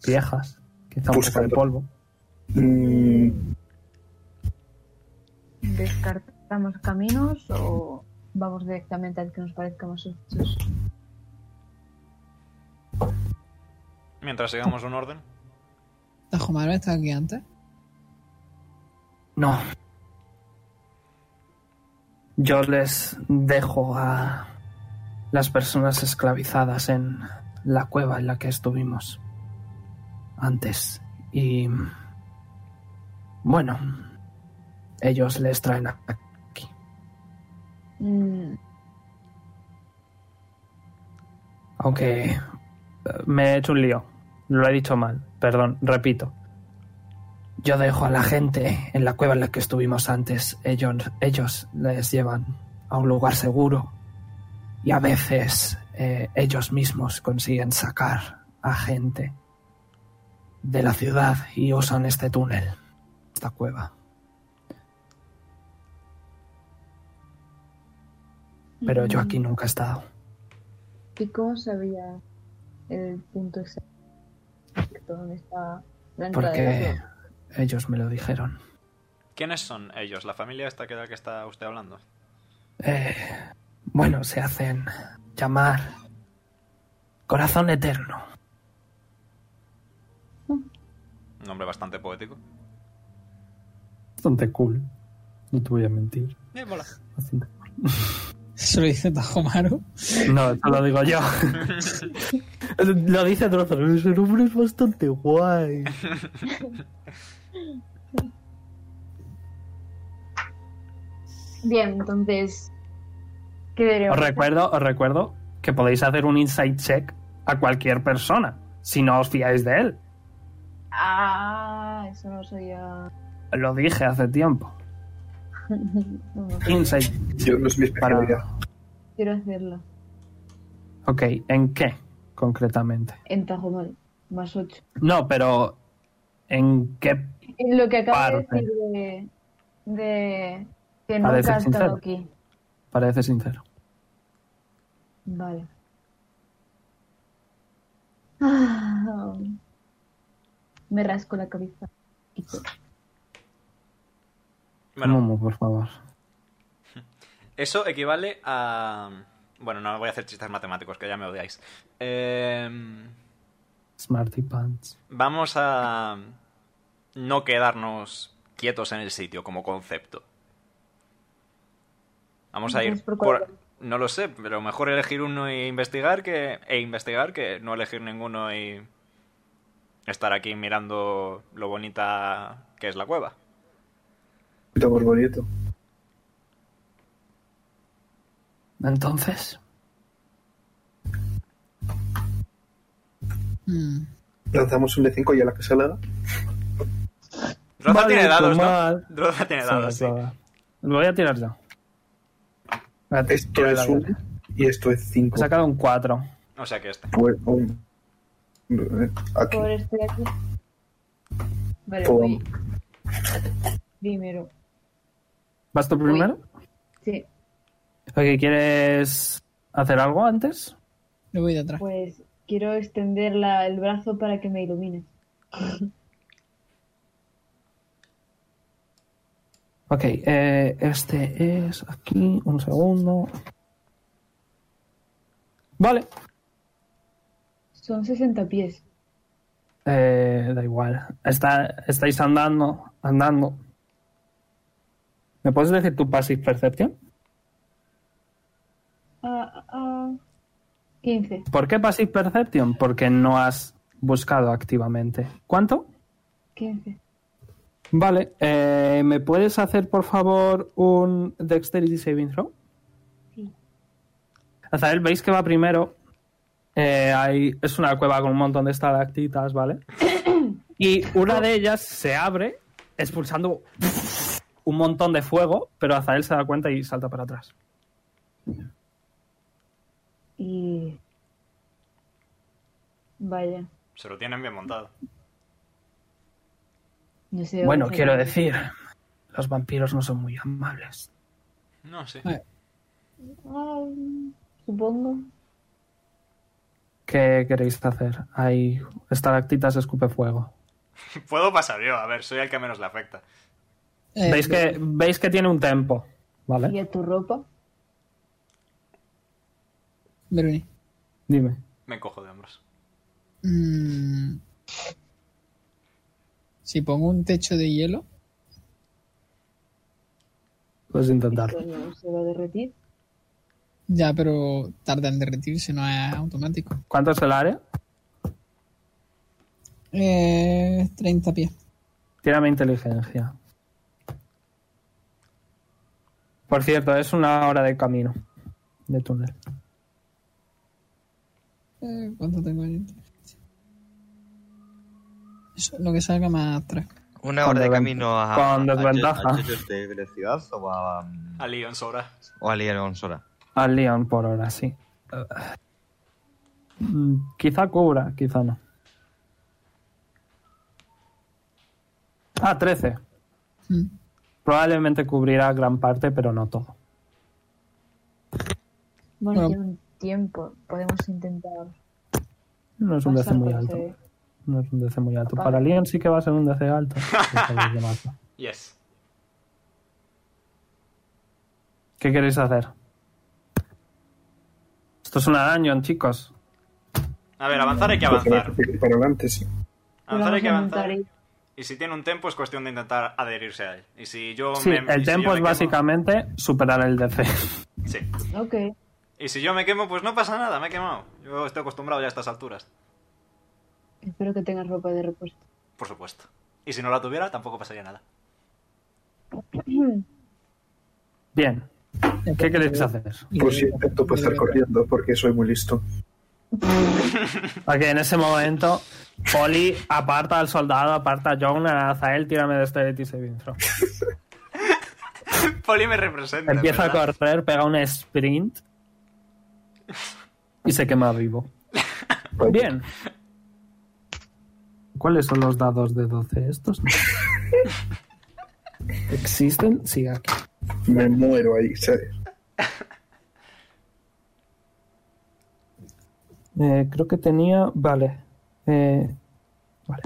Speaker 1: Viejas. Quizá un poco de
Speaker 6: Buscando.
Speaker 1: polvo.
Speaker 6: Mm,
Speaker 2: ¿Descartamos caminos o vamos directamente al que nos parezca más sospechoso?
Speaker 4: Mientras sigamos un orden.
Speaker 5: ¿Tajomaro está aquí antes?
Speaker 1: No. Yo les dejo a las personas esclavizadas en la cueva en la que estuvimos antes. Y bueno, ellos les traen a- aquí.
Speaker 2: Mm,
Speaker 1: Aunque eh, me he hecho un lío. Lo he dicho mal. Perdón, repito. Yo dejo a la gente en la cueva en la que estuvimos antes. Ellos, ellos les llevan a un lugar seguro. Y a veces eh, ellos mismos consiguen sacar a gente de la ciudad y usan este túnel, esta cueva. Pero
Speaker 2: Mm.
Speaker 1: yo aquí nunca he estado.
Speaker 2: ¿Y cómo sabía el punto exacto donde está la entrada? de la
Speaker 1: Porque
Speaker 2: cueva?
Speaker 1: ellos me lo dijeron.
Speaker 4: ¿Quiénes son ellos? ¿La familia esta que de la que está usted hablando?
Speaker 1: Eh, bueno, se hacen llamar Corazón Eterno.
Speaker 4: Un nombre bastante poético.
Speaker 1: Bastante cool. No te voy a mentir.
Speaker 4: Eh, mola.
Speaker 5: Se lo dice Tajomaro.
Speaker 1: No, eso lo digo yo. lo dice Drozor. Ese nombre es bastante guay.
Speaker 2: Bien, entonces. ¿Qué deberíamos
Speaker 1: Os
Speaker 2: hacer?
Speaker 1: recuerdo, os recuerdo que podéis hacer un insight check a cualquier persona si no os fiáis de él.
Speaker 2: Ah, eso no soy yo.
Speaker 1: Lo dije hace tiempo.
Speaker 2: *laughs* No, no,
Speaker 1: Insight
Speaker 6: yo no es mi
Speaker 1: para.
Speaker 6: especialidad.
Speaker 2: quiero hacerlo.
Speaker 1: Ok, ¿en qué concretamente?
Speaker 2: En Tajomar, más 8.
Speaker 1: No, pero ¿en qué
Speaker 2: En lo que acaba de
Speaker 1: Parte.
Speaker 2: decir de, de que
Speaker 1: Para
Speaker 2: nunca ha
Speaker 1: decir
Speaker 2: estado
Speaker 1: sincero.
Speaker 2: aquí.
Speaker 1: parece sincero?
Speaker 2: Vale. *sighs* Ah, Me rasco la cabeza.
Speaker 4: Bueno,
Speaker 1: Momo, por favor.
Speaker 4: eso equivale a... Bueno, no voy a hacer chistes matemáticos, que ya me odiáis. Eh,
Speaker 1: Smarty Pants.
Speaker 4: vamos a no quedarnos quietos en el sitio como concepto. Vamos a ir
Speaker 2: Entonces, ¿por
Speaker 4: por-
Speaker 2: cuál?
Speaker 4: No lo sé, pero mejor elegir uno e investigar que... e investigar que no elegir ninguno y estar aquí mirando lo bonita que es la cueva.
Speaker 6: Puto borbolieto.
Speaker 1: Entonces,
Speaker 5: Mm.
Speaker 6: Lanzamos un D5 y a la que salga.
Speaker 4: Droza
Speaker 1: Vale,
Speaker 4: tiene dados, ¿no?
Speaker 1: tomad.
Speaker 4: Droza tiene dados, sí.
Speaker 1: Lo voy a tirar yo. Voy a
Speaker 6: Esto
Speaker 1: tirar
Speaker 6: es
Speaker 1: la
Speaker 6: un
Speaker 1: bola.
Speaker 6: Y esto es
Speaker 1: He
Speaker 6: 5.
Speaker 1: sacado un 4.
Speaker 4: O sea que este.
Speaker 6: Aquí.
Speaker 2: Pobre, estoy aquí. Vale,
Speaker 6: Pum.
Speaker 2: voy. Primero.
Speaker 1: ¿Vas tú primero?
Speaker 2: Sí,
Speaker 1: Ok, ¿quieres hacer algo antes?
Speaker 5: Le voy de atrás.
Speaker 2: pues quiero extender la- el brazo para que me ilumine.
Speaker 1: Ok, eh, este es aquí, un segundo. Vale,
Speaker 2: Son 60 pies.
Speaker 1: eh, da igual. Está, estáis andando, andando. ¿Me puedes decir tu passive perception?
Speaker 2: Ah, ah, ah. 15.
Speaker 1: ¿Por qué passive perception? Porque no has buscado activamente. ¿Cuánto?
Speaker 2: 15.
Speaker 1: Vale, eh, ¿me puedes hacer por favor un Dexterity Saving Throw?
Speaker 2: Sí.
Speaker 1: Azael, veis que va primero. Eh, hay- es una cueva con un montón de estalactitas, ¿vale? Y una de ellas se abre expulsando un montón de fuego, pero Azael se da cuenta y salta para atrás.
Speaker 2: Y... Vaya.
Speaker 4: Se lo tienen bien montado.
Speaker 2: No sé
Speaker 1: Bueno,
Speaker 2: dónde-
Speaker 1: quiero decir, los vampiros no son muy amables.
Speaker 4: No, sí.
Speaker 2: Ah, supongo.
Speaker 1: ¿Qué queréis hacer? Hay estalactitas escupe fuego.
Speaker 4: *laughs* Puedo pasar yo, a ver, soy el que menos le afecta.
Speaker 5: Eh,
Speaker 1: Pues, Veis que, veis que tiene un tempo, ¿vale?
Speaker 2: ¿Y a tu ropa?
Speaker 5: Veruni.
Speaker 1: Dime.
Speaker 4: Me encojo de hombros.
Speaker 5: Mm. Si pongo un techo de hielo,
Speaker 1: Puedes intentarlo.
Speaker 2: Coño, ¿Se va a derretir?
Speaker 5: ya, pero tarda en derretirse, no es automático.
Speaker 1: ¿Cuánto es el área?
Speaker 5: Eh, 30 pies.
Speaker 1: Tírame inteligencia. Por cierto, es una hora de camino. De túnel.
Speaker 5: Eh, ¿Cuánto tengo de inteligencia? Eso, lo que salga más atrás.
Speaker 3: Una
Speaker 1: Con
Speaker 3: hora de
Speaker 1: desven-
Speaker 3: camino a.
Speaker 1: con
Speaker 3: a- a-
Speaker 1: desventaja.
Speaker 3: a Chechos de velocidad o a. um,
Speaker 4: A Leon sobra.
Speaker 3: O a Lier Onsora?
Speaker 1: Al Leon por hora, sí. Mm, Quizá cubra, quizá no. Ah, 13.
Speaker 5: Mm.
Speaker 1: Probablemente cubrirá gran parte, pero no todo.
Speaker 2: Bueno,
Speaker 5: Bueno.
Speaker 2: tiene un tiempo. Podemos intentar...
Speaker 1: No es un DC
Speaker 2: pasar
Speaker 1: muy
Speaker 2: pues, eh, por
Speaker 1: alto.
Speaker 2: ese-
Speaker 1: No es un DC muy alto. Para Leon sí que va a ser un DC alto. Para los demás no.
Speaker 4: Yes.
Speaker 1: ¿Qué queréis hacer? Esto es una dungeon, chicos.
Speaker 4: A ver, avanzar hay que avanzar.
Speaker 6: Para adelante, sí.
Speaker 4: Avanzar hay que
Speaker 2: Vamos a
Speaker 4: avanzar.
Speaker 2: intentar ir.
Speaker 4: Y si tiene un tempo es cuestión de intentar adherirse a él. Y si yo
Speaker 1: Sí,
Speaker 4: me... y
Speaker 1: el
Speaker 4: si yo
Speaker 1: tempo
Speaker 4: me
Speaker 1: es
Speaker 4: quemo-
Speaker 1: básicamente superar el DC.
Speaker 4: Sí.
Speaker 2: Ok.
Speaker 4: Y si yo me quemo, pues no pasa nada, me he quemado. Yo estoy acostumbrado ya a estas alturas.
Speaker 2: Espero que tengas ropa de repuesto.
Speaker 4: Por supuesto. Y si no la tuviera, tampoco pasaría nada. *laughs*
Speaker 1: Bien, ¿qué queréis hacer?
Speaker 6: Por si intento pasar corriendo, porque soy muy listo.
Speaker 1: Ok, en ese momento, Oli aparta al soldado, aparta a John, a Azael, tírame de este y Saving throw.
Speaker 4: Poli me representa.
Speaker 1: Empieza a
Speaker 4: ¿verdad?
Speaker 1: correr, pega un sprint y se quema vivo. Bien. ¿Cuáles son los dados de 12 estos? ¿Existen? Sí, aquí.
Speaker 6: Me muero ahí, ¿sabes?
Speaker 1: Eh, creo que tenía. Vale. Eh, vale.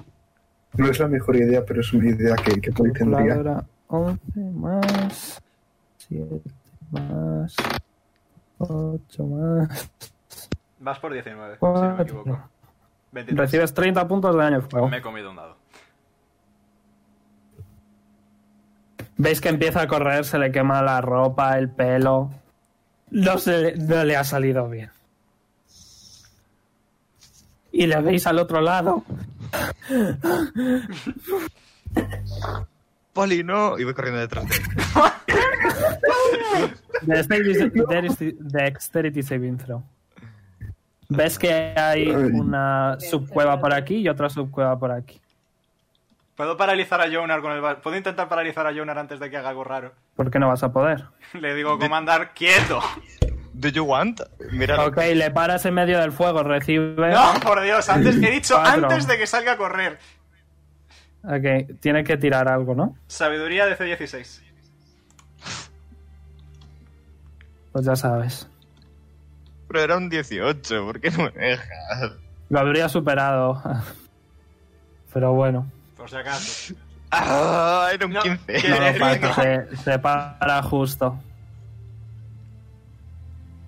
Speaker 6: No es la mejor idea, pero es una idea que, que por ahí tendría.
Speaker 1: Calculadora 11 más. 7 más. 8 más.
Speaker 4: Vas por 19, si no me equivoco.
Speaker 1: 4.
Speaker 4: 23.
Speaker 1: Recibes 30 puntos de daño de fuego.
Speaker 4: Me he comido un dado.
Speaker 1: Veis que empieza a correr, se le quema la ropa, el pelo. No, se, no le ha salido bien. Y le veis al otro lado.
Speaker 3: Poli, no. Y voy corriendo detrás de él.
Speaker 1: Dexterity, dexterity- dexterity saving throw. Ves que hay una subcueva por aquí y otra subcueva por aquí.
Speaker 4: ¿Puedo paralizar a Jonar con el... ba- ¿Puedo intentar paralizar a Jonar antes de que haga algo raro? *laughs*
Speaker 1: ¿Por qué no vas a poder?
Speaker 4: Le digo comandar quieto.
Speaker 3: ¿Do you want? Mira,
Speaker 1: Ok, le paras en medio del fuego, recibe.
Speaker 4: No, por Dios, antes, he dicho
Speaker 1: Eh. Cuatro.
Speaker 4: antes de que salga a correr.
Speaker 1: Ok, tiene que tirar algo, ¿no?
Speaker 4: Sabiduría de C16.
Speaker 1: Pues ya sabes.
Speaker 3: pero era un 18, ¿por qué no me dejas?
Speaker 1: Lo habría superado. *laughs* Pero bueno.
Speaker 4: Por si acaso.
Speaker 3: Ah, era un
Speaker 4: No,
Speaker 3: 15.
Speaker 4: que-
Speaker 1: No lo
Speaker 4: Eh,
Speaker 1: pasa,
Speaker 4: no.
Speaker 1: se, se para justo.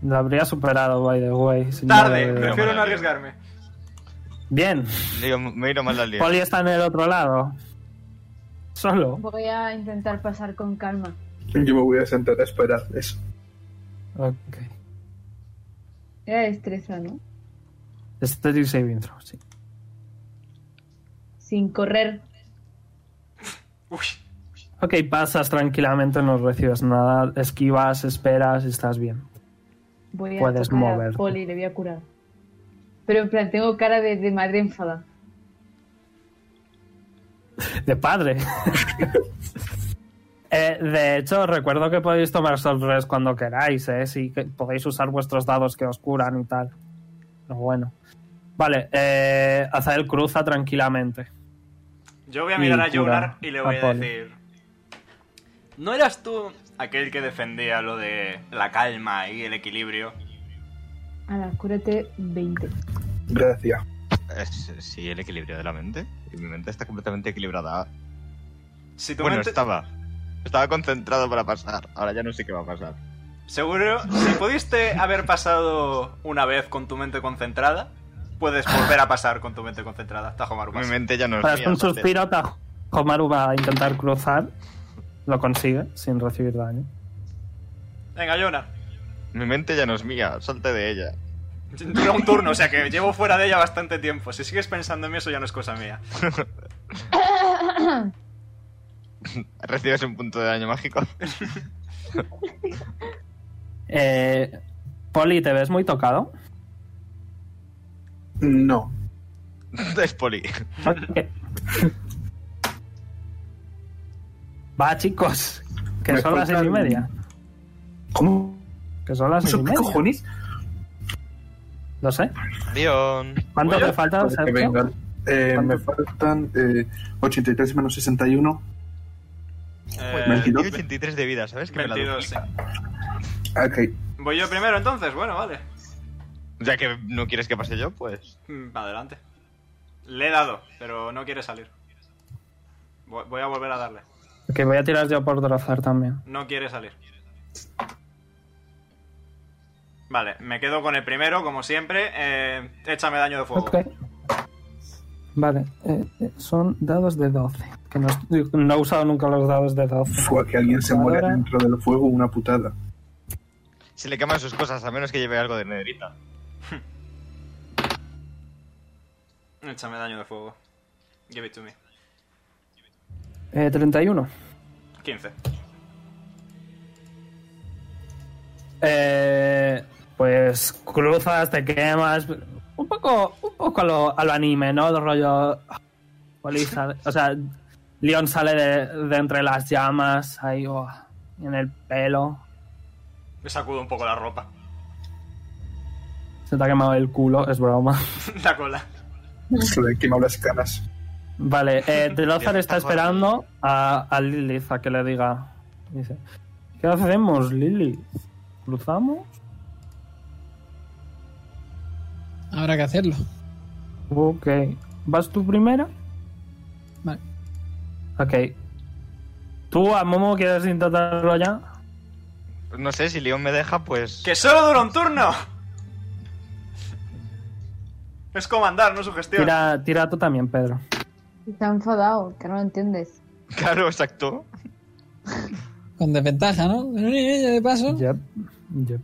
Speaker 1: Lo habría superado, by the way. sin
Speaker 4: Tarde,
Speaker 1: duda.
Speaker 4: prefiero no
Speaker 3: Maravilla.
Speaker 4: arriesgarme.
Speaker 1: Bien,
Speaker 3: Digo, me he ido mal la liga.
Speaker 1: Poli está en el otro lado. Solo.
Speaker 2: Voy a intentar pasar con calma.
Speaker 6: Yo me voy a sentar a esperar eso.
Speaker 1: Ok.
Speaker 2: Era destreza, ¿no?
Speaker 1: Steady saving throw, sí.
Speaker 2: Sin correr.
Speaker 4: Uy,
Speaker 1: Ok, pasas tranquilamente, no recibes nada. Esquivas, esperas y estás bien.
Speaker 2: Voy a
Speaker 1: Puedes
Speaker 2: tocar a
Speaker 1: moverte.
Speaker 2: Poli, le voy a curar. Pero en plan, tengo cara de, de madre enfadada.
Speaker 1: De padre. Eh, de hecho, recuerdo que podéis tomar sorpresa cuando queráis, ¿eh? Sí, que podéis usar vuestros dados que os curan y tal. Pero bueno. Vale, eh, Azael cruza tranquilamente.
Speaker 4: yo voy a
Speaker 1: Y
Speaker 4: mirar a
Speaker 1: cura
Speaker 4: Jonar y le voy
Speaker 1: a
Speaker 4: a
Speaker 1: Poli.
Speaker 4: decir. ¿No eras tú aquel que defendía lo de la calma y el equilibrio?
Speaker 2: Ana, cúrate 20.
Speaker 6: Gracias.
Speaker 3: Es- Sí, el equilibrio de la mente. Y mi mente está completamente equilibrada.
Speaker 4: Si tu
Speaker 3: Bueno,
Speaker 4: mente-
Speaker 3: estaba. Estaba concentrado para pasar. Ahora ya no sé qué va a pasar.
Speaker 4: Seguro, si pudiste haber pasado una vez con tu mente concentrada, puedes volver a pasar con tu mente concentrada. Tajo Maru,
Speaker 3: Mi
Speaker 4: pasa.
Speaker 3: mente ya no es
Speaker 1: Tras
Speaker 3: mía,
Speaker 1: un
Speaker 3: entonces.
Speaker 1: suspiro, Tajomaru va a intentar cruzar. Lo consigue sin recibir daño.
Speaker 4: Venga, Jonar.
Speaker 3: Mi mente ya no es mía. Salte de ella.
Speaker 4: Dura un turno, o sea que llevo fuera de ella bastante tiempo. Si sigues pensando en mí, eso ya no es cosa mía.
Speaker 3: Recibes un punto de daño mágico. *laughs*
Speaker 1: Eh, Poli, ¿te ves muy tocado?
Speaker 6: No.
Speaker 3: es poli.
Speaker 1: Ok. Va, chicos. Que
Speaker 6: Me
Speaker 1: son las seis y
Speaker 6: faltan-
Speaker 1: media.
Speaker 6: ¿Cómo?
Speaker 1: Que son las seis y
Speaker 6: *laughs* ¿Qué
Speaker 1: media.
Speaker 6: cojones?
Speaker 1: No sé.
Speaker 3: Dion.
Speaker 1: ¿Cuánto
Speaker 4: Voy a-
Speaker 1: te falta,
Speaker 6: Vale, pues que
Speaker 1: Sergio?
Speaker 6: vengan. Eh, me faltan eh, 83 menos 61.
Speaker 4: Eh,
Speaker 3: Me
Speaker 6: ¿veintidós?
Speaker 3: tiene 83 de vida, ¿sabes? Que me la
Speaker 4: 22, Eh, sí.
Speaker 3: duplica.
Speaker 6: Ah, Ok.
Speaker 4: Voy yo primero entonces, bueno, vale.
Speaker 3: Ya que no quieres que pase yo, pues.
Speaker 4: Mm, Adelante. Le he dado, pero no quiere salir. Vo- Voy a volver a darle.
Speaker 1: Que voy a tirar yo por Drozar también.
Speaker 4: No quiere salir. Vale, me quedo con el primero, como siempre. Eh, échame daño de fuego.
Speaker 1: Ok. Vale. eh, eh, son dados de 12. Que no, es- no he usado nunca los dados de 12.
Speaker 6: Fue que alguien se muera
Speaker 1: Ahora-
Speaker 6: dentro del fuego, una putada.
Speaker 3: Se le queman sus cosas, a menos que lleve algo de nederita.
Speaker 4: Échame daño de fuego. Give it to me.
Speaker 1: Eh, 31.
Speaker 4: 15.
Speaker 1: Eh, pues cruzas, te quemas. Un poco, un poco a lo, a lo anime, ¿no? El rollo. Oli sale- o sea, Leon sale de, de entre las llamas, ahí oh, en el pelo.
Speaker 4: Me sacudo un poco la ropa. *laughs*
Speaker 1: Se te ha quemado el culo, es broma.
Speaker 4: la cola.
Speaker 6: Se le han quemado las caras.
Speaker 1: Vale, eh, Drozar
Speaker 3: Dios,
Speaker 1: está
Speaker 3: está
Speaker 1: esperando a, a Lilith a que le diga. Dice: ¿Qué hacemos, Lilith? ¿Cruzamos?
Speaker 5: Habrá que hacerlo.
Speaker 1: Ok. ¿Vas tú primero?
Speaker 5: Vale.
Speaker 1: Ok. ¿Tú a Momo quieres intentarlo ya?
Speaker 3: No sé, si Leon me deja, pues.
Speaker 4: ¡Que solo dura un turno! Es comandar, no sugestión.
Speaker 1: Tira, tira tú también, Pedro.
Speaker 2: Está enfadado, que no lo entiendes.
Speaker 3: *laughs* Claro, exacto.
Speaker 5: Con desventaja, ¿no? Pero ni ella, de paso.
Speaker 1: Yep. Yep.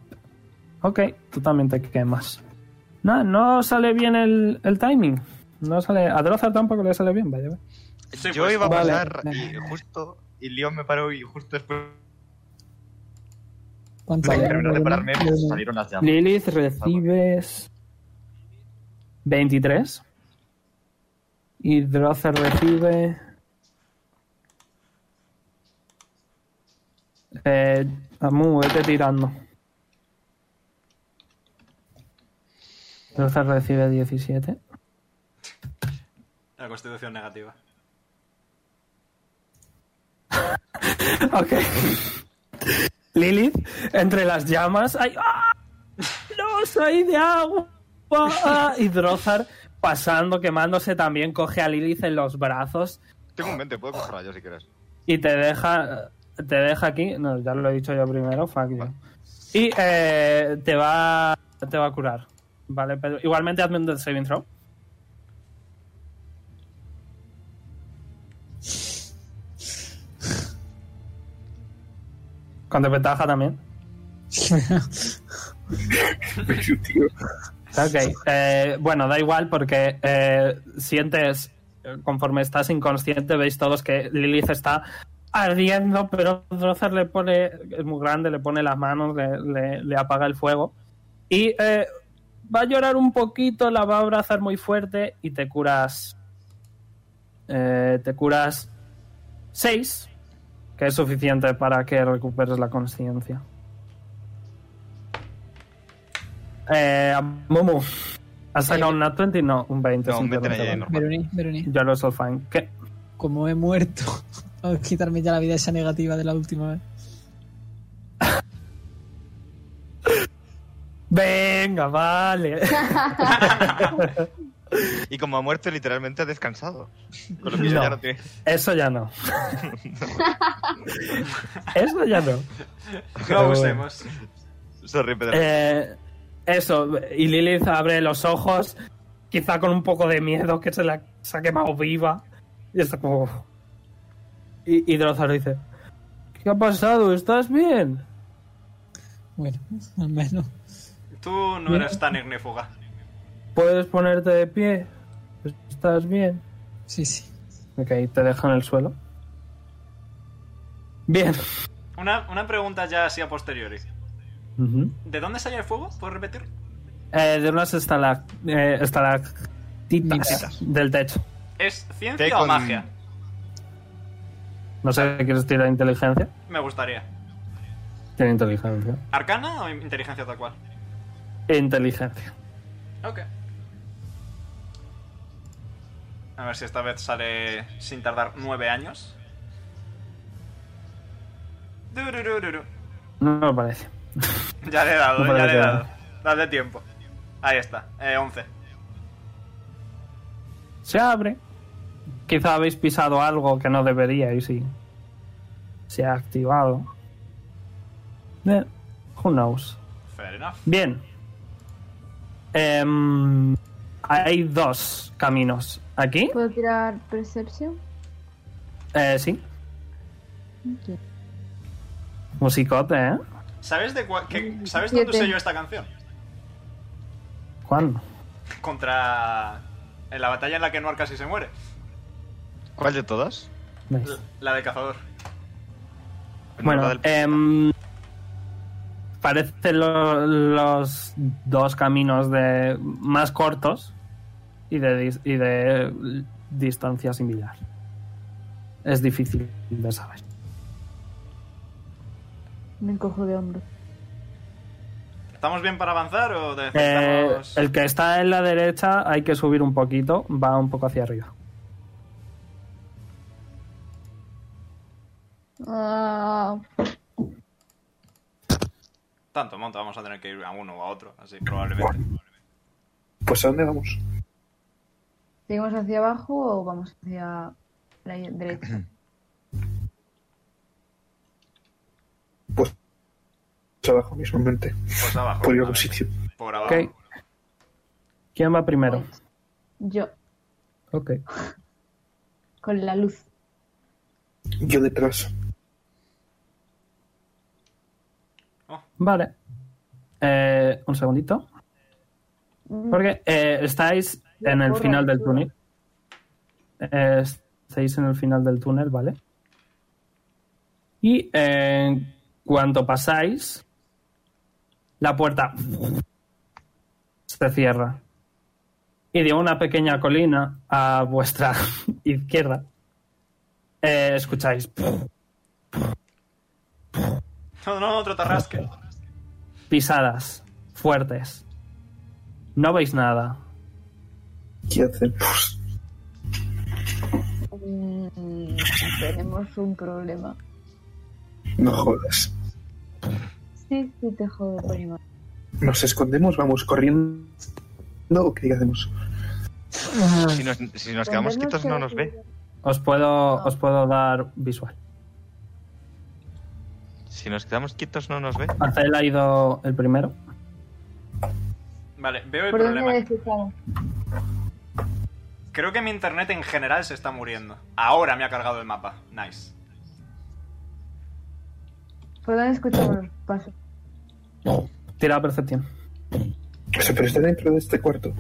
Speaker 1: Ok, tú también te quemas. No, no sale bien el, el timing. No sale. A Drozar tampoco le sale bien, vaya.
Speaker 4: Sí,
Speaker 3: yo
Speaker 4: pues,
Speaker 3: iba a
Speaker 1: vale.
Speaker 3: pasar y justo. Y Leon me paró y justo después
Speaker 5: ¿Cuánto
Speaker 3: de
Speaker 5: hay?
Speaker 3: que terminó de pararme, pues salieron las llamas.
Speaker 1: Lilith, recibes. 23. Y Drozar recibe. Eh, Amu, vete tirando. Entonces recibe 17.
Speaker 4: La
Speaker 1: *laughs*
Speaker 4: constitución negativa.
Speaker 1: Ok. Lilith, entre las llamas, hay. ¡Ah! ¡No soy de agua! ¡Ah! Y Drozar, pasando, quemándose también, coge a Lilith en los brazos
Speaker 3: Tengo un 20, puedo cogerla yo si quieres.
Speaker 1: y te deja. Te deja aquí. No, ya lo he dicho yo primero, fuck you. Y eh, te va. Te va a curar. Vale, pero igualmente hazme un death saving throw. Con desventaja también.
Speaker 6: Pero, tío,
Speaker 1: Ok, eh, bueno, da igual porque eh, sientes, eh, conforme estás inconsciente, veis todos que Lilith está ardiendo, pero Drozar le pone, es muy grande, le pone las manos, le, le- le apaga el fuego y eh, va a llorar un poquito, la va a abrazar muy fuerte y te curas. eh, te curas 6, que es suficiente para que recuperes la conciencia. Eh, Momo, ¿has sacado un nat 20? No, un 20.
Speaker 3: No, un 20
Speaker 1: simplemente.
Speaker 3: ya, normal.
Speaker 5: Veroni, Veroni,
Speaker 1: Yo lo soy fan. ¿Qué?
Speaker 5: como he muerto, *laughs* a quitarme ya la vida esa negativa de la última vez.
Speaker 1: Venga, vale.
Speaker 3: Y como ha muerto, literalmente ha descansado. Con lo que yo
Speaker 1: No.
Speaker 3: ya no tiene.
Speaker 1: Eso ya no. Eso ya no.
Speaker 4: No
Speaker 1: Pero bueno.
Speaker 4: abusemos.
Speaker 3: Sorry, Pedro.
Speaker 1: Eh, eso, y Lilith abre los ojos, quizá con un poco de miedo que se la se ha quemado viva. Y está como. "Uf". Y, y Drozar dice: ¿Qué ha pasado? ¿Estás bien?
Speaker 5: Bueno, al menos.
Speaker 4: Tú no
Speaker 1: Mira.
Speaker 4: eras tan ignífuga.
Speaker 1: ¿Puedes ponerte de pie? ¿Estás bien?
Speaker 5: Sí, sí.
Speaker 1: Ok, te deja en el suelo. Bien.
Speaker 4: Una, una pregunta ya así a posteriori.
Speaker 1: Ujú.
Speaker 4: ¿De dónde sale el fuego? ¿Puedes repetir?
Speaker 1: Eh, de unas estalac- eh, estalactitas
Speaker 5: Mitas.
Speaker 1: del techo.
Speaker 4: ¿Es
Speaker 3: Té
Speaker 4: ciencia o
Speaker 3: con-
Speaker 4: magia?
Speaker 1: No sé, ¿quieres tirar inteligencia?
Speaker 4: Me gustaría.
Speaker 1: Tiene inteligencia.
Speaker 4: ¿Arcana o inteligencia tal cual?
Speaker 1: Inteligencia.
Speaker 4: Ok. A ver si esta vez sale sin tardar nueve años. Dururururu.
Speaker 1: No me parece.
Speaker 4: Ya le he dado, eh,
Speaker 1: No
Speaker 4: ya le he
Speaker 1: parece.
Speaker 4: dado. Dale tiempo. Ahí está, eh, 11.
Speaker 1: Se abre. Quizá habéis pisado algo que no deberíais y se ha activado. Eh, who knows.
Speaker 4: Fair enough.
Speaker 1: Bien. Em, hay dos caminos. ¿Aquí?
Speaker 2: ¿Puedo tirar Perception?
Speaker 1: Eh, sí.
Speaker 2: Ok.
Speaker 1: Musicote, ¿eh?
Speaker 4: ¿Sabes de cua- que- ¿Sabes
Speaker 2: Siete.
Speaker 4: dónde usé Mm, yo esta canción?
Speaker 1: ¿Cuándo?
Speaker 4: Contra. En la batalla en la que Noir casi se muere.
Speaker 3: ¿Cuál de todas?
Speaker 1: Nice.
Speaker 4: L- La del cazador.
Speaker 1: Bueno,
Speaker 3: La del-
Speaker 1: em, parecen lo- los dos caminos de más cortos y de, dis- y de distancia similar. Es difícil de saber.
Speaker 2: Me encojo de hombro.
Speaker 4: ¿Estamos bien para avanzar o te
Speaker 1: Eh,
Speaker 4: necesitamos.?
Speaker 1: el que está en la derecha hay que subir un poquito, va un poco hacia arriba.
Speaker 2: Ah,
Speaker 4: Tanto monto, vamos a tener que ir a uno o a otro, así probablemente.
Speaker 6: Pues ¿a dónde vamos?
Speaker 2: ¿Seguimos hacia abajo o vamos hacia la derecha?
Speaker 6: Pues abajo mismamente.
Speaker 4: Pues abajo.
Speaker 6: Por ir a
Speaker 4: a
Speaker 6: algún
Speaker 4: ver,
Speaker 6: sitio.
Speaker 4: Por abajo.
Speaker 1: Ok. ¿Quién va primero?
Speaker 2: Pues, Yo,
Speaker 1: Ok.
Speaker 2: con la luz.
Speaker 6: Yo detrás.
Speaker 1: Vale. Eh, un segundito.
Speaker 2: Mm,
Speaker 1: Porque eh, estáis en el
Speaker 2: Corre,
Speaker 1: final del
Speaker 2: tú.
Speaker 1: túnel. Eh, estáis en el final del túnel, ¿vale? Y eh, en cuanto pasáis, la puerta se cierra. Y de una pequeña colina a vuestra *laughs* izquierda, eh, escucháis
Speaker 4: No, no, otro tarrasque.
Speaker 1: pisadas fuertes. No veis nada.
Speaker 6: ¿Qué Pues, hacemos?
Speaker 2: Mm, tenemos un problema.
Speaker 6: No jodas.
Speaker 2: Sí, sí, te jodo, prima.
Speaker 6: ¿Nos escondemos? ¿Vamos corriendo? ¿O qué hacemos?
Speaker 3: Si nos, si
Speaker 2: Pues
Speaker 3: nos quedamos quietos no nos ve.
Speaker 1: Os puedo, os puedo dar visual.
Speaker 3: Si nos quedamos quietos no nos ve.
Speaker 1: Marcel ha ido el primero.
Speaker 4: Vale, veo el
Speaker 2: ¿Por dónde
Speaker 4: problema.
Speaker 2: necesitamos?
Speaker 4: Creo que mi internet en general se está muriendo. Ahora me ha cargado el mapa. Nice.
Speaker 2: ¿Por dónde escuchamos los pasos?
Speaker 1: Tira la percepción.
Speaker 6: O sea, pero está dentro de este cuarto.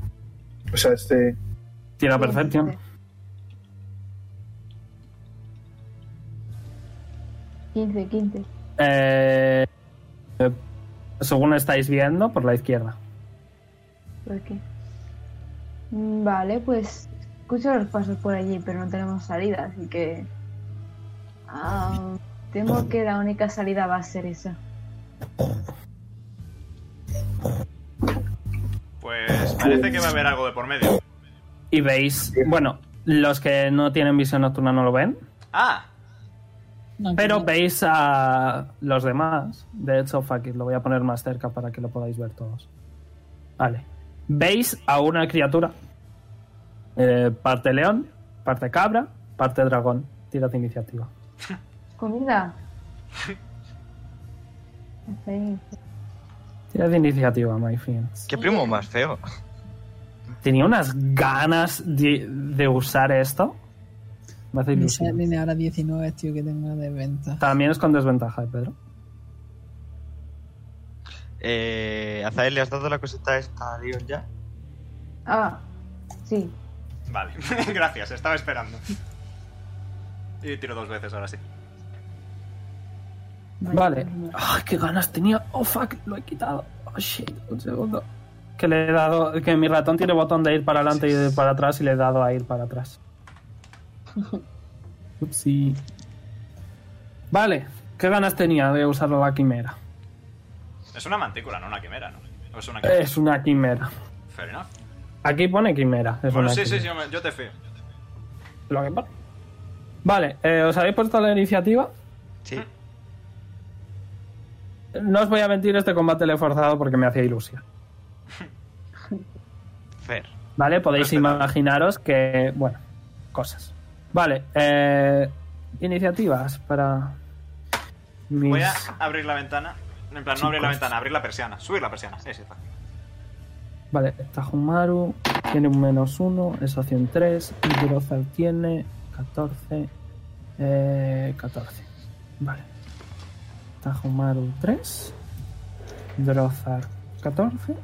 Speaker 6: O sea, este...
Speaker 1: Tira la percepción.
Speaker 2: Quince, 15, 15.
Speaker 1: Eh, eh, según estáis viendo, por la izquierda.
Speaker 2: ¿Por qué? Mm, Vale, pues escucho los pasos por allí, pero no tenemos salida, así que... Ah, temo que la única salida va a ser esa.
Speaker 4: Pues parece que va a haber algo de por medio.
Speaker 1: Y veis, bueno, los que no tienen visión nocturna no lo ven,
Speaker 4: Ah,
Speaker 5: No,
Speaker 1: pero
Speaker 5: que-
Speaker 1: veis a los demás. De hecho, fuck it, lo voy a poner más cerca para que lo podáis ver todos. Vale. Veis a una criatura. Eh, parte león, parte cabra, parte dragón. Tírate iniciativa.
Speaker 2: Comida. Está ahí.
Speaker 1: Tírate iniciativa, my friends.
Speaker 3: Qué primo más feo.
Speaker 1: Tenía unas ganas de, de usar esto. Me hace
Speaker 5: Me
Speaker 1: ilusión.
Speaker 5: salen ahora 19, tío, que tengo de venta.
Speaker 1: También es con desventaja, ¿eh, Pedro.
Speaker 3: Eh, Azael, ¿le has dado la cosita esta a Dion ya?
Speaker 2: Ah, sí.
Speaker 4: Vale, *laughs* gracias, estaba esperando. Y tiro dos veces ahora sí.
Speaker 1: Vale. Ay, qué ganas tenía. Oh, fuck, lo he quitado. Oh, shit, un segundo. Que le he dado. Que mi ratón tiene botón de ir para adelante y de ir para atrás y le he dado a ir para *laughs* atrás. Upsi. Vale, qué ganas tenía de usar la quimera.
Speaker 4: Es una mantícula, no una quimera, ¿no? O es una quimera.
Speaker 1: Es una quimera.
Speaker 4: Fair enough.
Speaker 1: Aquí pone quimera. Es una
Speaker 4: Bueno, sí, sí,
Speaker 1: quimera.
Speaker 4: sí, yo, me- yo te fío.
Speaker 1: Lo que pone. Vale, eh, ¿os habéis puesto la iniciativa?
Speaker 3: Sí.
Speaker 1: No os voy a mentir, este combate le he forzado porque me hacía ilusión.
Speaker 3: Fer.
Speaker 1: ¿Vale? Podéis
Speaker 4: Perfecto.
Speaker 1: imaginaros que. Bueno, cosas. Vale, eh, iniciativas para. Mis...
Speaker 4: Voy a
Speaker 3: Pues-
Speaker 4: abrir la ventana. En plan, no abrir la ventana, abrir la persiana. Subir la persiana, sí, sí, está.
Speaker 1: Vale, Tajumaru tiene un menos uno, eso hace un 3. Grozar tiene 14. Eh, 14. Vale. Tajumaru 3. Drozar 14.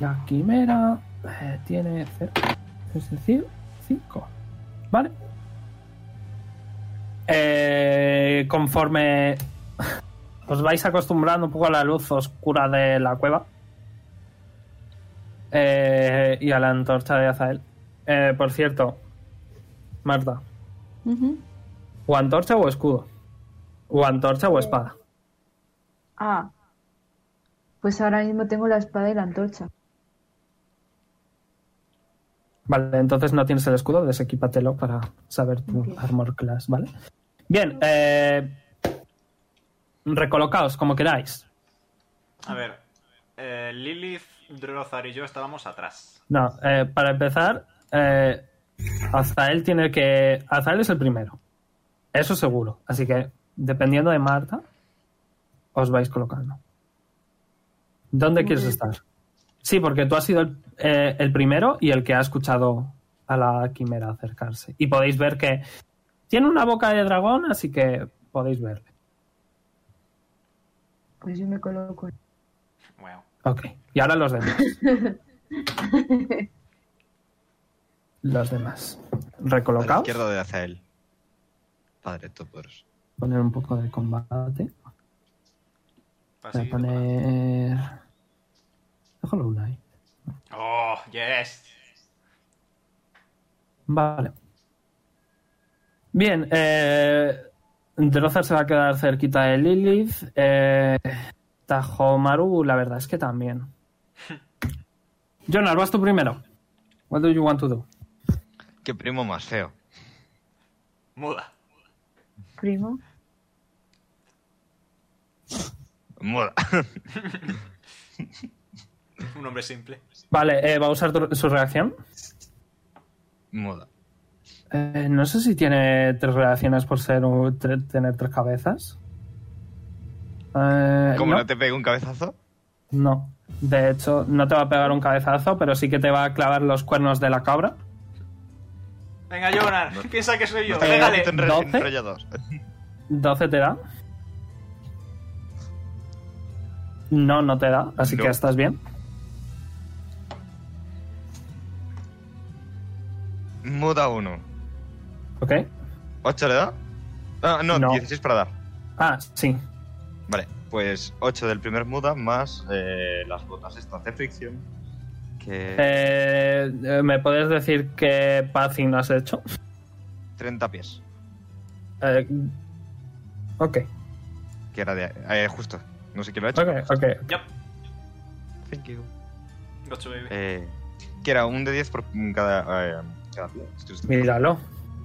Speaker 1: La quimera eh, tiene 0. Es decir, 5. Vale. Eh, conforme os vais acostumbrando un poco a la luz oscura de la cueva, eh, y a la antorcha de Azael. Eh, por cierto, Marta,
Speaker 2: Ujú.
Speaker 1: ¿o antorcha o escudo? ¿O antorcha o espada?
Speaker 2: Ah. Pues ahora mismo tengo la espada y la antorcha.
Speaker 1: Vale, entonces no tienes el escudo, desequípatelo para saber tu
Speaker 2: Ok.
Speaker 1: armor class, ¿vale? Bien, eh, recolocaos como queráis.
Speaker 4: A ver, eh, Lilith, Drozar y yo estábamos atrás.
Speaker 1: No, eh, para empezar, eh, Azael tiene que... Azael es el primero. Eso seguro. Así que, dependiendo de Marta, os vais colocando. ¿Dónde quieres estar? Sí, porque tú has sido el, eh, el primero y el que ha escuchado a la quimera acercarse. Y podéis ver que tiene una boca de dragón, así que podéis verle.
Speaker 2: Pues yo me coloco.
Speaker 4: Wow.
Speaker 1: Ok, y ahora los demás. los demás.
Speaker 3: A la
Speaker 1: Recolocaos.
Speaker 3: izquierda de Azael. Padre Toporos.
Speaker 1: poner un poco de combate. Voy
Speaker 4: Pasito
Speaker 1: a
Speaker 4: para-
Speaker 1: poner. Déjalo un ahí.
Speaker 4: Oh, yes.
Speaker 1: Vale. Bien, eh. Drozar se va a quedar cerquita de Lilith. Eh, Tajomaru, la verdad es que también. Jonas, vas tú primero. What do you want to do?
Speaker 3: Qué primo más feo.
Speaker 4: Muda.
Speaker 2: Primo.
Speaker 3: *laughs* Mola.
Speaker 4: Un hombre simple.
Speaker 1: Vale, eh, va a usar tu- su reacción.
Speaker 3: Mola.
Speaker 1: Eh, no sé si tiene tres reacciones por ser un- tre- tener tres cabezas. Eh,
Speaker 3: Como
Speaker 1: no,
Speaker 3: no te pegue un cabezazo,
Speaker 1: no. De hecho, no te va a pegar un cabezazo, pero sí que te va a clavar los cuernos de la cabra.
Speaker 4: Venga, Jonas, piensa que soy yo.
Speaker 3: te
Speaker 4: Pégale.
Speaker 3: pega un re-
Speaker 1: ¿doce?
Speaker 3: enrollados.
Speaker 1: 12 te da. No, no te da, así
Speaker 3: No.
Speaker 1: que estás bien.
Speaker 3: Muda uno.
Speaker 1: Ok.
Speaker 3: ¿8 le da? Ah, no,
Speaker 1: No.
Speaker 3: 16 para dar.
Speaker 1: Ah, sí.
Speaker 3: Vale, pues 8 del primer muda más eh, las botas estas de fricción. Que
Speaker 1: Eh, eh, ¿Me puedes decir qué pathing has hecho?
Speaker 3: 30 pies.
Speaker 1: Eh, ok,
Speaker 3: Que era de. eh, justo. No sé quién lo ha hecho.
Speaker 1: ok, ok.
Speaker 4: Yup.
Speaker 3: Thank you.
Speaker 4: Got you, baby.
Speaker 3: Eh, que era un de 10 por cada. eh, cada pie.
Speaker 1: Míralo.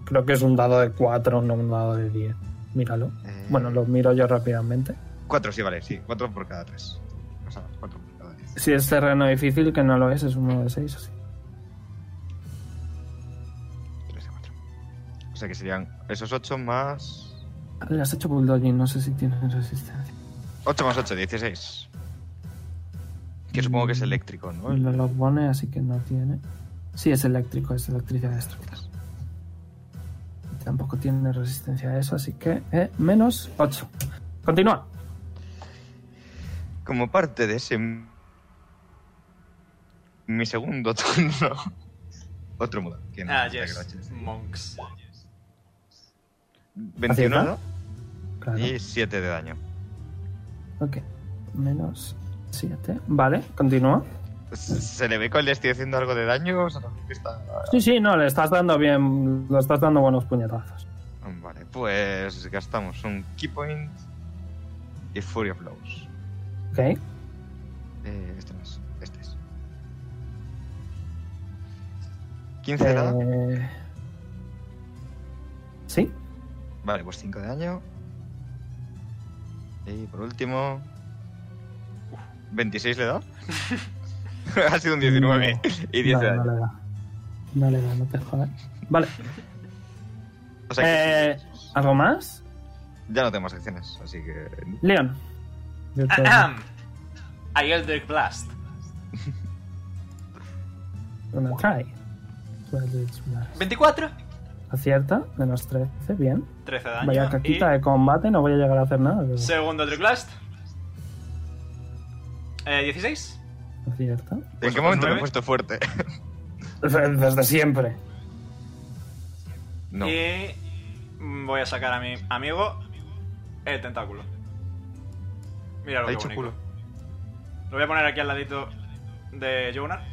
Speaker 1: Creo que es un dado de 4, no un dado de 10. Míralo.
Speaker 3: Eh,
Speaker 1: Bueno, lo miro yo rápidamente.
Speaker 3: 4, sí, vale, sí. 4 por cada 3. O sea, 4 por cada 10.
Speaker 1: Si es terreno difícil, que no lo es, es uno de 6 así.
Speaker 3: 3 de 4. O sea que serían esos 8 más.
Speaker 1: Le has hecho bulldogging, no sé si tiene resistencia.
Speaker 3: 8 más 8, 16. Que supongo que
Speaker 1: Mm.
Speaker 3: es eléctrico, ¿no?
Speaker 1: No lo pone, así que no tiene. Sí, es eléctrico, es electricidad destructiva. Tampoco tiene resistencia a eso, así que eh, menos 8. Continúa.
Speaker 3: Como parte de ese. Mi segundo *laughs* turno. Otro muda. que no,
Speaker 4: Ah,
Speaker 3: ya que lo
Speaker 4: yes.
Speaker 3: eches.
Speaker 4: Monks.
Speaker 1: Ah,
Speaker 3: 21
Speaker 1: Claro.
Speaker 3: y 7 de daño.
Speaker 1: Ok. Menos 7. Vale, continúa.
Speaker 3: Pues, ¿Se le ve cuál le estoy haciendo algo de daño? O sea, que está...
Speaker 1: Sí, sí, no, le estás dando bien. Le estás dando buenos puñetazos.
Speaker 3: Vale, pues gastamos un key point y Fury of Blows.
Speaker 1: Ok.
Speaker 3: Eh, este no es, este es. 15 de daño.
Speaker 1: Eh, Sí,
Speaker 3: Vale, pues 5 de daño. Y por último. 26 le da. *laughs* ha sido un 19
Speaker 1: No.
Speaker 3: y 10 de
Speaker 1: Vale, no
Speaker 3: daño.
Speaker 1: le da. No le da, no te jodas. Vale,
Speaker 3: O sea que
Speaker 1: Eh, ¿algo más?
Speaker 3: ya no tenemos acciones, así que.
Speaker 1: Leon.
Speaker 4: Ahem. I Eldritch Blast.
Speaker 1: Una try. Una-
Speaker 4: 24.
Speaker 1: Acierta, menos 13, bien.
Speaker 4: 13 de daño.
Speaker 1: Vaya caquita de combate, no voy a llegar a hacer nada. pero
Speaker 4: y segundo Eldritch Blast. Eh, 16.
Speaker 1: Acierta.
Speaker 3: ¿En
Speaker 4: Pues
Speaker 3: qué momento me
Speaker 4: nueve.
Speaker 3: he puesto fuerte? *laughs*
Speaker 1: Desde siempre.
Speaker 3: no.
Speaker 4: Y voy a sacar a mi amigo el tentáculo. Mira lo
Speaker 3: Ha
Speaker 4: que
Speaker 3: dicho
Speaker 4: bonito.
Speaker 3: culo.
Speaker 4: Lo voy a poner aquí al ladito de Jonar.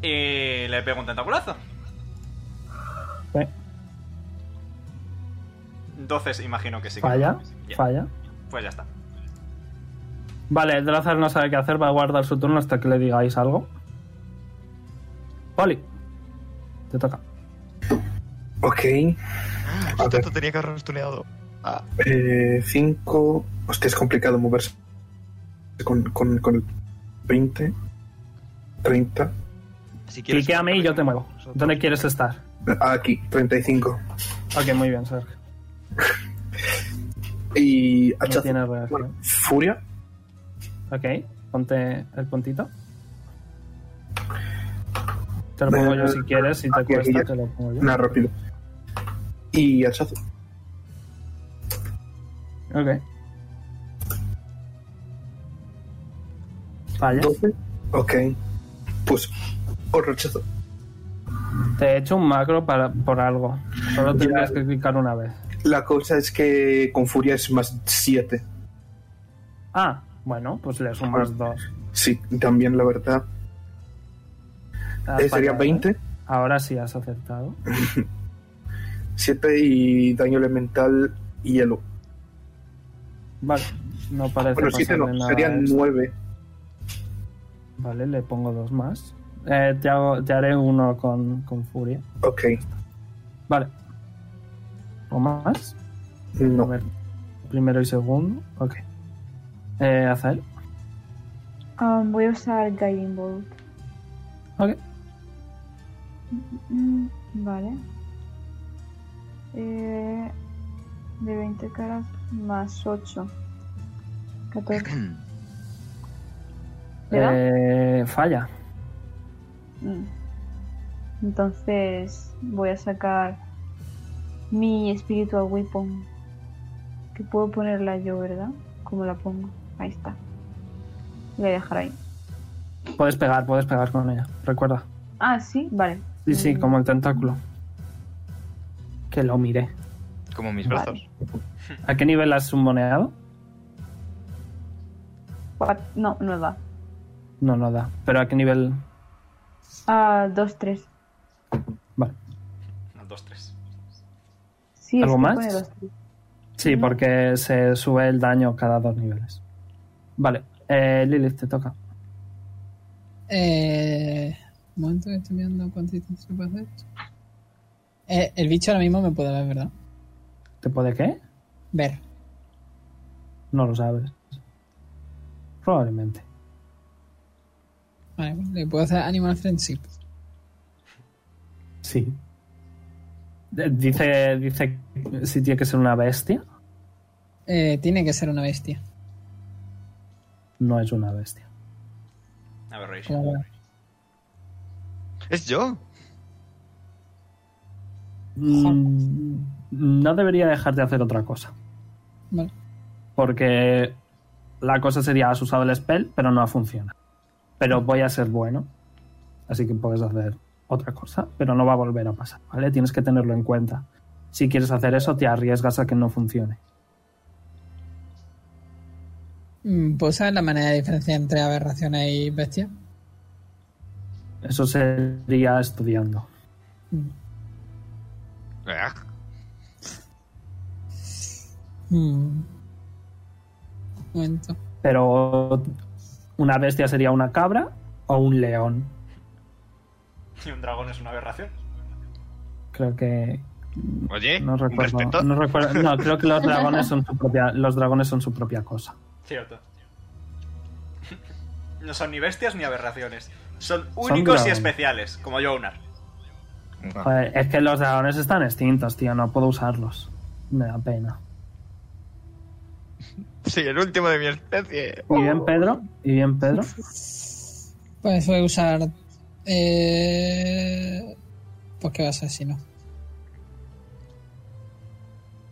Speaker 4: Y le pego un tentaculazo.
Speaker 1: Sí.
Speaker 4: 12 imagino que sí. que
Speaker 1: Falla,
Speaker 4: Ya,
Speaker 1: falla.
Speaker 4: Pues ya está.
Speaker 1: Vale, Drazar no sabe qué hacer, va a guardar su turno hasta que le digáis algo. Poli, te toca.
Speaker 6: Ok. A ver,
Speaker 3: Tanto tenía que habernos tuneado. Ah,
Speaker 6: eh, cinco. Hostia, es complicado moverse. Con, con, con el 20, 30.
Speaker 3: si quieres.
Speaker 1: Cliqueame y yo te muevo. ¿Dónde quieres estar?
Speaker 6: ah, Aquí, 35.
Speaker 1: Ok, muy bien, Sergio.
Speaker 6: Y
Speaker 1: No
Speaker 6: hachazo.
Speaker 1: tiene reacción.
Speaker 6: Furia.
Speaker 1: Ok, ponte el puntito. Te lo pongo yo si quieres, si te
Speaker 6: Aquí, aquí
Speaker 1: cuesta,
Speaker 6: ya.
Speaker 1: te lo pongo yo.
Speaker 6: Nada, rápido. Y hachazo.
Speaker 1: Ok. Falla.
Speaker 6: 12. Ok. Pues otro rechazo.
Speaker 1: Te he hecho un macro para, por algo. Solo
Speaker 6: Ya.
Speaker 1: tendrías que clicar una vez.
Speaker 6: La cosa es que con furia es más 7.
Speaker 1: Ah, bueno, pues le sumas dos.
Speaker 6: Sí, también la verdad.
Speaker 1: Has
Speaker 6: Eh, sería
Speaker 1: fallado, ¿eh?
Speaker 6: 20.
Speaker 1: Ahora sí has acertado.
Speaker 6: 7 y daño elemental y hielo.
Speaker 1: Vale, no parece
Speaker 6: Bueno, 7
Speaker 1: pasarle
Speaker 6: no,
Speaker 1: nada a
Speaker 6: serían
Speaker 1: esto.
Speaker 6: 9.
Speaker 1: Vale, le pongo dos más. Eh, te, hago- te haré uno con, con furia.
Speaker 6: Ok,
Speaker 1: Vale. ¿O más? A
Speaker 6: no.
Speaker 1: ver. Primero y segundo. Ok. Eh, Azael.
Speaker 2: Um, voy a usar Guiding Bolt.
Speaker 1: Ok.
Speaker 2: Mm, Vale. Eh, de 20 caras más 8. 14.
Speaker 3: Mm,
Speaker 2: ¿Le da?
Speaker 1: Eh, falla.
Speaker 2: Mm. Entonces voy a sacar mi Spiritual Weapon. Que puedo ponerla yo, ¿verdad? ¿Cómo la pongo? Ahí está. La voy a dejar ahí.
Speaker 1: Puedes pegar, puedes pegar con ella. Recuerda.
Speaker 2: Ah, sí, vale.
Speaker 1: Sí, sí,
Speaker 2: Mm.
Speaker 1: como el tentáculo. Que lo miré.
Speaker 3: Como mis
Speaker 2: Vale.
Speaker 3: brazos.
Speaker 1: ¿A qué nivel has sumoneado?
Speaker 2: Cuat- No, nueva.
Speaker 1: No, no da. Pero a qué nivel.
Speaker 2: Ah, dos, tres.
Speaker 1: Vale.
Speaker 4: Uno, dos, tres.
Speaker 2: Sí, es
Speaker 1: ¿Algo
Speaker 2: que
Speaker 1: más?
Speaker 2: pone dos, tres.
Speaker 1: Sí,
Speaker 2: Ujú.
Speaker 1: porque se sube el daño cada dos niveles. Vale. Eh, Lilith, te toca.
Speaker 5: Eh, un momento que estoy mirando cuánta distancia puede hacer. Eh, el bicho ahora mismo me puede ver, ¿verdad?
Speaker 1: ¿Te puede qué?
Speaker 5: Ver.
Speaker 1: No lo sabes. Probablemente.
Speaker 5: Vale, pues, le puedo hacer Animal Friendship.
Speaker 1: Sí. Eh, Dice, dice si tiene que ser una bestia.
Speaker 5: Eh, tiene que ser una bestia.
Speaker 1: No es una bestia.
Speaker 4: Aberration.
Speaker 5: Como-
Speaker 3: ¿Es yo?
Speaker 1: Mm, No debería dejar de hacer otra cosa.
Speaker 5: Vale.
Speaker 1: Porque la cosa sería, has usado el spell, pero no ha funcionado. Pero voy a ser bueno. Así que puedes hacer otra cosa, pero no va a volver a pasar, ¿vale? Tienes que tenerlo en cuenta. Si quieres hacer eso, te arriesgas a que no funcione.
Speaker 5: Mm, ¿Puedo saber la manera de diferenciar entre aberraciones y bestias?
Speaker 1: Eso sería estudiando.
Speaker 5: Mm.
Speaker 3: Ah,
Speaker 5: Mm. Un momento.
Speaker 1: Pero una bestia sería una cabra o un león.
Speaker 4: ¿Y un dragón es una aberración?
Speaker 1: Creo que,
Speaker 3: Oye,
Speaker 1: No
Speaker 3: un
Speaker 1: recuerdo.
Speaker 3: respeto.
Speaker 1: No, recuerdo- no, creo que los dragones son su propia, los dragones son su propia cosa.
Speaker 4: Cierto. *laughs* No son ni bestias ni aberraciones. Son únicos y
Speaker 1: dragones.
Speaker 4: especiales, como Jonar.
Speaker 3: Ah,
Speaker 1: Joder, es que los dragones están extintos, tío. No puedo usarlos. Me da pena.
Speaker 3: Soy el último de mi especie.
Speaker 1: ¿Y bien, Pedro? ¿Y bien, Pedro?
Speaker 5: Pues voy a usar. Eh... Pues qué va a ser si no.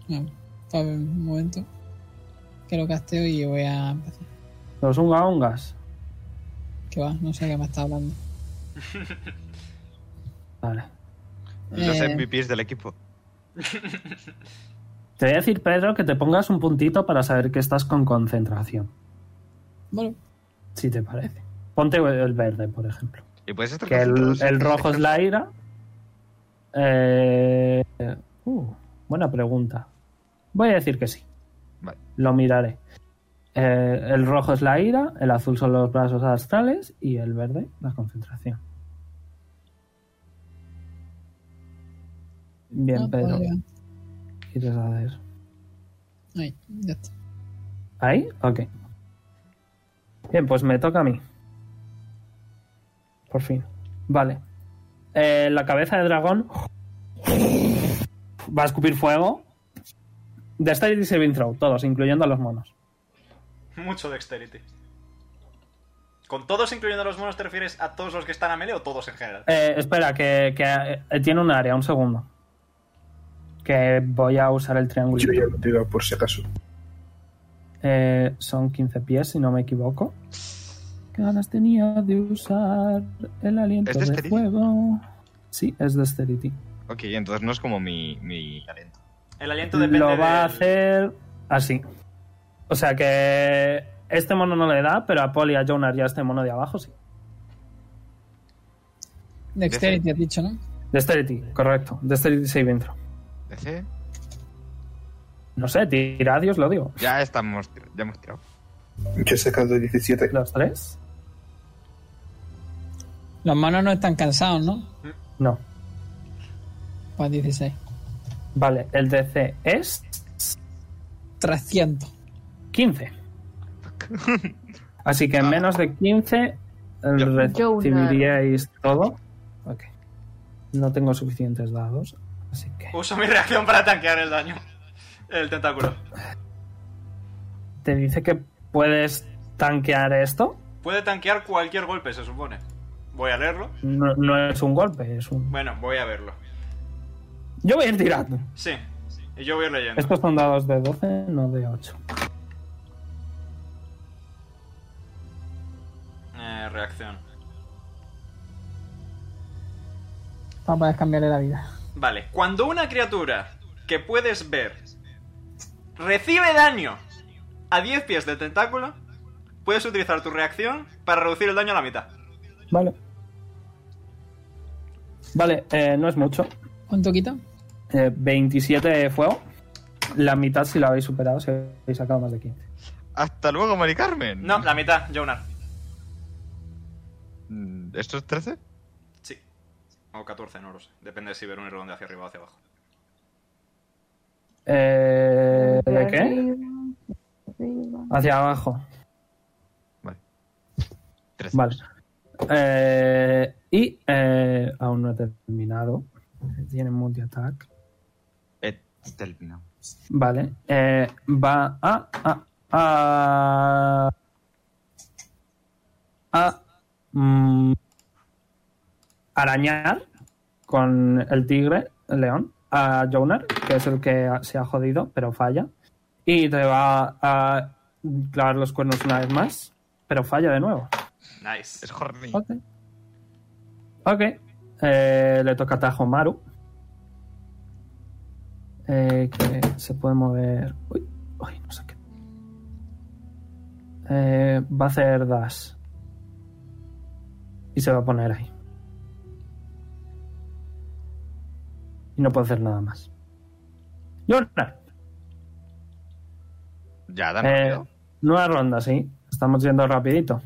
Speaker 5: No, pa- un momento. Que lo casteo y voy a empezar.
Speaker 1: Los ungaongas.
Speaker 5: Que va, no sé qué me está hablando.
Speaker 1: Vale.
Speaker 3: Los
Speaker 5: Eh.
Speaker 3: MVPs del equipo.
Speaker 1: Te voy a decir, Pedro, que te pongas un puntito para saber que estás con concentración.
Speaker 5: Bueno,
Speaker 1: Si te parece. Ponte el verde, por ejemplo.
Speaker 3: Y puedes estar
Speaker 1: Que el,
Speaker 3: concentrado
Speaker 1: el
Speaker 3: en-
Speaker 1: rojo es la ira. Eh, uh, buena pregunta. Voy a decir que sí.
Speaker 3: Vale.
Speaker 1: Lo miraré. Eh, el rojo es la ira, el azul son los brazos astrales y el verde la concentración. Bien,
Speaker 5: no,
Speaker 1: Pedro.
Speaker 5: podría.
Speaker 1: ¿qué ¿Quieres hacer?
Speaker 5: Ahí, ya está.
Speaker 1: ¿Ahí? Ok. Bien, pues me toca a mí. Por fin. Vale. Eh, la cabeza de dragón va a escupir fuego. De esta y Saving Throw, todos, incluyendo a los monos.
Speaker 4: Mucho dexterity. ¿Con todos, incluyendo a los monos, te refieres a todos los que están a melee o todos en general?
Speaker 1: Eh, espera, que, que, eh, tiene un área, un segundo. Que voy a usar el triángulo.
Speaker 6: Yo ya lo digo por si acaso.
Speaker 1: Eh, son 15 pies, si no me equivoco. Qué ganas tenía de usar el aliento
Speaker 3: ¿Es
Speaker 1: de
Speaker 3: dexterity?
Speaker 1: fuego. Sí, es dexterity.
Speaker 3: Ok, entonces no es como mi, mi talento.
Speaker 4: El aliento depende
Speaker 1: Lo va a
Speaker 4: del-
Speaker 1: hacer así. O sea que este mono no le da, pero a Paul y a Jonar y a este mono de abajo sí.
Speaker 5: Dexterity, has dicho, ¿no?
Speaker 1: Dexterity, correcto. Dexterity save intro.
Speaker 3: ¿DC?
Speaker 1: No sé, tira, Dios lo digo.
Speaker 3: Ya estamos, ya hemos tirado.
Speaker 6: Yo he sacado 17.
Speaker 1: Los tres.
Speaker 5: Los manos no están cansados, ¿no?
Speaker 1: No.
Speaker 5: Pues 16.
Speaker 1: Vale, el DC es
Speaker 5: 300.
Speaker 1: 15. Así que en menos de 15 eh, recibiríais todo. Ok. No tengo suficientes dados, así que
Speaker 4: Uso mi reacción para tanquear el daño. El tentáculo.
Speaker 1: te dice que puedes tanquear esto.
Speaker 4: Puede tanquear cualquier golpe, se supone. Voy a leerlo.
Speaker 1: No, no es un golpe, es un...
Speaker 4: Bueno, voy a verlo.
Speaker 1: Yo voy a ir tirando.
Speaker 4: Sí. Y yo voy a ir leyendo.
Speaker 1: Estos son dados de 12, no de 8.
Speaker 4: Eh, reacción.
Speaker 5: Para poder cambiarle la vida.
Speaker 4: Vale, cuando una criatura que puedes ver recibe daño a 10 pies del tentáculo, puedes utilizar tu reacción para reducir el daño a la mitad.
Speaker 1: Vale. Vale, eh, no es mucho.
Speaker 5: ¿Cuánto quita?
Speaker 1: Eh, 27 de fuego. La mitad si la habéis superado, si habéis sacado más de 15.
Speaker 3: Hasta luego, Mari Carmen.
Speaker 4: No, la mitad, Jonar.
Speaker 3: Mm, ¿Esto es 13?
Speaker 4: Sí. O 14, no lo sé. Depende de si ver un redonde hacia arriba o hacia abajo.
Speaker 1: Eh, ¿De qué?
Speaker 2: Arriba, arriba.
Speaker 1: Hacia abajo.
Speaker 3: 13.
Speaker 1: Vale. Eh, y eh, aún no he terminado. Tiene multi-attack.
Speaker 3: Eh, terminado.
Speaker 1: Vale. eh, va a, a. a. a. mm, arañar con el tigre, el león, a Jonar, que es el que ha- se ha jodido, pero falla. Y te va a clavar los cuernos una vez más, pero falla de nuevo.
Speaker 4: Nice.
Speaker 3: Es horny.
Speaker 1: Ok. Ok. Eh, le toca atajo a Maru. Eh, que se puede mover. Uy, uy, no sé qué. Eh, va a hacer dash. Y se va a poner ahí. Y no puede hacer nada más. Jonar,
Speaker 3: Ya, dan
Speaker 1: eh,
Speaker 3: rápido.
Speaker 1: nueva ronda, sí. Estamos yendo rapidito.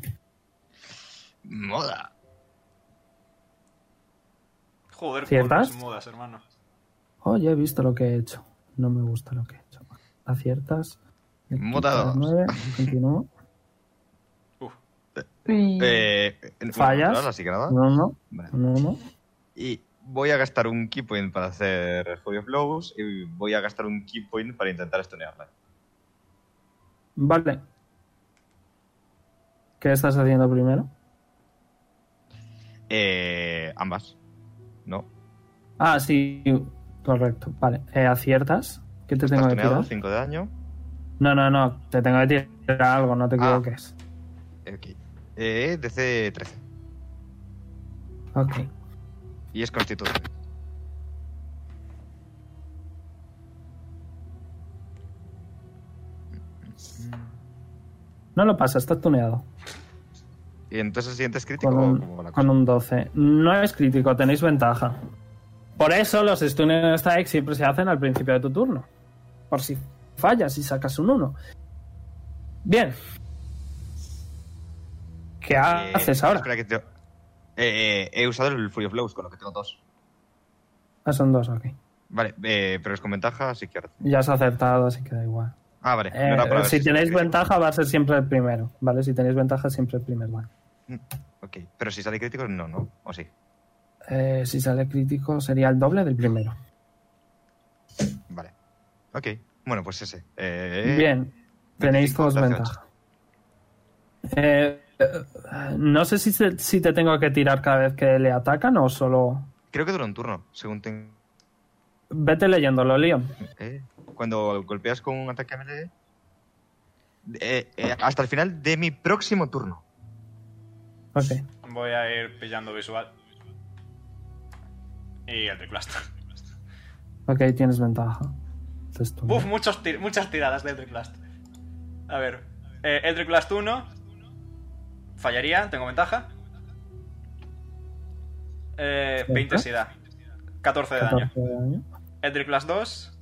Speaker 3: Moda.
Speaker 4: Joder, con
Speaker 1: ¿Ciertas?
Speaker 4: las modas, hermano.
Speaker 1: Oye, Oh, he visto lo que he hecho. No me gusta lo que he hecho. Aciertas. Le quito
Speaker 3: Muta dos.
Speaker 1: nueve, Continúo.
Speaker 2: Sí.
Speaker 3: Eh, bueno,
Speaker 1: Fallas.
Speaker 3: claro, así que nada.
Speaker 1: No, no.
Speaker 3: Vale.
Speaker 1: No, no.
Speaker 3: Y voy a gastar un key point para hacer Fury of Blows y voy a gastar un key point para intentar stunearla.
Speaker 1: Vale. ¿Qué estás haciendo primero?
Speaker 3: Eh, ambas. No.
Speaker 1: Ah, sí. Correcto. Vale. Eh, aciertas. ¿Qué te tengo
Speaker 3: Has
Speaker 1: que tirar?
Speaker 3: tuneado 5 de daño.
Speaker 1: No, no, no. Te tengo que tirar algo, no te
Speaker 3: Ah.
Speaker 1: equivoques.
Speaker 3: Ok. Eh, DC 13.
Speaker 1: Ok.
Speaker 3: Y es constitución.
Speaker 1: No lo pasa, está tuneado.
Speaker 3: Y entonces el siguiente es crítico
Speaker 1: Con
Speaker 3: o
Speaker 1: un,
Speaker 3: como la cosa.
Speaker 1: con un 12. No es crítico, tenéis ventaja. Por eso los stunners strikes siempre se hacen al principio de tu turno. Por si fallas y sacas un 1. Bien. ¿Qué
Speaker 3: Eh,
Speaker 1: haces ahora?
Speaker 3: espera que te- Eh, eh, he usado el Fury of Blows, con lo que tengo dos.
Speaker 1: Ah, son dos, ok.
Speaker 3: Vale, eh, pero es con ventaja, así que ahora.
Speaker 1: Ya has acertado, así que da igual.
Speaker 3: Ah, vale.
Speaker 1: Eh,
Speaker 3: no era para ver
Speaker 1: si tenéis
Speaker 3: sale crítico.
Speaker 1: ventaja, va a ser siempre el primero. ¿Vale? Si tenéis ventaja, siempre el primer daño.
Speaker 3: Ok, pero si sale crítico, no, no. O sí.
Speaker 1: Eh, si sale crítico, sería el doble del primero.
Speaker 3: Vale. Ok. Bueno, pues ese. Eh,
Speaker 1: Bien, tenéis
Speaker 3: 25,
Speaker 1: todos
Speaker 3: 18.
Speaker 1: ventaja. Eh, eh, no sé si, se- si te tengo que tirar cada vez que le atacan o solo...
Speaker 3: Creo que dura un turno, según tengo.
Speaker 1: Vete leyéndolo, Leon.
Speaker 3: Eh, cuando golpeas con un ataque melee. eh, eh, hasta el final de mi próximo turno.
Speaker 1: Ok.
Speaker 4: Voy a ir pillando visual. Y el Tricluster.
Speaker 1: Ok, tienes ventaja. Entonces tú-
Speaker 4: Buf, muchos tir- muchas tiradas de Eldritch Blast. A ver, eh, Eldritch Blast 1. Fallaría, tengo ventaja. Eh,
Speaker 1: Ventaja.
Speaker 4: 20 si da. 14 de daño.
Speaker 1: 14 de daño.
Speaker 4: Eldritch Blast 2.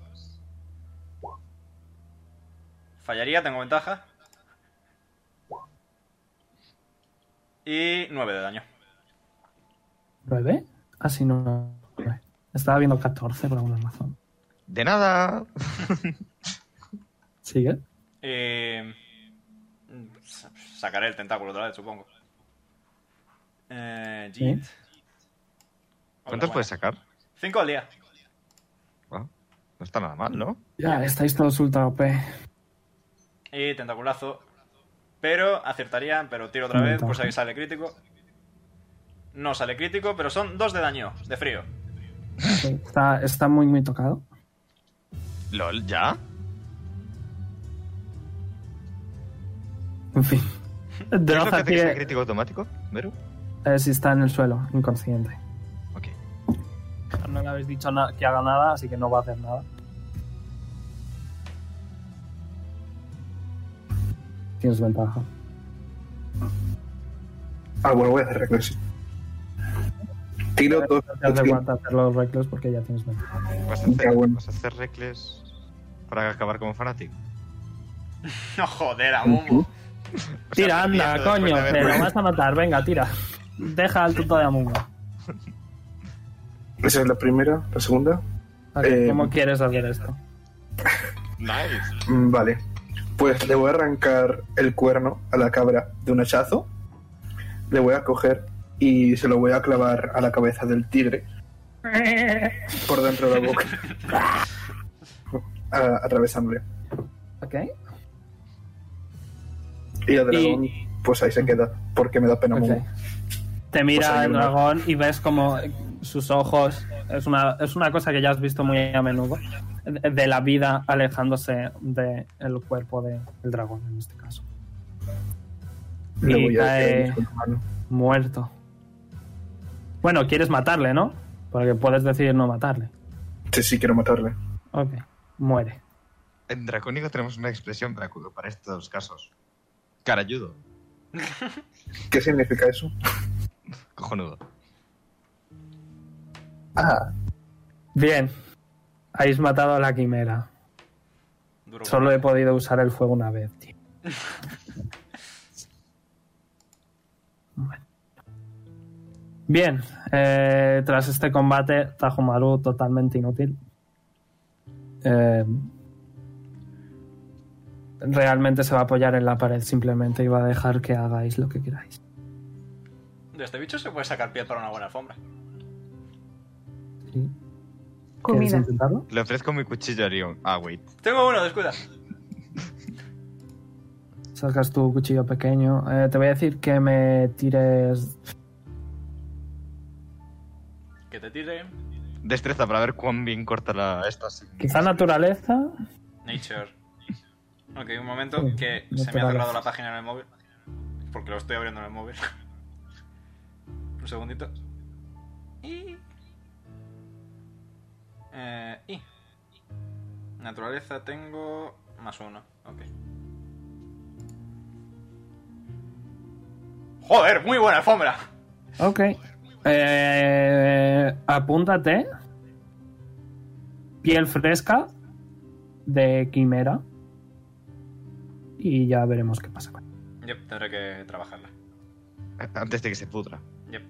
Speaker 4: Fallaría, tengo ventaja. Y 9 de daño.
Speaker 1: ¿Nueve? Ah, sí, no. nueve. Estaba viendo 14 por alguna razón.
Speaker 3: De nada.
Speaker 1: ¿Sigue?
Speaker 4: Eh, sa- sacaré el tentáculo otra vez, supongo. Eh, Jit.
Speaker 3: ¿Cuántos puedes sacar?
Speaker 4: Cinco al día.
Speaker 3: Ah, no está nada mal, ¿no?
Speaker 1: Ya, estáis todos ultra OP.
Speaker 4: Y tentaculazo. Pero acertaría, pero tiro otra
Speaker 1: Un
Speaker 4: vez,
Speaker 1: ventaja.
Speaker 4: por si ahí sale crítico. No sale crítico, pero son dos de daño, de frío. *laughs*
Speaker 1: Sí, Está, está muy, muy tocado.
Speaker 3: LOL, ¿ya?
Speaker 1: En
Speaker 4: *laughs*
Speaker 1: fin.
Speaker 3: ¿Qué es lo que
Speaker 1: Droza
Speaker 3: hace que sea
Speaker 1: sigue,
Speaker 3: crítico automático, Meru?
Speaker 1: eh, si está en el suelo, inconsciente.
Speaker 3: Ok.
Speaker 1: No le habéis dicho na- que haga nada, así que no va a hacer nada. Tienes ventaja.
Speaker 6: Ah, bueno, voy a hacer reckless. Tiro dos.
Speaker 1: No te hace falta hacer los reclos porque ya tienes ventaja.
Speaker 3: ¿Vas a
Speaker 6: Ya,
Speaker 3: hacer,
Speaker 6: bueno.
Speaker 3: vas a hacer reckless para acabar como fanático?
Speaker 4: No joder, a Mumu.
Speaker 3: O sea,
Speaker 1: Tira, anda,
Speaker 3: perdiendo
Speaker 1: coño,
Speaker 3: después de
Speaker 1: te
Speaker 3: haber-
Speaker 1: lo vas a matar. Venga, tira. Deja al tuto de Amungo.
Speaker 6: Esa es la primera, la segunda.
Speaker 1: Ok,
Speaker 6: Eh,
Speaker 1: ¿Cómo quieres hacer esto?
Speaker 3: Nice.
Speaker 6: Mm, Vale. Pues le voy a arrancar el cuerno a la cabra de un hachazo. Le voy a coger y se lo voy a clavar a la cabeza del tigre. Por dentro de la boca. A- atravesándole.
Speaker 1: Ok.
Speaker 6: Y el dragón, pues ahí se queda. Porque me da pena
Speaker 1: ok.
Speaker 6: mucho.
Speaker 1: Te
Speaker 6: Pues
Speaker 1: mira
Speaker 6: hay
Speaker 1: el
Speaker 6: una-
Speaker 1: dragón y ves como sus ojos. Es una, es una cosa que ya has visto muy a menudo. De de la vida alejándose del cuerpo de- del dragón, en este caso.
Speaker 6: Le
Speaker 1: Y
Speaker 6: voy a
Speaker 1: cae-
Speaker 6: con la mano.
Speaker 1: Muerto. Bueno, quieres matarle, ¿no? Porque puedes decidir no matarle.
Speaker 6: Sí, sí, quiero matarle.
Speaker 1: Ok. Muere.
Speaker 3: En Dracónico tenemos una expresión dracu- para estos casos. Carayudo.
Speaker 6: ¿Qué significa eso?
Speaker 3: Cojonudo.
Speaker 6: Ah,
Speaker 1: Bien. Habéis matado a la quimera.
Speaker 4: Duro
Speaker 1: Solo he podido usar el fuego una vez, tío. Bueno. Bien, eh, tras este combate, Tajomaru totalmente inútil. Eh, realmente se va a apoyar en la pared simplemente y va a dejar que hagáis lo que queráis.
Speaker 4: De este bicho se puede sacar piel para una buena alfombra.
Speaker 1: ¿Quieres
Speaker 2: Comida.
Speaker 1: intentarlo?
Speaker 3: Le ofrezco mi cuchillo a Orión. Ah, wait.
Speaker 4: Tengo uno, descuida.
Speaker 1: Sacas tu cuchillo pequeño. Eh, te voy a decir que me tires
Speaker 4: Que te tire.
Speaker 3: Destreza para ver cuán bien corta la esta. sin-
Speaker 1: quizá naturaleza.
Speaker 4: Nature. Ok, un momento que
Speaker 1: no
Speaker 4: se
Speaker 1: te
Speaker 4: me ha
Speaker 1: la
Speaker 4: cerrado
Speaker 1: hagas.
Speaker 4: la página en el móvil. Porque lo estoy abriendo en el móvil. *laughs* un segundito. Y. Eh, y. Naturaleza tengo. Más uno. Ok. Joder, muy buena alfombra.
Speaker 1: Ok. Eh, apúntate. Piel fresca de quimera. Y ya veremos qué pasa con él.
Speaker 4: Yep, tendré que trabajarla.
Speaker 3: Eh, Antes de que se pudra.
Speaker 4: Yep.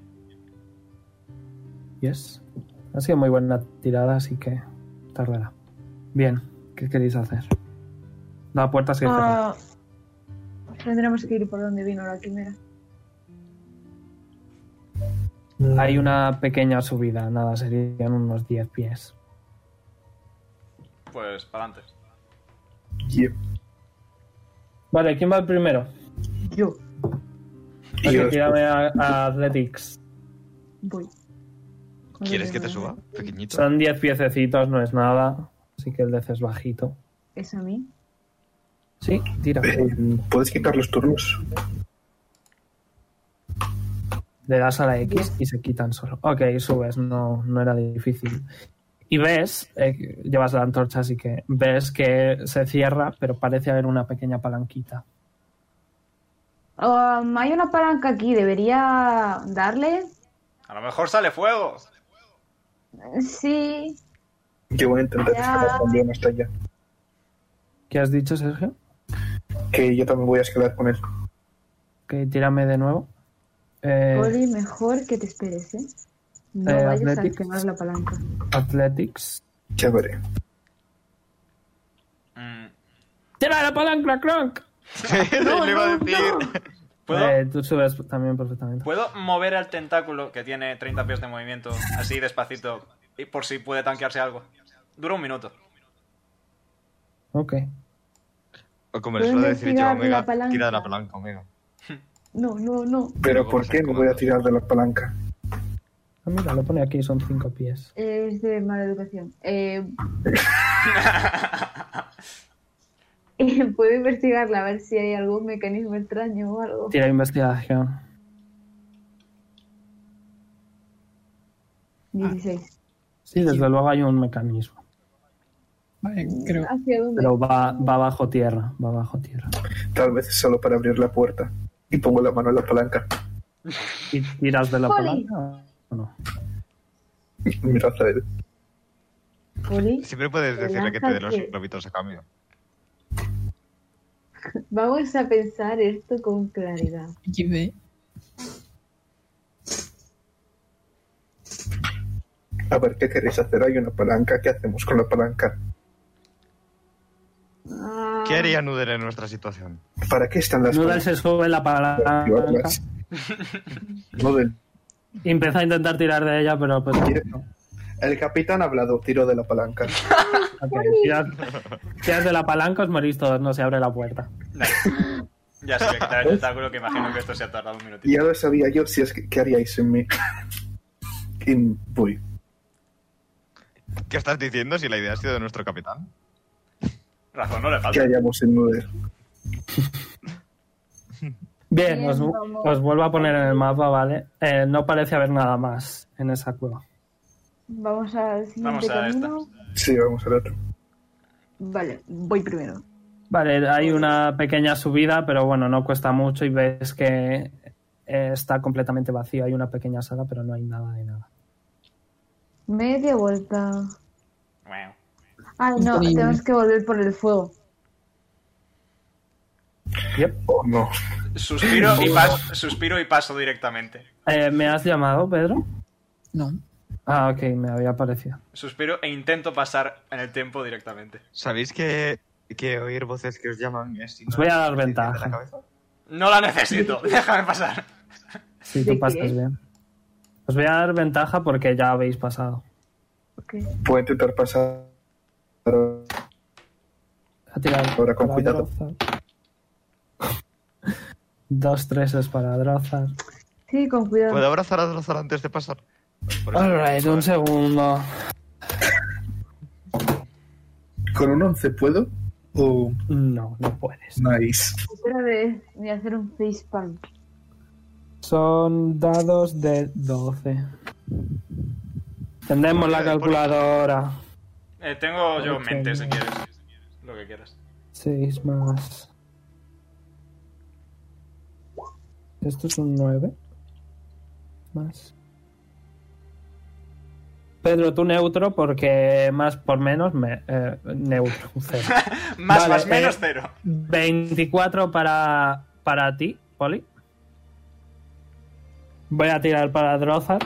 Speaker 1: Yes. Ha sido muy buena tirada, así que tardará. Bien, ¿qué queréis hacer? La puerta sigue cerrada.
Speaker 2: Ah, tendremos que ir por donde vino la quimera.
Speaker 1: Hay una pequeña subida, nada, serían unos 10 pies.
Speaker 4: Pues para adelante.
Speaker 6: yeah.
Speaker 1: Vale, ¿quién va primero?
Speaker 2: Yo
Speaker 6: Y yo
Speaker 1: Ok, tírame a, a Athletics.
Speaker 2: voy.
Speaker 3: ¿Quieres que te suba?
Speaker 1: *laughs*
Speaker 3: Pequeñito.
Speaker 1: Son 10 piececitos, no es nada. Así que el DC es bajito.
Speaker 2: ¿Es a mí?
Speaker 1: Sí, tira.
Speaker 6: Eh, ¿Puedes quitar los turnos?
Speaker 1: Le das a la X y se quitan solo. Ok, subes, no, no era difícil. Y ves, eh, llevas la antorcha, así que ves que se cierra, pero parece haber una pequeña palanquita.
Speaker 2: Um, hay una palanca aquí, debería darle.
Speaker 4: A lo mejor sale fuego.
Speaker 2: Sí,
Speaker 6: Yo voy a intentar
Speaker 2: Ya.
Speaker 6: escalar también hasta allá.
Speaker 1: ¿Qué has dicho, Sergio?
Speaker 6: Que yo también voy a escalar con él.
Speaker 1: Que tírame de nuevo. Eh,
Speaker 2: Oli, mejor que te esperes, ¿eh? No
Speaker 1: Eh,
Speaker 2: vayas a
Speaker 1: Athletics.
Speaker 2: quemar la palanca.
Speaker 1: Athletics.
Speaker 6: Chévere.
Speaker 4: Mm,
Speaker 1: ¡Tira la palanca, Cronk!
Speaker 3: *laughs* Lo iba a decir.
Speaker 4: ¿Puedo?
Speaker 1: Eh, tú subes también perfectamente.
Speaker 4: ¿Puedo mover al tentáculo que tiene 30 pies de movimiento así despacito y por si puede tanquearse algo? Dura un minuto.
Speaker 1: Ok. Ah,
Speaker 3: O como
Speaker 2: Puedo
Speaker 3: les suelo decir yo,
Speaker 2: investigar la
Speaker 3: Omega,
Speaker 2: palanca.
Speaker 3: tira de la palanca, Omega.
Speaker 2: No, no, no.
Speaker 6: Pero
Speaker 3: Luego
Speaker 6: ¿por
Speaker 3: vas
Speaker 6: qué
Speaker 3: al
Speaker 6: no voy a
Speaker 3: comando.
Speaker 6: tirar de la palanca?
Speaker 1: Ah, mira, lo pone aquí, son 5 pies.
Speaker 2: Eh, Es de mala educación. Eh... *laughs* Eh, Puedo investigarla a ver si hay algún mecanismo extraño o algo.
Speaker 1: Tira investigación.
Speaker 2: 16.
Speaker 1: Sí, desde luego hay un mecanismo.
Speaker 5: Vale, creo.
Speaker 2: ¿Hacia dónde?
Speaker 1: Pero va, va bajo tierra. Va bajo tierra.
Speaker 6: Tal vez es solo para abrir la puerta. Y pongo la mano en la palanca. *laughs*
Speaker 1: ¿Y tiras de la
Speaker 2: Jolín.
Speaker 1: palanca o no?
Speaker 6: Mira a él.
Speaker 2: Poli,
Speaker 3: Siempre puedes
Speaker 2: Palanca
Speaker 3: decirle que te dé los
Speaker 2: que-
Speaker 3: globitos a cambio.
Speaker 2: Vamos a pensar esto con claridad.
Speaker 5: XD.
Speaker 6: A ver qué queréis hacer. Hay una palanca. ¿Qué hacemos con la palanca?
Speaker 2: Ah,
Speaker 3: ¿Qué haría Nuder en nuestra situación?
Speaker 6: ¿Para qué están las
Speaker 1: Nudel
Speaker 6: palanca?
Speaker 1: se sube la palanca.
Speaker 6: activarlas? Nudel,
Speaker 1: Y empieza a intentar tirar de ella, pero pues.
Speaker 6: ¿quiere- El capitán ha hablado. Tiro de la palanca.
Speaker 1: Ok, tiras, tiras de la palanca, os morís todos, no se abre la puerta.
Speaker 4: Dale. Ya se voy
Speaker 1: *laughs*
Speaker 4: a quitar el tentáculo que imagino que esto se ha tardado un minutito.
Speaker 6: Ya lo sabía yo si es que qué haríais en mí. *laughs* Y voy.
Speaker 3: ¿Qué estás diciendo si la idea ha sido de nuestro capitán?
Speaker 4: Razón no le
Speaker 6: ¿Qué
Speaker 4: falta.
Speaker 6: haríamos en Nuder?
Speaker 1: Bien,
Speaker 2: Bien,
Speaker 1: os, vu-
Speaker 2: vamos.
Speaker 1: os vuelvo a poner en el mapa, ¿vale? Eh, no parece haber nada más en esa cueva.
Speaker 2: Vamos al siguiente
Speaker 4: Vamos a esta.
Speaker 2: camino.
Speaker 6: Sí, vamos al otro.
Speaker 2: Vale, voy primero.
Speaker 1: Vale, hay una pequeña subida, pero bueno, no cuesta mucho y ves que eh, está completamente vacío. Hay una pequeña sala, pero no hay nada de nada.
Speaker 2: Media vuelta.
Speaker 4: Bueno.
Speaker 2: Ay, no,
Speaker 5: Increíble.
Speaker 2: tenemos que volver por el fuego.
Speaker 1: Yep.
Speaker 6: Oh, no.
Speaker 4: Suspiro y, pas- suspiro y paso directamente.
Speaker 1: Eh, ¿Me has llamado, Pedro?
Speaker 5: No.
Speaker 1: Ah, ok, me había parecido.
Speaker 4: Suspiro e intento pasar en el tiempo directamente.
Speaker 3: ¿Sabéis que, que oír voces que os llaman es...
Speaker 1: Os voy a dar
Speaker 3: de la
Speaker 1: ventaja.
Speaker 3: cabeza?
Speaker 4: No
Speaker 1: *laughs*
Speaker 4: la necesito, déjame pasar.
Speaker 1: Si
Speaker 2: ¿De
Speaker 1: tú
Speaker 2: qué?
Speaker 1: pasas bien. Os voy a dar ventaja porque ya habéis pasado.
Speaker 2: Ok.
Speaker 6: Puedo intentar pasar.
Speaker 1: A tirar
Speaker 6: Ahora con
Speaker 1: para
Speaker 6: cuidado.
Speaker 1: Drozar. Dos treses para Drozar.
Speaker 2: Sí, con cuidado.
Speaker 3: ¿Puedo abrazar a Drozar antes de pasar? Por eso-
Speaker 1: Alright, un segundo.
Speaker 6: ¿Con un 11 puedo? Oh,
Speaker 1: No, no puedes.
Speaker 6: nice.
Speaker 2: Otra vez voy a hacer un face palm.
Speaker 1: Son dados de 12. Tendemos la calculadora.
Speaker 4: Eh, tengo yo
Speaker 1: Ok.
Speaker 4: mente si quieres. Lo que quieras.
Speaker 1: 6 más. Esto es un 9. Más. Pedro, tú neutro porque más por menos me, eh, neutro. un *laughs* cero.
Speaker 4: Más,
Speaker 1: Vale,
Speaker 4: más, menos
Speaker 1: eh,
Speaker 4: cero.
Speaker 1: 24 para, para ti, Poli. Voy a tirar para Drozar.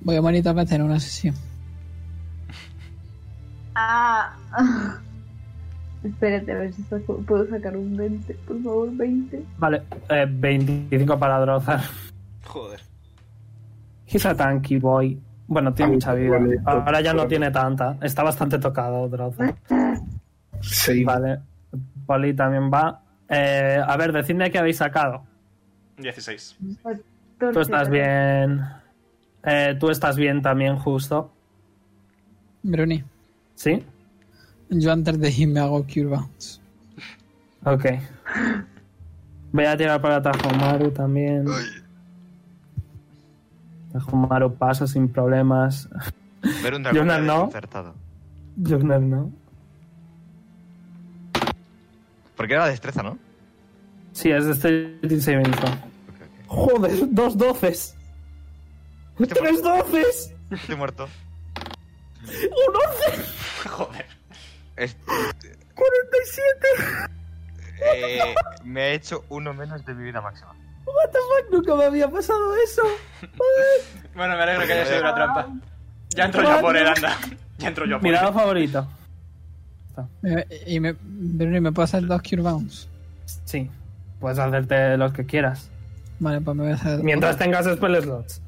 Speaker 5: Voy a morir dos veces en una sesión.
Speaker 2: Ah. *laughs* Espérate, a ver si saco- puedo sacar un 20. Por favor, 20.
Speaker 1: Vale, eh, 25 para *laughs* Drozar.
Speaker 4: Joder.
Speaker 1: He's a tanky boy. Bueno, tiene
Speaker 6: Ah,
Speaker 1: mucha vida.
Speaker 6: vale.
Speaker 1: Ahora ya no tiene tanta. Está bastante tocado Drozar.
Speaker 6: Sí.
Speaker 1: Vale. Poli también va. Eh, a ver, decidme qué habéis sacado. *laughs*
Speaker 4: 16.
Speaker 1: Tú estás bien. Eh, tú estás bien también, justo.
Speaker 5: Bruni,
Speaker 1: ¿Sí?
Speaker 5: yo antes de irme hago Cure Bounce.
Speaker 1: Ok. Voy a tirar para Tajomaru también. Tajomaru pasa sin problemas.
Speaker 3: Ver un dragón
Speaker 1: Jonas,
Speaker 3: me ha
Speaker 1: no.
Speaker 3: desconcertado.
Speaker 1: Jogner no.
Speaker 3: Porque era destreza, ¿no?
Speaker 1: Sí, es de este segmento.
Speaker 3: Ok, ok.
Speaker 1: Joder, dos doces.
Speaker 3: Este
Speaker 1: Tres doces. *laughs*
Speaker 3: Estoy muerto.
Speaker 1: Un once.
Speaker 4: Joder.
Speaker 3: Es-
Speaker 1: 47.
Speaker 3: Eh, me he hecho uno menos de mi vida máxima.
Speaker 1: What the fuck, nunca me había pasado eso.
Speaker 4: Bueno, me alegro que
Speaker 3: Eh,
Speaker 4: haya sido una trampa. Ya entro yo por él, anda. Ya entro yo por él.
Speaker 1: Mirada favorita.
Speaker 5: Eh, y me, Bernie, ¿me puedo hacer dos Cure Bounds?
Speaker 1: Sí. Puedes hacerte los que quieras.
Speaker 5: Vale, pues me voy a hacer.
Speaker 1: Mientras tengas spell slots.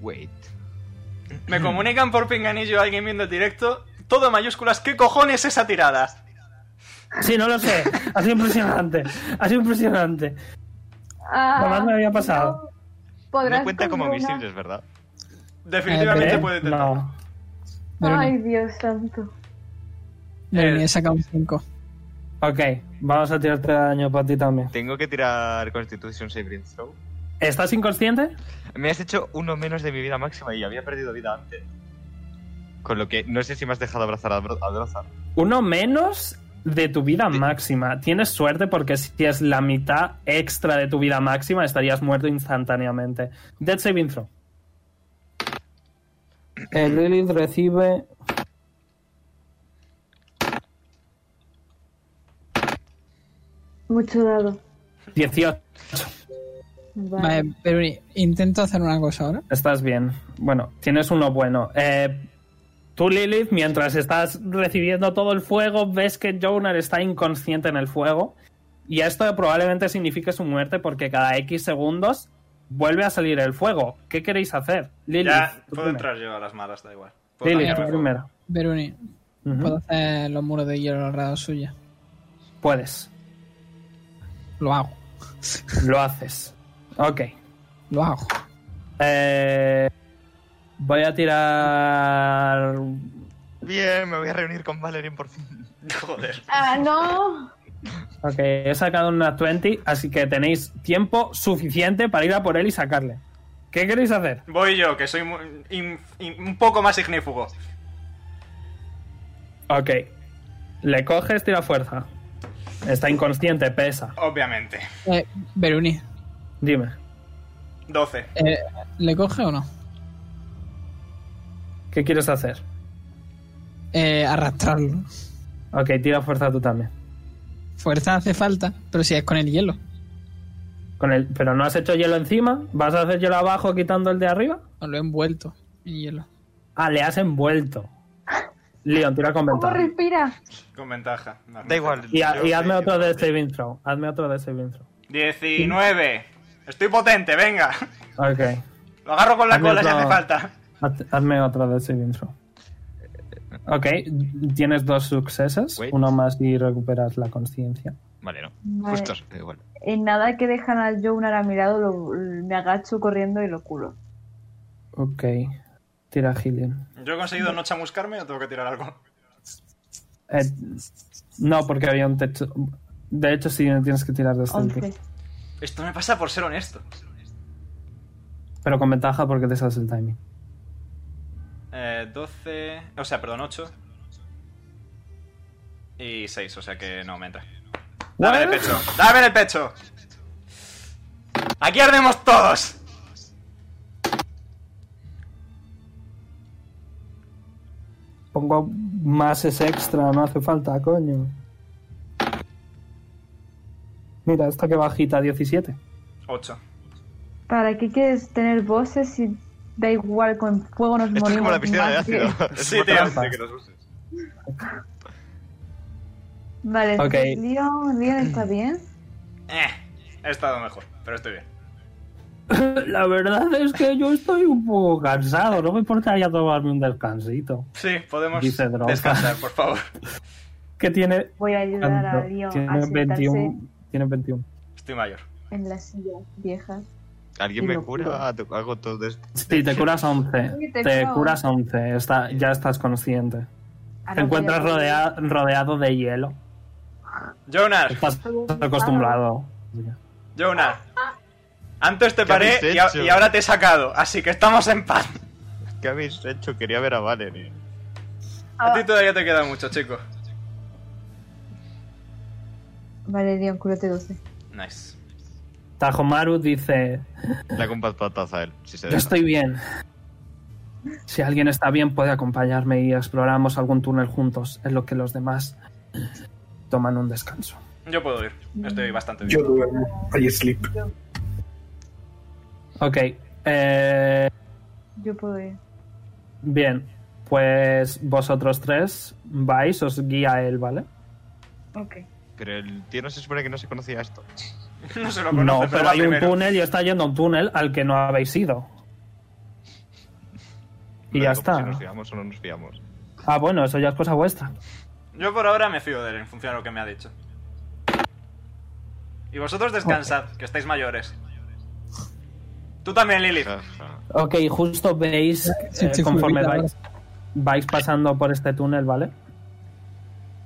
Speaker 3: Wait.
Speaker 4: Me comunican por pinganillo a alguien viendo el directo. Todo en mayúsculas. ¿Qué cojones es esa tirada?
Speaker 1: Sí, no lo sé. Ha sido impresionante. Ha sido impresionante.
Speaker 2: Ah,
Speaker 1: Jamás me había pasado.
Speaker 2: no.
Speaker 3: No
Speaker 2: Podrás
Speaker 3: cuenta como
Speaker 2: comprar una-
Speaker 3: misiles, ¿verdad?
Speaker 4: Definitivamente
Speaker 5: ¿Eh?
Speaker 4: puede intentar.
Speaker 1: No.
Speaker 2: Ay,
Speaker 5: Bernie,
Speaker 2: Dios santo.
Speaker 5: Bernie, he sacado un 5.
Speaker 1: Ok, vamos a tirarte daño para ti también.
Speaker 3: Tengo que tirar Constitution Saving Throw.
Speaker 1: ¿Estás inconsciente?
Speaker 3: Me has hecho uno menos de mi vida máxima y había perdido vida antes. Con lo que no sé si me has dejado abrazar a Bro- a Drozar.
Speaker 1: Uno menos de tu vida máxima. Tienes suerte porque si es la mitad extra de tu vida máxima estarías muerto instantáneamente. Dead saving throw. El Lilith recibe...
Speaker 2: Mucho dado.
Speaker 1: 18.
Speaker 2: Vale.
Speaker 5: Vale, Bernie, intento hacer una cosa ahora.
Speaker 1: Estás bien. Bueno, tienes uno bueno. Eh, tú, Lilith, mientras estás recibiendo todo el fuego, ves que Jonar está inconsciente en el fuego. Y esto probablemente signifique su muerte porque cada X segundos vuelve a salir el fuego. ¿Qué queréis hacer? Lilith,
Speaker 4: Ya,
Speaker 1: tú
Speaker 4: puedo
Speaker 1: primero.
Speaker 4: entrar yo a las malas, da igual. Puedo
Speaker 1: Lilith,
Speaker 4: dañarme
Speaker 1: tú
Speaker 4: por-
Speaker 1: primero.
Speaker 5: Bernie,
Speaker 1: Ujú.
Speaker 5: puedo hacer los muros de hielo alrededor suya.
Speaker 1: Puedes.
Speaker 5: Lo hago,
Speaker 1: Lo haces. Ok.
Speaker 5: lo hago.
Speaker 1: Eh, voy a tirar...
Speaker 3: Bien, me voy a reunir con Valerian por fin.
Speaker 4: *laughs* Joder.
Speaker 2: Ah, no.
Speaker 1: Ok, he sacado una 20, así que tenéis tiempo suficiente para ir a por él y sacarle. ¿Qué queréis hacer?
Speaker 4: Voy yo, que soy mu- in- in- un poco más ignífugo.
Speaker 1: Ok. Le coges, tira fuerza. Está inconsciente, pesa.
Speaker 4: Obviamente.
Speaker 5: Eh, Beruni,
Speaker 1: Dime.
Speaker 4: 12.
Speaker 5: eh, ¿le coge o no?
Speaker 1: ¿Qué quieres hacer?
Speaker 5: Eh, arrastrarlo.
Speaker 1: Ok, tira fuerza tú también.
Speaker 5: Fuerza hace falta, pero si es con el hielo.
Speaker 1: Con el, pero no has hecho hielo encima. ¿Vas a hacer hielo abajo quitando el de arriba?
Speaker 5: O lo he envuelto en hielo.
Speaker 1: Ah, le has envuelto. Leon, tira con
Speaker 2: ¿Cómo
Speaker 1: ventaja.
Speaker 2: respira?
Speaker 4: Con ventaja.
Speaker 3: Da igual.
Speaker 1: Y, ha-
Speaker 3: yo
Speaker 1: y
Speaker 3: sé
Speaker 1: hazme
Speaker 3: que-
Speaker 1: otro de saving throw. Hazme otro de saving throw.
Speaker 4: 19. Estoy potente, venga.
Speaker 1: Ok.
Speaker 4: Lo agarro con la
Speaker 1: Hazme
Speaker 4: cola si
Speaker 1: otro-
Speaker 4: hace falta.
Speaker 1: Haz- Hazme otra de saving throw. Ok, tienes dos sucesos.
Speaker 3: Wait.
Speaker 1: Uno más y recuperas la conciencia.
Speaker 3: Vale, no.
Speaker 2: Vale.
Speaker 3: Justos, da igual.
Speaker 2: En nada que dejan al Jonar a mi lado, lo- me agacho corriendo y lo curo.
Speaker 1: Ok. Tira healing.
Speaker 4: Yo he conseguido no chamuscarme o tengo que tirar algo.
Speaker 1: Eh, no, porque había un techo. De hecho, sí, tienes que tirar de stealthy.
Speaker 2: 11.
Speaker 4: Esto me pasa por ser honesto.
Speaker 1: Pero con ventaja porque te sabes el timing.
Speaker 4: Eh, 12. O sea, perdón, 8. Y 6, o sea que no me entra. Dame en el pecho. Dame en el pecho. Aquí ardemos todos.
Speaker 1: Pongo más es extra, no hace falta, coño. Mira, esta que bajita, 17.
Speaker 4: 8.
Speaker 2: ¿Para qué quieres tener voces si da igual con fuego nos
Speaker 3: Esto es
Speaker 2: morimos?
Speaker 3: como la piscina de
Speaker 2: más que-
Speaker 3: ácido.
Speaker 4: Sí, tío.
Speaker 1: trampa.
Speaker 4: Sí que los uses.
Speaker 2: Vale,
Speaker 1: Ok.
Speaker 2: Leon, Leon está bien.
Speaker 4: Eh, he estado mejor, pero estoy bien.
Speaker 1: La verdad es que yo estoy un poco cansado, no me importaría tomarme un descansito.
Speaker 4: Sí, podemos
Speaker 1: Dice Droga.
Speaker 4: descansar, por favor.
Speaker 1: Que tiene.
Speaker 2: Voy a ayudar a Leon a
Speaker 1: Tiene
Speaker 2: sentarse
Speaker 1: 21. Tiene 21.
Speaker 4: Estoy mayor.
Speaker 2: en la silla vieja.
Speaker 3: ¿Alguien
Speaker 2: Y
Speaker 3: me
Speaker 2: lo
Speaker 3: cura? Hago todo esto.
Speaker 1: Sí, te curas 11. *laughs*
Speaker 2: Sí,
Speaker 1: Te,
Speaker 2: te curo.
Speaker 1: curas 11. Está, ya estás consciente. Te
Speaker 2: Ahora
Speaker 1: encuentras
Speaker 2: voy a-
Speaker 1: rodea- rodeado de hielo.
Speaker 4: Jonar,
Speaker 1: Estás acostumbrado.
Speaker 4: Jonar. Antes te
Speaker 3: ¿Qué habéis
Speaker 4: paré y, a-
Speaker 3: hecho?
Speaker 4: y ahora te he sacado, así que estamos en paz.
Speaker 3: ¿Qué habéis hecho? Quería ver a Valerie.
Speaker 4: A ti todavía te queda mucho, chico.
Speaker 2: Vale, Leon, cúrate eh. 12.
Speaker 4: Nice.
Speaker 1: Tajomaru dice:
Speaker 3: La compas pataza a él, si se
Speaker 1: Yo
Speaker 3: deja.
Speaker 1: estoy bien. Si alguien está bien, puede acompañarme y exploramos algún túnel juntos. Es lo que los demás toman un descanso.
Speaker 4: Yo puedo ir. Estoy bastante bien.
Speaker 6: Yo duermo. I sleep.
Speaker 1: Ok. eh,
Speaker 2: Yo puedo ir.
Speaker 1: bien. Pues vosotros tres vais, os guía él, ¿vale?
Speaker 2: Ok.
Speaker 3: Pero el tío no se supone que no se conocía esto.
Speaker 4: *laughs* No se lo conoce,
Speaker 1: No,
Speaker 4: pero,
Speaker 1: pero
Speaker 4: va
Speaker 1: hay un
Speaker 4: pues primero.
Speaker 1: túnel y está yendo a un túnel al que no habéis ido. Y
Speaker 3: Pero
Speaker 1: ya
Speaker 3: como
Speaker 1: está.
Speaker 3: Si nos fiamos o no nos fiamos.
Speaker 1: Ah, bueno, eso ya es cosa vuestra.
Speaker 4: Yo por ahora me fío de él en función de lo que me ha dicho. Y vosotros descansad, que estáis mayores. Tú también, Lilith.
Speaker 3: Ja, ja.
Speaker 1: Ok, justo veis,
Speaker 5: Sí,
Speaker 1: eh,
Speaker 5: sí,
Speaker 1: conforme
Speaker 5: Julita,
Speaker 1: vais, vais pasando por este túnel, ¿vale?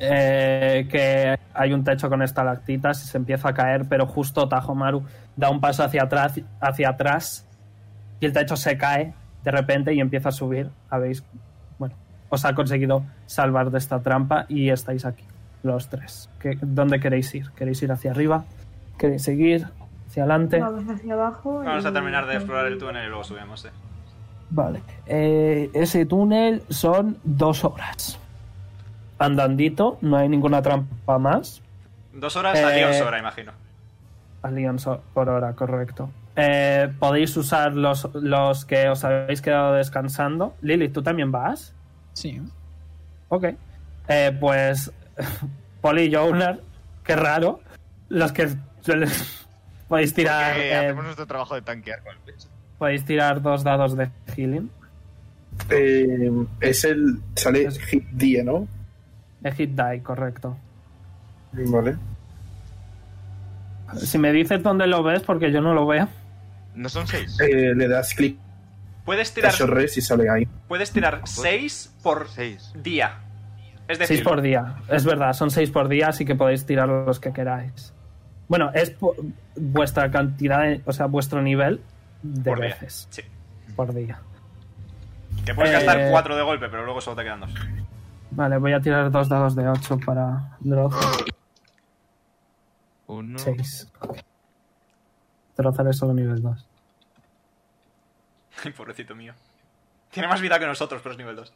Speaker 1: Eh, que hay un techo con estalactitas y se empieza a caer, pero justo Tajomaru da un paso hacia atrás, hacia atrás y el techo se cae de repente y empieza a subir. Habéis, bueno, os ha conseguido salvar de esta trampa y estáis aquí, los tres. ¿Qué- ¿Dónde queréis ir? ¿Queréis ir hacia arriba? ¿Queréis seguir hacia adelante?
Speaker 2: Vamos hacia abajo.
Speaker 4: Vamos a
Speaker 2: y-
Speaker 4: terminar de explorar el túnel y luego subimos, eh.
Speaker 1: Vale. Eh, ese túnel son dos horas. Andandito, no hay ninguna trampa más.
Speaker 4: Dos horas
Speaker 1: Eh,
Speaker 4: a Dios hora, imagino.
Speaker 1: Alianza por hora, correcto. Eh, podéis usar los, los que os habéis quedado descansando. Lili, ¿tú también vas?
Speaker 5: Sí.
Speaker 1: Ok. Eh, pues *laughs* Poli y Jonar, qué raro. Los que *laughs* podéis tirar,
Speaker 3: Porque
Speaker 1: eh,
Speaker 3: hacemos nuestro trabajo de tanquear con el pecho.
Speaker 1: podéis tirar dos dados de healing.
Speaker 6: Eh, es el. Sale hit die, ¿no?
Speaker 1: De hit die, correcto.
Speaker 6: Vale.
Speaker 1: Si me dices dónde lo ves, porque yo no lo veo.
Speaker 3: No son seis.
Speaker 6: Eh, le das clic
Speaker 4: Puedes tirar,
Speaker 6: a res y sale ahí.
Speaker 4: puedes tirar seis por
Speaker 3: Seis.
Speaker 4: día. Es decir,
Speaker 1: 6 por día, es verdad, son 6 por día, así que podéis tirar los que queráis. Bueno, es po- vuestra cantidad, de- o sea, vuestro nivel de
Speaker 4: por día.
Speaker 1: veces
Speaker 4: Sí.
Speaker 1: por día.
Speaker 4: Que puedes
Speaker 1: Eh,
Speaker 4: gastar cuatro de golpe, pero luego solo te quedan dos. *laughs*
Speaker 1: Vale, voy a tirar dos dados de 8 para Droz,
Speaker 3: Uno.
Speaker 1: 6. Drozar es solo nivel 2.
Speaker 4: Ay, pobrecito mío. Tiene más vida que nosotros, pero es nivel 2.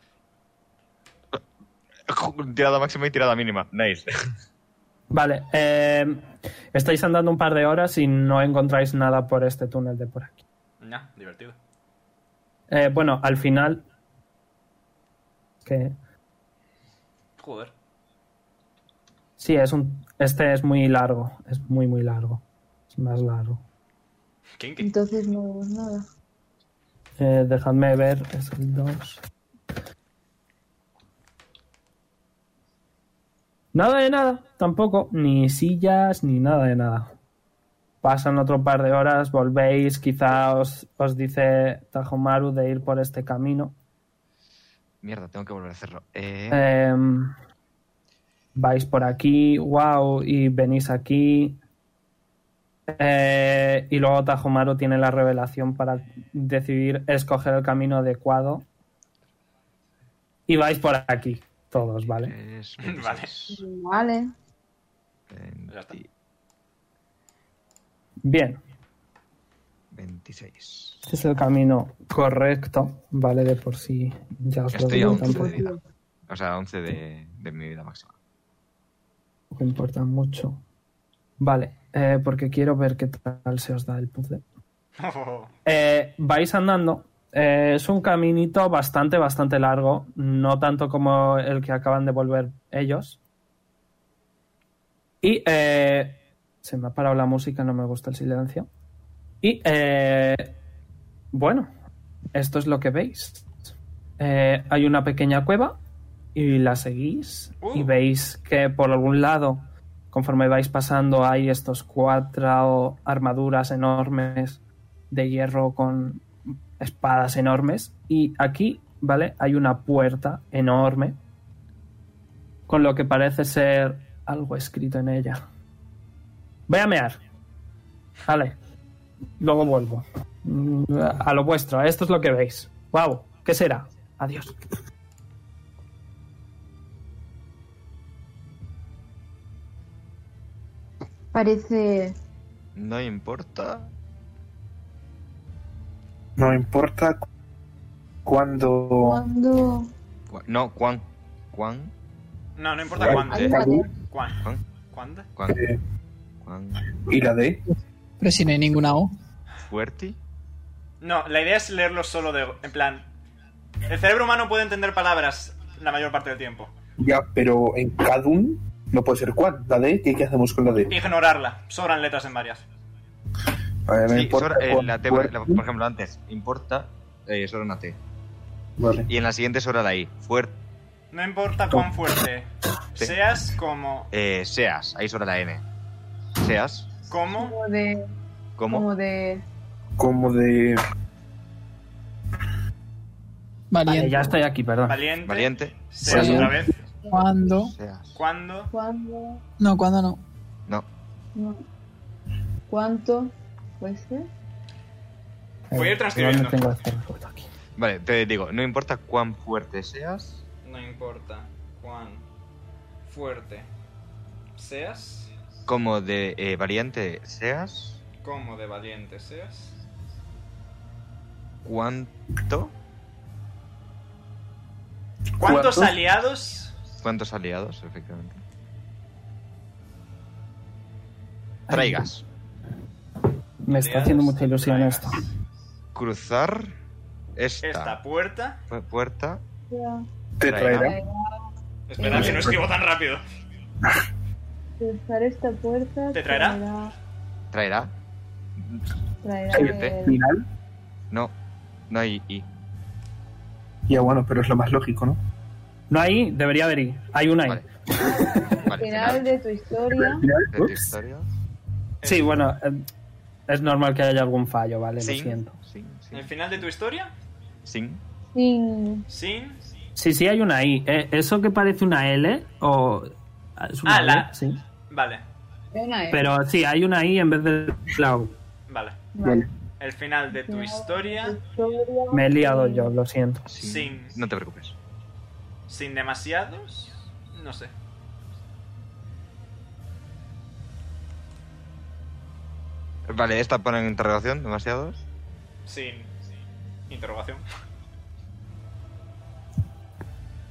Speaker 3: Tirada máxima y tirada mínima. Nice.
Speaker 1: Vale, eh, estáis andando un par de horas y no encontráis nada por este túnel de por aquí.
Speaker 4: Ya, divertido.
Speaker 1: Eh, bueno, al final... Que
Speaker 4: Joder.
Speaker 1: Sí, es un, este es muy largo, es muy, muy largo. Es más largo. *laughs*
Speaker 4: Kinky.
Speaker 2: Entonces no vemos nada.
Speaker 1: Eh, dejadme ver, es el 2. Nada de nada, tampoco. Ni sillas, ni nada de nada. Pasan otro par de horas, volvéis, quizá os, os dice Tajomaru de ir por este camino.
Speaker 3: Mierda, tengo que volver a hacerlo. Eh,
Speaker 1: Em, vais por aquí, wow, y venís aquí. Eh, y luego Tajomaru tiene la revelación para decidir escoger el camino adecuado. Y vais por aquí, todos, ¿vale?
Speaker 3: tres,
Speaker 4: Vale.
Speaker 3: veintiséis,
Speaker 2: Vale.
Speaker 4: Ya está.
Speaker 3: veinti-
Speaker 1: Bien,
Speaker 3: 26.
Speaker 1: este es el camino correcto, ¿vale? De por sí ya os
Speaker 6: Pues
Speaker 1: lo
Speaker 3: Estoy a
Speaker 1: digo,
Speaker 3: 11
Speaker 1: tampoco
Speaker 3: de vida. O sea, 11 de, de mi vida máxima.
Speaker 1: importa mucho. Vale, eh, porque quiero ver qué tal se os da el puzzle.
Speaker 4: Oh,
Speaker 1: Eh, vais andando. Eh, es un caminito bastante, bastante largo. No tanto como el que acaban de volver ellos. Y eh, se me ha parado la música, no me gusta el silencio. Y eh, bueno, esto es lo que veis. Eh, hay una pequeña cueva y la seguís y
Speaker 4: Uh.
Speaker 1: veis que por algún lado, conforme vais pasando, hay estos cuatro armaduras enormes de hierro con espadas enormes. Y aquí, ¿vale? Hay una puerta enorme con lo que parece ser algo escrito en ella. Voy a mear. Vale. Luego vuelvo. Mm, A lo vuestro. Esto es lo que veis. Wow. ¿Qué será? Adiós.
Speaker 2: Parece.
Speaker 3: No importa.
Speaker 6: No importa cu- cuándo.
Speaker 2: Cuando.
Speaker 3: Cu- No, Juan. Juan.
Speaker 4: No, no importa
Speaker 6: Vale.
Speaker 4: cuándo.
Speaker 2: Ahí va.
Speaker 4: ¿Cuándo?
Speaker 3: Juan,
Speaker 4: ¿Cuándo?
Speaker 3: Juan,
Speaker 6: Eh,
Speaker 3: Juan.
Speaker 6: y la D.
Speaker 5: Pero si no hay ninguna O.
Speaker 3: ¿Fuerti?
Speaker 4: No, la idea es leerlo solo de. En plan. El cerebro humano puede entender palabras la mayor parte del tiempo.
Speaker 6: Ya, pero en Cadun no puede ser Juan. La D, ¿qué, qué hacemos con la D?
Speaker 4: Ignorarla. Sobran letras en varias.
Speaker 6: A ver, no
Speaker 3: Sí,
Speaker 6: importa,
Speaker 3: sobre- eh,
Speaker 6: Juan,
Speaker 3: la T,
Speaker 6: Fuerti.
Speaker 3: la- por ejemplo, antes, importa, eh, sobre una T.
Speaker 6: Vale.
Speaker 3: Y en la siguiente sobre la I. Fuerte,
Speaker 4: No importa cuán fuerte
Speaker 3: Sí.
Speaker 4: seas, como.
Speaker 3: eh, seas, ahí sobre la N. Seas,
Speaker 4: Como.
Speaker 2: Como de.
Speaker 3: como.
Speaker 2: Como de.
Speaker 6: Como de.
Speaker 1: Vale,
Speaker 5: Valiente.
Speaker 1: ya estoy aquí, perdón.
Speaker 4: Valiente.
Speaker 3: Valiente,
Speaker 4: Seas
Speaker 5: Sí.
Speaker 4: otra vez.
Speaker 5: ¿Cuándo?
Speaker 3: seas.
Speaker 4: ¿Cuándo?
Speaker 1: Eh,
Speaker 2: ¿Cuándo?
Speaker 5: No, ¿cuándo no?
Speaker 3: No,
Speaker 2: No. ¿Cuánto? Puede ser.
Speaker 4: Voy a ir transcribiendo.
Speaker 1: No tengo el cerebro aquí.
Speaker 3: vale, te digo, no importa cuán fuerte seas,
Speaker 4: No importa cuán fuerte seas,
Speaker 3: como de eh, valiente seas,
Speaker 4: como de valiente seas,
Speaker 3: cuánto,
Speaker 4: cuántos
Speaker 6: ¿Cuántos?
Speaker 4: aliados
Speaker 3: cuántos aliados, efectivamente. Traigas,
Speaker 1: Me está haciendo
Speaker 4: aliados
Speaker 1: mucha ilusión
Speaker 4: traigas
Speaker 1: esto.
Speaker 3: cruzar esta,
Speaker 4: Esta puerta.
Speaker 3: pu- puerta.
Speaker 2: Ya.
Speaker 6: Te
Speaker 3: Traerá.
Speaker 6: traerá.
Speaker 4: Esperad, que no escribo tan rápido.
Speaker 2: Cruzar esta puerta.
Speaker 4: ¿Te traerá?
Speaker 3: Traerá.
Speaker 2: Traerá.
Speaker 3: Siguiente.
Speaker 2: el-
Speaker 6: Final.
Speaker 3: No, no hay I.
Speaker 6: Ya, bueno, pero es lo más lógico, ¿no?
Speaker 1: No hay, debería haber I. Hay una I. *laughs*
Speaker 3: Vale.
Speaker 2: final
Speaker 3: Vale, final.
Speaker 2: de tu historia.
Speaker 6: Final,
Speaker 3: De tu
Speaker 6: ups.
Speaker 3: historia.
Speaker 1: Sí, bueno, eh, es normal que haya algún fallo, ¿vale? Lo
Speaker 3: Sin,
Speaker 1: siento.
Speaker 3: sin, sin,
Speaker 4: El final de tu historia,
Speaker 3: sin.
Speaker 2: Sin.
Speaker 4: sin.
Speaker 1: Sí, sí, hay una I. Eh, ¿Eso que parece una L o...? es una
Speaker 4: Ah,
Speaker 1: L,
Speaker 4: la-
Speaker 1: Sí.
Speaker 4: Vale,
Speaker 2: Una E.
Speaker 1: Pero sí, hay una I en vez de la U.
Speaker 4: vale.
Speaker 2: Vale.
Speaker 4: El final de tu
Speaker 2: Final
Speaker 4: historia,
Speaker 2: Historia.
Speaker 1: Me he liado yo, lo siento.
Speaker 4: sin.
Speaker 3: No te preocupes.
Speaker 4: sin demasiados. No sé.
Speaker 3: Vale, esta pone en interrogación, demasiados.
Speaker 4: Sin. Interrogación.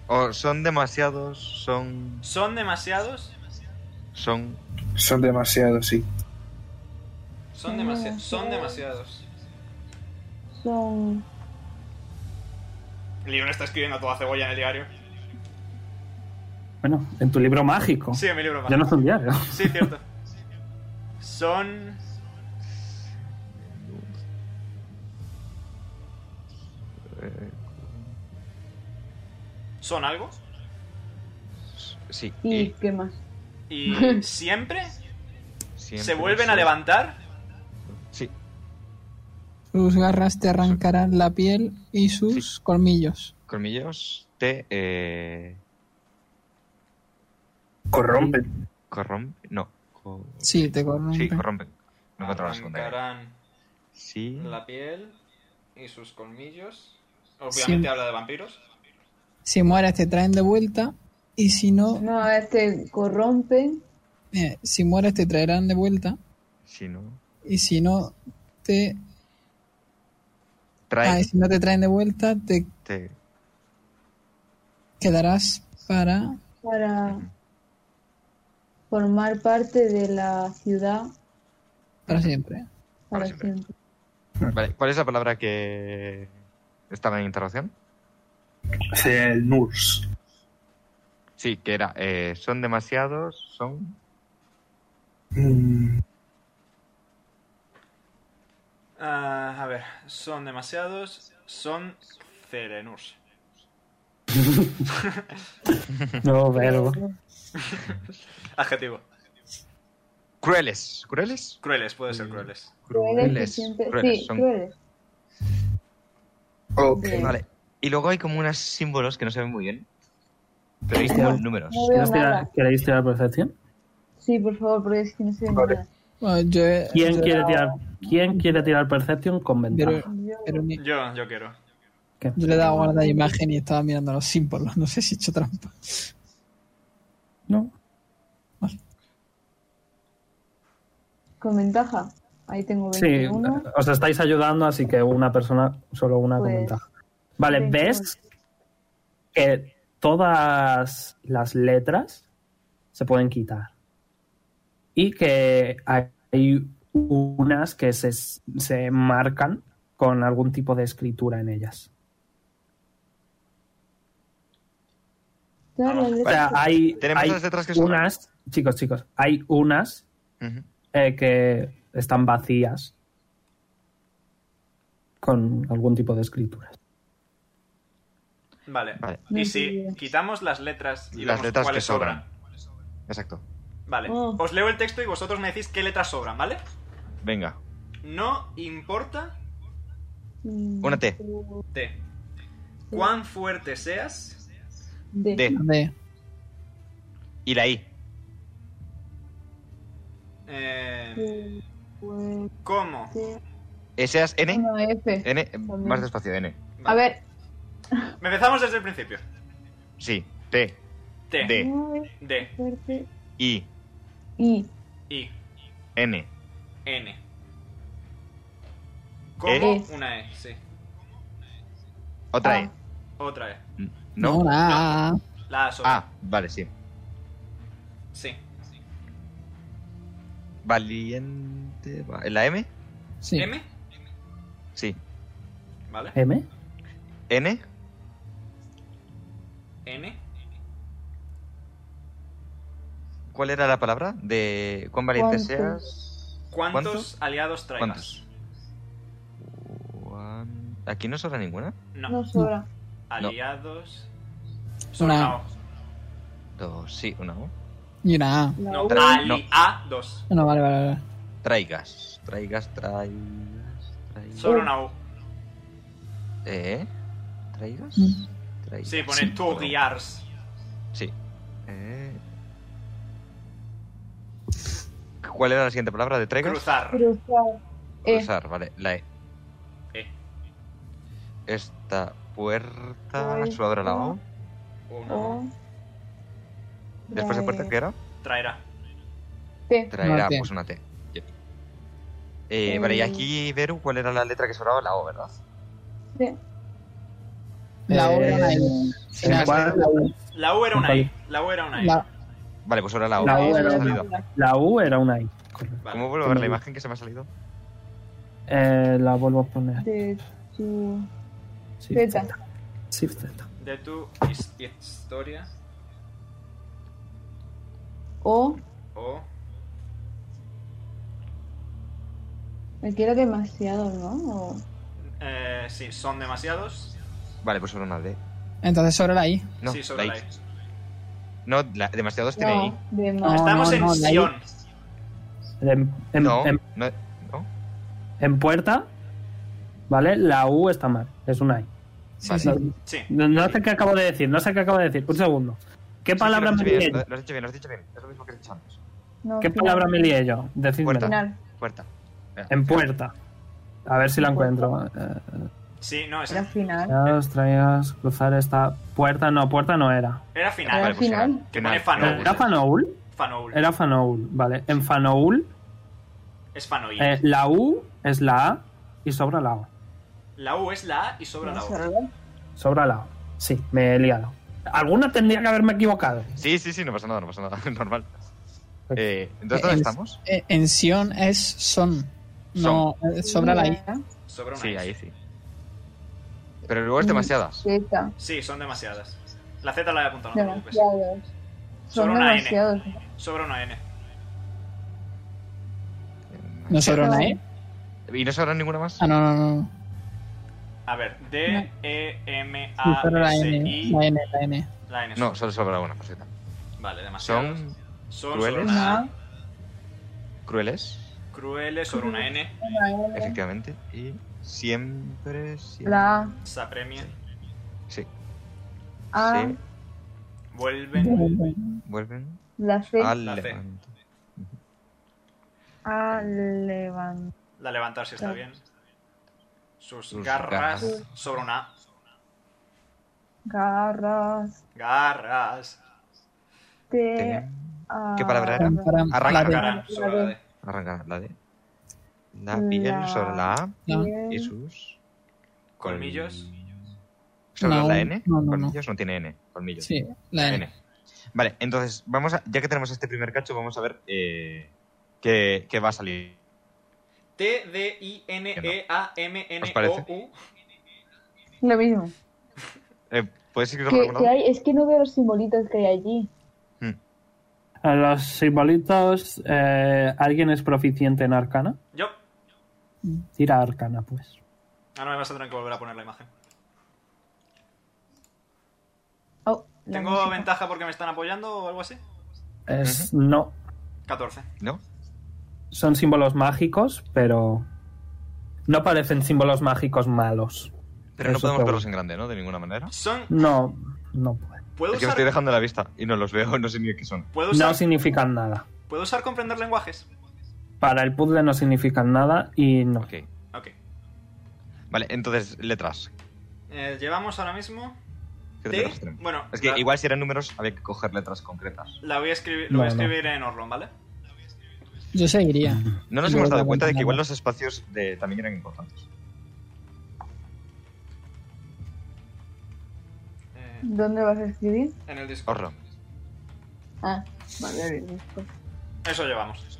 Speaker 3: O son demasiados, son.
Speaker 4: ¿Son demasiados?
Speaker 3: Son.
Speaker 6: Son demasiados, sí.
Speaker 4: Son demasiados. Son demasiados.
Speaker 2: Son.
Speaker 4: Leon está escribiendo a toda cebolla en el diario.
Speaker 1: Bueno, en tu libro mágico.
Speaker 4: Sí, en mi libro más.
Speaker 1: Yo no soy un diario.
Speaker 4: Sí, cierto. Son.
Speaker 3: eh,
Speaker 4: ¿Son algo?
Speaker 3: sí,
Speaker 2: ¿Y
Speaker 3: I.
Speaker 2: qué más?
Speaker 4: Y siempre
Speaker 3: Siempre
Speaker 4: se vuelven a
Speaker 3: son-
Speaker 4: levantar.
Speaker 3: Sí,
Speaker 5: Sus garras te arrancarán la piel y sus colmillos.
Speaker 3: colmillos te. Eh,
Speaker 6: Corrompen.
Speaker 3: corrompe. No. co-
Speaker 5: Sí, te corrompen.
Speaker 3: sí, corrompen. No encuentro la segunda.
Speaker 4: Arrancarán
Speaker 3: Sí.
Speaker 4: la piel y sus colmillos. Obviamente
Speaker 5: Siempre.
Speaker 4: habla de vampiros.
Speaker 5: Si mueres te traen de vuelta y si no,
Speaker 2: No, este corrompen.
Speaker 5: eh, si mueres te traerán de vuelta
Speaker 3: Sí, no.
Speaker 5: y si no te ah,
Speaker 2: Ah,
Speaker 3: Trae. este,
Speaker 5: y si no te traen de vuelta te
Speaker 3: te-
Speaker 5: quedarás para
Speaker 2: para formar parte de la ciudad
Speaker 5: para siempre.
Speaker 2: para
Speaker 3: Para siempre.
Speaker 2: siempre.
Speaker 3: Vale, ¿cuál es la palabra que. estaba en interrogación?
Speaker 6: El Nurs.
Speaker 3: Sí, que era. eh, son demasiados, son.
Speaker 6: Mm,
Speaker 4: Ah, a ver, son demasiados. Son Cerenurs.
Speaker 1: No, verbo.
Speaker 4: Adjetivo.
Speaker 3: Crueles. ¿Crueles?
Speaker 4: Crueles, puede ser crueles.
Speaker 2: Crueles,
Speaker 3: Crueles,
Speaker 2: se siente-
Speaker 3: crueles,
Speaker 2: sí,
Speaker 3: son-
Speaker 2: crueles.
Speaker 6: Ok.
Speaker 2: Bien.
Speaker 3: Vale. Y luego hay como unos símbolos que no se ven muy bien. Pero hay como números.
Speaker 2: No veo
Speaker 1: ¿Queréis
Speaker 2: nada.
Speaker 1: tirar, ¿Queréis tirar percepción?
Speaker 2: Sí, por favor, porque es que no se ve
Speaker 6: Vale.
Speaker 2: nada.
Speaker 5: Bueno, yo, he-
Speaker 1: ¿Quién
Speaker 5: yo-
Speaker 1: quiere tirar, ¿quién quiere tirar percepción con ventaja?
Speaker 5: pero,
Speaker 2: Yo-
Speaker 5: pero ni-
Speaker 4: Yo, yo quiero.
Speaker 1: ¿Qué?
Speaker 5: yo le he dado guarda a la imagen y estaba mirando los símbolos. No sé si he hecho trampa.
Speaker 1: No.
Speaker 2: Con ventaja. Ahí tengo
Speaker 1: Sí,
Speaker 2: 21.
Speaker 1: os estáis ayudando, así
Speaker 3: Pues
Speaker 1: que una persona, solo una con
Speaker 2: Pues,
Speaker 1: ventaja. Vale,
Speaker 2: tengo-
Speaker 1: ves que todas las letras se pueden quitar. Y que hay unas que se, se marcan con algún tipo de escritura en ellas.
Speaker 3: No, no,
Speaker 1: O sea, hay,
Speaker 3: Tenemos
Speaker 1: hay
Speaker 3: las letras que son.
Speaker 1: unas, chicos, chicos, hay unas
Speaker 3: Ujú.
Speaker 1: eh, que están vacías con algún tipo de escritura.
Speaker 4: Vale.
Speaker 3: Vale.
Speaker 4: Y si quitamos las letras y
Speaker 3: Las
Speaker 4: vemos
Speaker 3: letras
Speaker 4: cuáles
Speaker 3: que sobran.
Speaker 4: sobran.
Speaker 3: Exacto.
Speaker 4: Vale.
Speaker 7: Oh.
Speaker 4: Os leo el texto y vosotros me decís qué letras sobran, ¿vale?
Speaker 3: Venga.
Speaker 4: No importa
Speaker 3: Una T.
Speaker 4: T. Cuán fuerte seas,
Speaker 7: D.
Speaker 3: D.
Speaker 5: D.
Speaker 3: Y la I.
Speaker 4: eh,
Speaker 7: D. Fuerte.
Speaker 4: cómo.
Speaker 3: Eh, Seas N.
Speaker 2: Una F.
Speaker 3: N. eh, Más despacio, N.
Speaker 2: A ver,
Speaker 4: Empezamos desde el principio.
Speaker 3: Sí. T.
Speaker 4: T.
Speaker 3: D.
Speaker 7: Muy
Speaker 4: D.
Speaker 7: fuerte.
Speaker 3: I.
Speaker 2: I.
Speaker 4: I.
Speaker 3: N.
Speaker 4: N. Como
Speaker 2: E.
Speaker 4: una E, sí.
Speaker 3: Otra
Speaker 2: Ah.
Speaker 3: E.
Speaker 4: Otra E.
Speaker 3: No.
Speaker 5: la A.
Speaker 4: La A sobra.
Speaker 3: Ah, vale, sí.
Speaker 4: Sí.
Speaker 3: Valiente. va- ¿La M?
Speaker 5: Sí.
Speaker 4: M.
Speaker 3: Sí.
Speaker 4: Vale.
Speaker 1: ¿M?
Speaker 3: N.
Speaker 4: N.
Speaker 3: ¿Cuál era la palabra? De cuán valiente
Speaker 7: ¿Cuánto?
Speaker 3: seas.
Speaker 4: ¿Cuántos
Speaker 3: ¿Cuántos?
Speaker 4: aliados traigas?
Speaker 3: ¿Cuántos? Cuán- Aquí no sobra ninguna.
Speaker 4: No.
Speaker 7: No sobra.
Speaker 4: Aliados.
Speaker 5: Una
Speaker 4: Una O.
Speaker 3: Dos, sí, una. ¿no?
Speaker 5: Y una A.
Speaker 7: La
Speaker 4: No,
Speaker 7: U.
Speaker 3: Tra-
Speaker 4: aliados.
Speaker 5: No, vale, vale, vale.
Speaker 3: Traigas. Traigas, traigas. Traigas.
Speaker 4: Solo una U.
Speaker 3: ¿Eh? ¿Traigas?
Speaker 5: Mm.
Speaker 1: Eh,
Speaker 3: Traigas.
Speaker 4: Sí, pone tú guiars.
Speaker 3: Sí. Eh. ¿Cuál era la siguiente palabra de traigas?
Speaker 4: Cruzar.
Speaker 7: Cruzar. E.
Speaker 3: Cruzar, vale. La E.
Speaker 4: E.
Speaker 3: Esta puerta.
Speaker 7: Puerta.
Speaker 3: Su abra la O.
Speaker 4: Uno.
Speaker 2: Oh.
Speaker 7: O.
Speaker 3: Después de puerta, ¿qué era?
Speaker 4: Traerá.
Speaker 7: T.
Speaker 3: Traerá,
Speaker 5: Una T.
Speaker 3: pues una T. Ya. Eh, Vale, y aquí, Veru, ¿cuál era la letra que sobraba? La O, ¿verdad?
Speaker 7: D.
Speaker 5: La O
Speaker 1: Eh,
Speaker 5: era una I.
Speaker 1: ¿En
Speaker 5: La-
Speaker 1: cuál?
Speaker 5: la U.
Speaker 4: La U era una I. La U era una I.
Speaker 5: La-
Speaker 3: Vale, pues ahora la O.
Speaker 1: La O
Speaker 3: Se me ha
Speaker 1: era la
Speaker 3: salido.
Speaker 1: La U era una I. correcto.
Speaker 4: Vale.
Speaker 3: ¿Cómo vuelvo a ver la imagen que se me ha salido?
Speaker 1: Eh, la vuelvo a poner.
Speaker 7: De tu.
Speaker 1: Sí,
Speaker 2: pues,
Speaker 7: Zeta.
Speaker 1: Z. Sí, Z.
Speaker 4: De tu his- historia.
Speaker 7: O.
Speaker 4: O.
Speaker 7: Me quiero demasiado, ¿no? O-
Speaker 4: Eh, sí, son demasiados.
Speaker 3: Vale, pues solo una D.
Speaker 5: Entonces sobre la I.
Speaker 3: No,
Speaker 4: sí, sobre
Speaker 3: la
Speaker 4: la E.
Speaker 3: I.
Speaker 4: I.
Speaker 3: No, la- demasiados tiene I.
Speaker 7: No. Demasiado.
Speaker 4: Estamos
Speaker 5: no,
Speaker 4: en
Speaker 5: no, la I.
Speaker 4: Sion.
Speaker 1: En, en-
Speaker 3: No,
Speaker 1: en-
Speaker 3: no, no.
Speaker 1: en puerta, ¿vale? La U está mal. Es una I.
Speaker 5: Sí,
Speaker 3: Vale.
Speaker 5: sí.
Speaker 4: Sí.
Speaker 1: No, no sé qué acabo de decir, no sé qué acabo de decir. Un segundo. ¿Qué
Speaker 3: Sí,
Speaker 1: palabra
Speaker 3: sí,
Speaker 1: me
Speaker 3: que lo has
Speaker 1: lié
Speaker 3: dicho bien,
Speaker 1: yo?
Speaker 3: lo- Lo has dicho bien, lo has dicho bien. Es lo mismo que he dicho antes.
Speaker 7: No,
Speaker 1: ¿Qué
Speaker 7: final.
Speaker 1: palabra me lié yo? Decídmelo.
Speaker 3: Puerta.
Speaker 7: Final.
Speaker 3: Puerta. Espera.
Speaker 1: En puerta. A ver si la encuentro. Eh,
Speaker 4: Sí, no, es,
Speaker 7: Era final.
Speaker 1: ya os traigas cruzar esta puerta. No, puerta no era.
Speaker 4: era
Speaker 7: Era
Speaker 4: final.
Speaker 7: Vale. final.
Speaker 4: Que pone Fanoul.
Speaker 3: pues no,
Speaker 1: ¿Era
Speaker 3: pues,
Speaker 1: Fanoul?
Speaker 4: Fanoul.
Speaker 1: Era Fanoul, vale. En Fanoul,
Speaker 4: Es Fanoil.
Speaker 1: eh, la U es la A y sobra la O.
Speaker 4: La U es la A y sobra la O.
Speaker 1: Sobra la O. Sí, me he liado. Alguna tendría que haberme equivocado.
Speaker 3: Sí, sí, sí, no pasa nada, no pasa nada. *laughs* Normal.
Speaker 1: Ok.
Speaker 3: Eh, Entonces, ¿dónde
Speaker 5: Es-
Speaker 3: estamos?
Speaker 5: Eh, En Sion es son. No, eh, sobra la I.
Speaker 4: Sobra una
Speaker 3: Sí,
Speaker 4: I.
Speaker 3: ahí sí. Pero luego es demasiadas.
Speaker 5: Eh,
Speaker 7: Z.
Speaker 4: Sí, son demasiadas. La Z la he apuntado, no te preocupes.
Speaker 7: Demasiados. Son
Speaker 4: Solo una N.
Speaker 7: demasiados.
Speaker 4: Sobra una N.
Speaker 5: No sobra una
Speaker 7: No.
Speaker 5: E.
Speaker 3: ¿Y no sabrán ninguna más?
Speaker 5: Ah, no, no, no.
Speaker 4: A ver, D, E, M,
Speaker 5: Sí,
Speaker 4: A,
Speaker 5: sobra la
Speaker 4: S,
Speaker 5: N.
Speaker 4: I.
Speaker 5: La N, la N.
Speaker 4: La N.
Speaker 3: No, solo sobra una cosita.
Speaker 4: Vale, demasiados.
Speaker 3: Son
Speaker 4: Son
Speaker 3: crueles.
Speaker 4: sobre una A.
Speaker 3: crueles,
Speaker 4: Crueles sobre una N.
Speaker 7: Una N.
Speaker 3: efectivamente. Y siempre. siempre
Speaker 7: La
Speaker 4: Se apremian.
Speaker 3: Sí.
Speaker 7: A.
Speaker 3: Se
Speaker 4: Vuelven.
Speaker 3: vuelven
Speaker 7: La C.
Speaker 3: al
Speaker 4: La C.
Speaker 3: levanto.
Speaker 7: A. Levantar.
Speaker 4: La levantar si está bien. Sus,
Speaker 3: Sus
Speaker 4: garras,
Speaker 3: garras.
Speaker 4: sobre una A.
Speaker 7: Garras.
Speaker 4: Garras.
Speaker 5: Eh.
Speaker 7: T. A.
Speaker 3: ¿Qué palabra era?
Speaker 5: Para- para
Speaker 3: Arranca.
Speaker 5: la D.
Speaker 4: Cara sobre la D.
Speaker 3: Arranca la D. La piel
Speaker 7: La-
Speaker 3: sobre la A
Speaker 5: No.
Speaker 7: Bien.
Speaker 3: y sus
Speaker 4: Colmillos.
Speaker 3: ¿Solo
Speaker 5: No,
Speaker 3: la N?
Speaker 5: no, no,
Speaker 3: Colmillos no tiene N. Colmillos.
Speaker 5: Ah, Sí, la N.
Speaker 3: N. Vale, entonces, vamos a- ya que tenemos este primer cacho, vamos a ver eh, qué, qué va a salir.
Speaker 4: E T-D-I-N-E-A-M-N-O-U.
Speaker 7: Lo mismo.
Speaker 3: Eh, ¿Puedes ir
Speaker 7: ¿Qué, qué hay? Es que no veo los simbolitos que hay allí.
Speaker 1: A los simbolitos, eh, ¿alguien es proficiente en arcana?
Speaker 4: Yo.
Speaker 1: Tira arcana, pues.
Speaker 4: Ahora me vas a tener que volver a poner la imagen.
Speaker 7: Oh, la
Speaker 4: ¿Tengo
Speaker 7: música.
Speaker 4: ventaja porque me están apoyando o algo así?
Speaker 1: Es, No,
Speaker 4: 14.
Speaker 3: ¿No?
Speaker 1: son símbolos mágicos, pero no parecen símbolos mágicos malos.
Speaker 3: Pero no
Speaker 1: Eso
Speaker 3: podemos
Speaker 1: seguro.
Speaker 3: verlos en grande, ¿no? De ninguna manera.
Speaker 4: Son.
Speaker 1: No, no pueden.
Speaker 4: ¿Puedo
Speaker 3: Es que me estoy
Speaker 4: usar,
Speaker 3: dejando a la vista y no los veo, no sé ni qué son.
Speaker 4: ¿puedo
Speaker 1: No
Speaker 4: usar,
Speaker 1: significan nada.
Speaker 4: ¿puedo usar comprender lenguajes?
Speaker 1: Para el puzzle no significan nada y no.
Speaker 3: Ok.
Speaker 4: Ok.
Speaker 3: Vale, entonces, letras.
Speaker 4: Eh, llevamos ahora mismo.
Speaker 3: ¿Qué
Speaker 4: T-
Speaker 3: letras tenemos?
Speaker 4: Bueno,
Speaker 3: Es que
Speaker 4: la,
Speaker 3: igual si eran números había que coger letras concretas.
Speaker 4: la voy a escribir, lo voy a
Speaker 1: No, no.
Speaker 4: escribir en Orlon, ¿vale?
Speaker 5: Yo seguiría.
Speaker 3: No nos hemos
Speaker 5: Y luego
Speaker 3: dado
Speaker 5: la
Speaker 3: cuenta de que
Speaker 5: continuamos.
Speaker 3: igual los espacios de, también eran importantes.
Speaker 4: Eh,
Speaker 7: ¿Dónde vas a escribir?
Speaker 4: en el Discord.
Speaker 3: Orlon.
Speaker 7: Ah, vale, pues, vale, listo.
Speaker 4: Eso llevamos.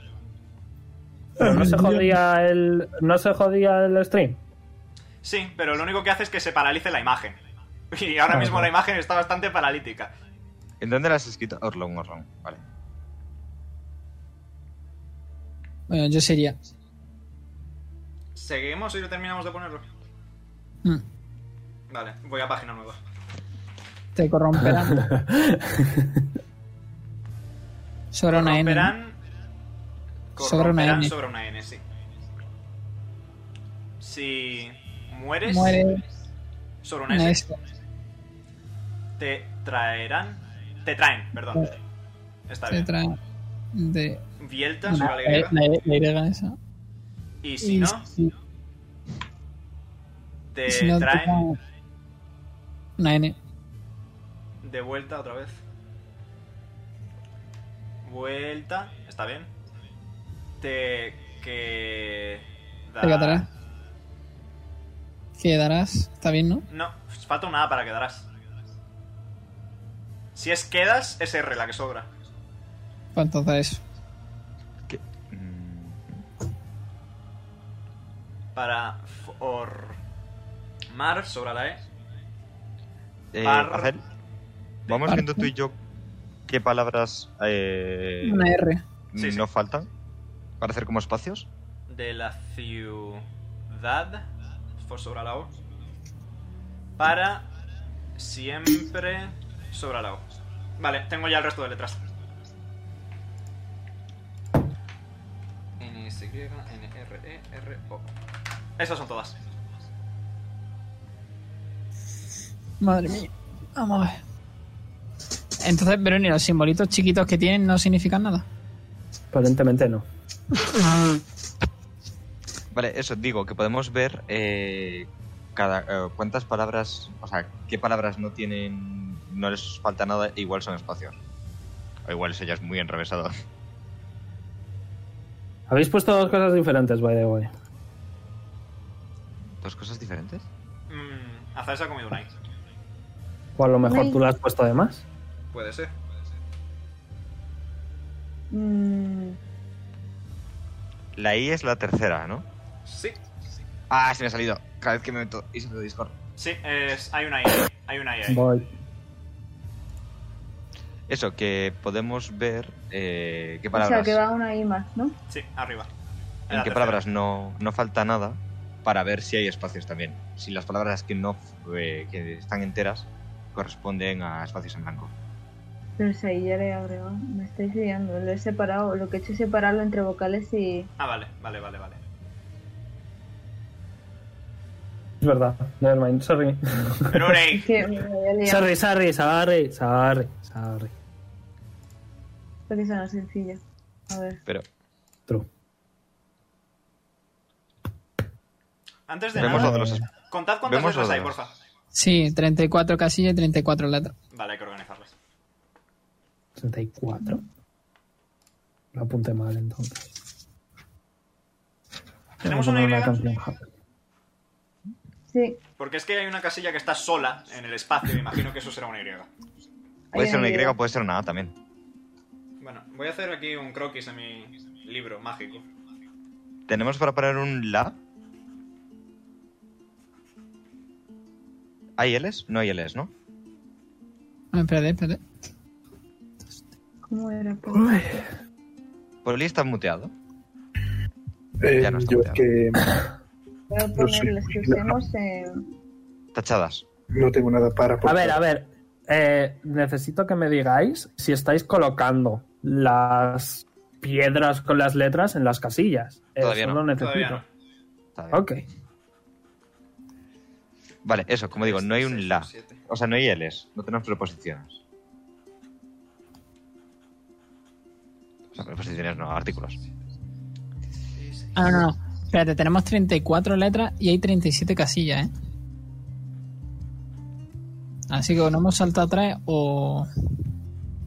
Speaker 1: Pero no se jodía el, no se jodía el stream.
Speaker 4: Sí, pero lo único que hace es que se paralice la imagen. *laughs* Y ahora mismo la imagen está bastante paralítica.
Speaker 3: ¿En dónde las has escrito? Orlon, Orlon. Vale.
Speaker 5: Bueno, yo seguiría.
Speaker 4: ¿Seguimos y lo terminamos de ponerlo?
Speaker 5: Mm.
Speaker 4: Vale, voy a página nueva.
Speaker 5: Te
Speaker 4: *laughs*
Speaker 5: corromperán. Sobre una N. ¿no?
Speaker 4: Corromperán.
Speaker 5: Sobre una
Speaker 4: corromperán
Speaker 5: N.
Speaker 4: sobre una N, sí. Si mueres,
Speaker 5: Muere
Speaker 4: sobre una
Speaker 5: una
Speaker 4: S,
Speaker 5: S.
Speaker 4: te traerán. Te traen, perdón. Está
Speaker 5: Te
Speaker 4: bien.
Speaker 5: trae de
Speaker 4: Vielta
Speaker 5: una,
Speaker 4: sobre
Speaker 5: la,
Speaker 4: la griega.
Speaker 5: la- E, la Y esa.
Speaker 4: Y si
Speaker 5: Y
Speaker 4: no,
Speaker 5: si-
Speaker 4: te
Speaker 5: si no, te
Speaker 4: traen
Speaker 5: trae una N.
Speaker 4: de vuelta otra vez. Vuelta. Está bien. Te que.
Speaker 5: Te quedarás. Quedarás. Está bien, ¿no?
Speaker 4: No, falta una A para quedarás. Si es quedas, es R la que sobra.
Speaker 5: Pues entonces eso.
Speaker 3: Mm,
Speaker 4: Para formar sobra la E.
Speaker 3: Eh,
Speaker 4: Par-
Speaker 3: Azel, vamos
Speaker 5: Par-
Speaker 3: viendo tú y yo qué palabras eh,
Speaker 5: Una R.
Speaker 4: Sí, sí.
Speaker 3: no faltan para hacer como espacios.
Speaker 4: De la ciudad. for- Sobra la O. Para siempre. Sobra la O. Vale, tengo ya el resto de letras. N, S, N, R, E, R, O. Esas son todas.
Speaker 5: Madre mía. Vamos a ver. Entonces, Veroni, los simbolitos chiquitos que tienen no significan nada.
Speaker 1: Aparentemente no.
Speaker 5: Ah.
Speaker 3: Vale, eso digo, que podemos ver eh, cada, eh, cuántas palabras, o sea, qué palabras no tienen, no les falta nada, e igual son espacios. O igual eso ya es muy enrevesado. *laughs*
Speaker 1: Habéis puesto dos cosas diferentes, by the way.
Speaker 3: ¿Dos cosas diferentes?
Speaker 4: Mmm. Azar se ha comido una I.
Speaker 1: O a lo mejor
Speaker 7: Uy.
Speaker 1: tú la has puesto de más.
Speaker 4: Puede ser.
Speaker 7: Mm,
Speaker 3: La I es la tercera, ¿no?
Speaker 4: Sí.
Speaker 3: Ah, se me ha salido. Cada vez que me meto y se Discord.
Speaker 4: Sí, es- hay una I. Hay una I. ahí.
Speaker 1: Voy.
Speaker 3: Eso, que podemos ver eh, qué
Speaker 7: o
Speaker 3: palabras.
Speaker 7: sea, que va una I más, ¿no?
Speaker 4: Sí, arriba.
Speaker 3: en
Speaker 4: la
Speaker 3: qué
Speaker 4: tercera.
Speaker 3: palabras no, no falta nada para ver si hay espacios también. Si las palabras que no eh, que están enteras corresponden a espacios en blanco.
Speaker 7: Pero si ahí ya le he agregado. Me estoy liando. Lo he separado. Lo que he hecho es separarlo entre vocales y.
Speaker 4: Ah, vale, vale, vale, vale.
Speaker 1: Es verdad. Nevermind. Sorry.
Speaker 4: Pero una I.
Speaker 7: Es que me había liado.
Speaker 1: Sorry, sorry, sorry, sorry, sorry.
Speaker 7: Porque suena sencillo. A ver.
Speaker 3: Pero
Speaker 1: True.
Speaker 4: Antes de
Speaker 3: vemos lo
Speaker 4: nada,
Speaker 3: de los espacios.
Speaker 4: contad cuántas
Speaker 3: vemos
Speaker 4: letras
Speaker 3: lo de
Speaker 4: hay,
Speaker 3: los-
Speaker 4: porfa.
Speaker 5: Sí, 34 casillas y 34 letras.
Speaker 4: Vale, hay que organizarlas.
Speaker 1: 64. Lo apunté mal entonces.
Speaker 4: Tenemos
Speaker 1: Voy a
Speaker 4: una
Speaker 1: poner
Speaker 4: Y.
Speaker 1: canción.
Speaker 7: Sí.
Speaker 4: Porque es que hay una casilla que está sola en el espacio, me imagino que eso será una Y.
Speaker 3: Puede
Speaker 7: Ahí
Speaker 3: ser una
Speaker 7: me
Speaker 3: Y
Speaker 7: quedo.
Speaker 3: o puede ser una A también.
Speaker 4: Bueno, voy a hacer aquí un croquis de mi libro mágico.
Speaker 3: ¿Tenemos para poner un la? ¿Hay L's? No hay L's, ¿no?
Speaker 5: Ah, espérate, espérate.
Speaker 7: ¿Cómo era?
Speaker 3: Poli Pues está muteado.
Speaker 6: Eh,
Speaker 3: Ya no está
Speaker 6: yo es
Speaker 3: muteado.
Speaker 6: que
Speaker 7: Voy a
Speaker 6: No sé,
Speaker 7: poner las que
Speaker 6: no.
Speaker 7: usemos en...
Speaker 3: Tachadas.
Speaker 6: no tengo nada para
Speaker 1: A
Speaker 6: aportar.
Speaker 1: ver, a ver. eh, necesito que me digáis si estáis colocando las piedras con las letras en las casillas.
Speaker 3: Todavía
Speaker 1: Eso
Speaker 3: no,
Speaker 1: lo necesito.
Speaker 4: Todavía no.
Speaker 3: Está bien.
Speaker 1: Ok.
Speaker 3: Vale, eso, como digo, no hay un
Speaker 4: Seis,
Speaker 3: la.
Speaker 4: siete.
Speaker 3: O sea, no hay L's, no tenemos preposiciones. O sea, preposiciones no, artículos.
Speaker 5: Ah, no, no. Espérate, tenemos 34 letras y hay 37 casillas, ¿eh? Así que o no hemos saltado tres o.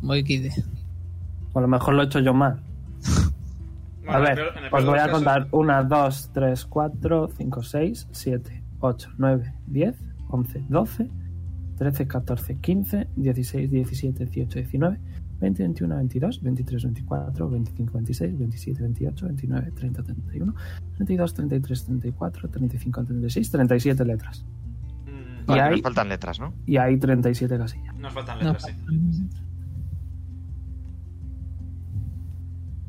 Speaker 5: Voy quite.
Speaker 1: O a lo mejor lo he hecho yo mal.
Speaker 4: Bueno,
Speaker 1: a
Speaker 4: en el
Speaker 1: ver,
Speaker 4: peor- en el
Speaker 1: os
Speaker 4: peor
Speaker 1: voy
Speaker 4: de
Speaker 1: a
Speaker 4: los
Speaker 1: contar
Speaker 4: casos-
Speaker 1: 1, 2, 3, 4, 5, 6, 7, 8, 9, 10, 11, 12, 13, 14, 15, 16, 17, 18, 19, 20, 21, 22, 23, 24, 25, 26, 27, 28, 29, 30, 31, 32, 33, 34, 35, 36, 37 letras.
Speaker 4: Mm,
Speaker 1: Y
Speaker 3: Vale,
Speaker 1: hay-
Speaker 3: nos faltan letras, ¿no?
Speaker 1: Y hay 37 casillas.
Speaker 4: Nos faltan
Speaker 5: No.
Speaker 4: letras, sí.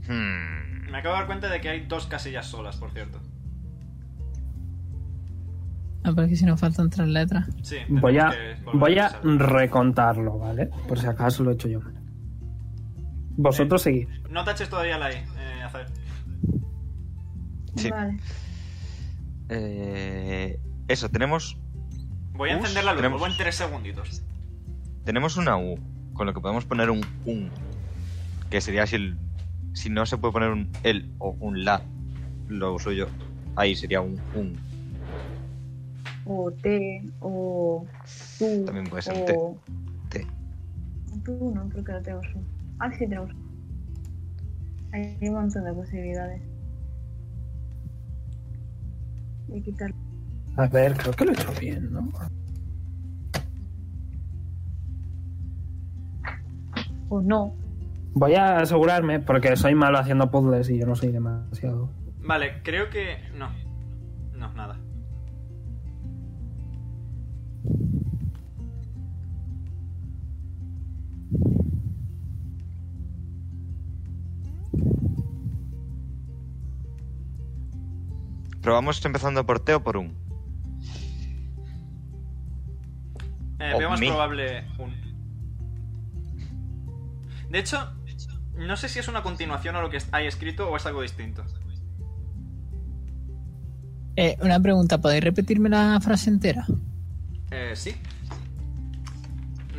Speaker 3: Hmm.
Speaker 4: Me acabo de dar cuenta de que hay dos casillas solas, por cierto.
Speaker 5: Ah, pero es que si nos faltan tres letras.
Speaker 4: Sí, tenemos
Speaker 1: Voy a,
Speaker 4: que volver
Speaker 1: voy a
Speaker 4: revisar.
Speaker 1: recontarlo, ¿vale? Por si acaso lo he hecho yo mal.
Speaker 4: Eh,
Speaker 1: Vosotros seguid.
Speaker 4: No taches todavía la I, eh, Azael.
Speaker 3: Sí.
Speaker 7: Vale.
Speaker 3: Eh, eso, tenemos,
Speaker 4: Voy a
Speaker 3: Us,
Speaker 4: encender la luz,
Speaker 3: tenemos-
Speaker 4: vuelvo en tres segunditos.
Speaker 3: tenemos una U, con lo que podemos poner un un. Que sería si, el- si no se puede poner un el o un la, lo uso yo. Ahí sería un un.
Speaker 7: O T, o tú,
Speaker 3: También puede ser
Speaker 7: o...
Speaker 3: un T. T.
Speaker 7: Tú no, creo que no tenemos un. Ah, sí tenemos un. Hay un montón de posibilidades. Voy a quitar
Speaker 1: A ver, creo que lo he hecho bien, ¿no?
Speaker 7: o no.
Speaker 1: Voy a asegurarme, porque soy malo haciendo puzzles y yo no soy demasiado.
Speaker 4: Vale, creo que... No. No, nada.
Speaker 3: Pero vamos empezando por T o por un.
Speaker 4: Eh,
Speaker 3: O
Speaker 4: veo más
Speaker 3: mi.
Speaker 4: probable un... De hecho, no sé si es una continuación a lo que hay escrito o es algo distinto.
Speaker 5: Eh, una pregunta, ¿podéis repetirme la frase entera?
Speaker 4: Eh, sí.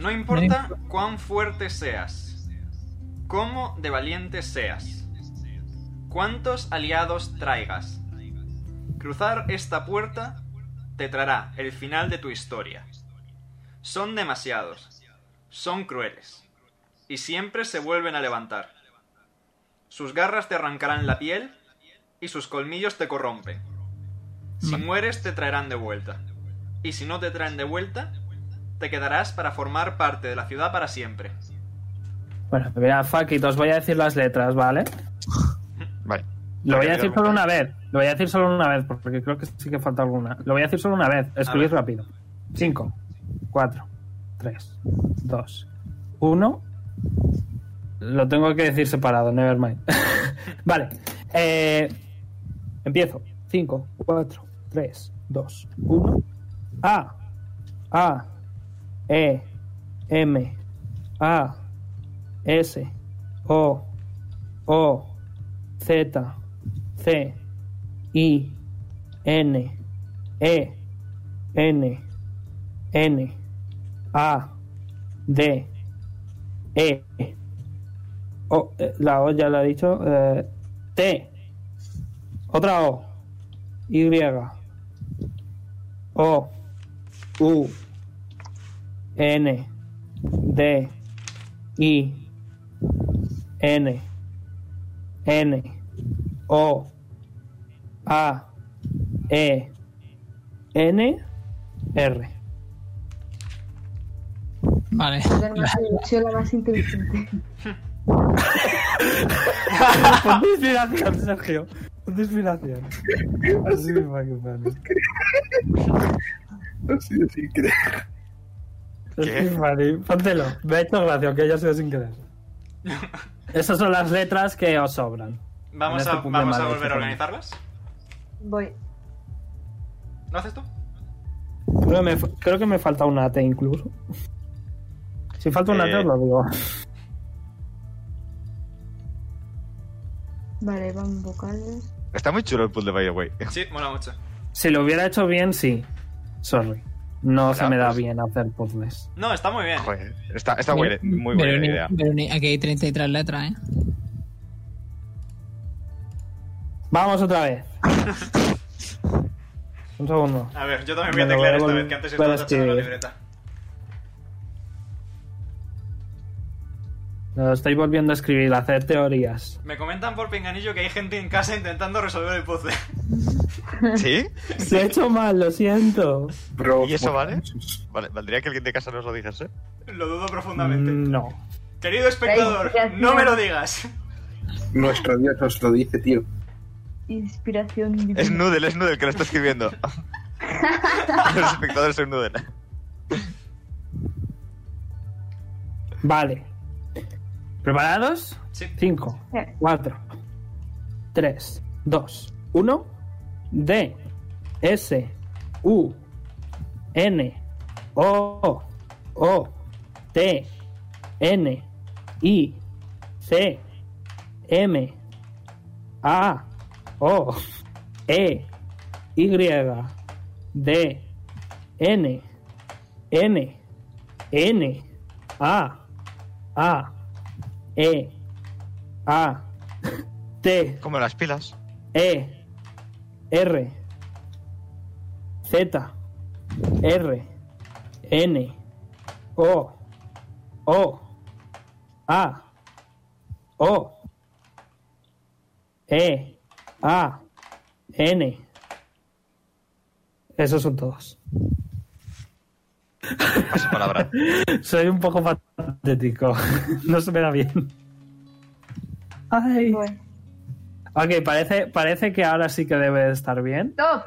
Speaker 4: No importa cuán fuerte seas, cómo de valiente seas, cuántos aliados traigas, cruzar esta puerta te traerá el final de tu historia. Son demasiados, son crueles, y siempre se vuelven a levantar. Sus garras te arrancarán la piel y sus colmillos te corrompen. Si
Speaker 5: Ma-
Speaker 4: mueres te traerán de vuelta. Y si no te traen de vuelta, te quedarás para formar parte de la ciudad para siempre.
Speaker 1: Bueno, mira, Fakit, os voy a decir las letras, ¿vale?
Speaker 3: Vale.
Speaker 1: Lo voy a
Speaker 3: Habría
Speaker 1: decir
Speaker 3: que
Speaker 1: solo
Speaker 3: dar
Speaker 1: una vez. Lo voy a decir solo una vez, porque creo que sí que falta alguna. Lo voy a decir solo una vez. Escribid
Speaker 4: ver.
Speaker 1: rápido. 5, 4, 3, 2, 1. Lo tengo que decir separado, nevermind. *laughs* vale. eh, empiezo. 5, 4, 3, 2, 1. A. A. E. M. A. S. O. O. Z, C, I, N, E, N, N, A, D, E. O, eh, la O ya la he dicho. eh, T. Otra O. Y. O. U. N. D. I. N. N O A E N R.
Speaker 5: Vale.
Speaker 7: La más- soy la
Speaker 3: *laughs*
Speaker 7: más inteligente.
Speaker 1: Pon tu inspiración, Sergio. Pon tu
Speaker 3: *laughs*
Speaker 1: inspiración. Así me va a quedar.
Speaker 6: Así de sin querer.
Speaker 1: Es muy funny. Póntelo. Me ha hecho gracia, que haya sido sin
Speaker 3: *laughs*
Speaker 1: querer. Esas son las letras que os sobran.
Speaker 4: Vamos,
Speaker 1: En
Speaker 4: a,
Speaker 1: este punto de
Speaker 4: vamos a
Speaker 1: madre,
Speaker 4: volver a
Speaker 1: sí,
Speaker 4: organizarlas.
Speaker 7: Voy.
Speaker 4: ¿Lo haces tú?
Speaker 1: Creo que me, creo que me falta una T incluso. Si falta una
Speaker 3: Eh.
Speaker 1: T, os lo digo.
Speaker 7: Vale, van vocales.
Speaker 3: Está muy chulo el pool de By the Way. *laughs*
Speaker 4: Sí, mola mucho.
Speaker 1: Si lo hubiera hecho bien, sí. Sorry. No se
Speaker 3: Claro,
Speaker 1: me da
Speaker 3: pues.
Speaker 1: bien hacer puzzles.
Speaker 4: No, está muy bien.
Speaker 3: Joder, está, está buena- muy buena
Speaker 5: Veroni-
Speaker 3: idea.
Speaker 5: *laughs* Veroni- aquí hay 33 letras, ¿eh?
Speaker 1: Vamos otra vez. Un segundo.
Speaker 4: A ver, yo también voy
Speaker 1: Bueno,
Speaker 4: a teclear
Speaker 1: voy a
Speaker 4: esta
Speaker 1: vol-
Speaker 4: vez, que antes
Speaker 1: voy a
Speaker 4: estaba tachando la
Speaker 1: escribir.
Speaker 4: libreta.
Speaker 1: Lo estoy volviendo a escribir, a hacer teorías.
Speaker 4: Me comentan por pinganillo que hay gente en casa intentando resolver el puzzle. *laughs*
Speaker 3: ¿Sí?
Speaker 1: Se ha hecho mal, lo siento.
Speaker 6: Bro,
Speaker 3: ¿Y eso vale?
Speaker 6: muchachos.
Speaker 3: Vale, ¿Valdría que alguien de casa nos lo dijese?
Speaker 4: Lo dudo profundamente.
Speaker 1: Mm, No.
Speaker 4: Querido espectador,
Speaker 2: Inspiración.
Speaker 4: no me lo digas.
Speaker 6: Nuestro Dios nos lo dice, tío.
Speaker 2: *laughs*
Speaker 7: Inspiración
Speaker 3: Es
Speaker 7: divina.
Speaker 3: Noodle, es Noodle que lo está escribiendo. *laughs* Los espectadores son Noodle.
Speaker 1: Vale. ¿Preparados?
Speaker 4: Sí.
Speaker 1: 5,
Speaker 7: Sí.
Speaker 1: 4, 3, 2, 1. D, S, U, N, O, O, T, N, I, C, M, A, O, E, Y, D, N, N, N, A, A, E, A, T,
Speaker 3: Como las pilas.
Speaker 1: E, R, Z, R, N, O, O, A, O, E, A, N. Esos son todos.
Speaker 3: Pase palabra.
Speaker 1: Soy un poco patético. *laughs* No se me da bien. Ay.
Speaker 7: Voy.
Speaker 1: Ok, parece, parece que ahora sí que debe de estar bien.
Speaker 2: Top.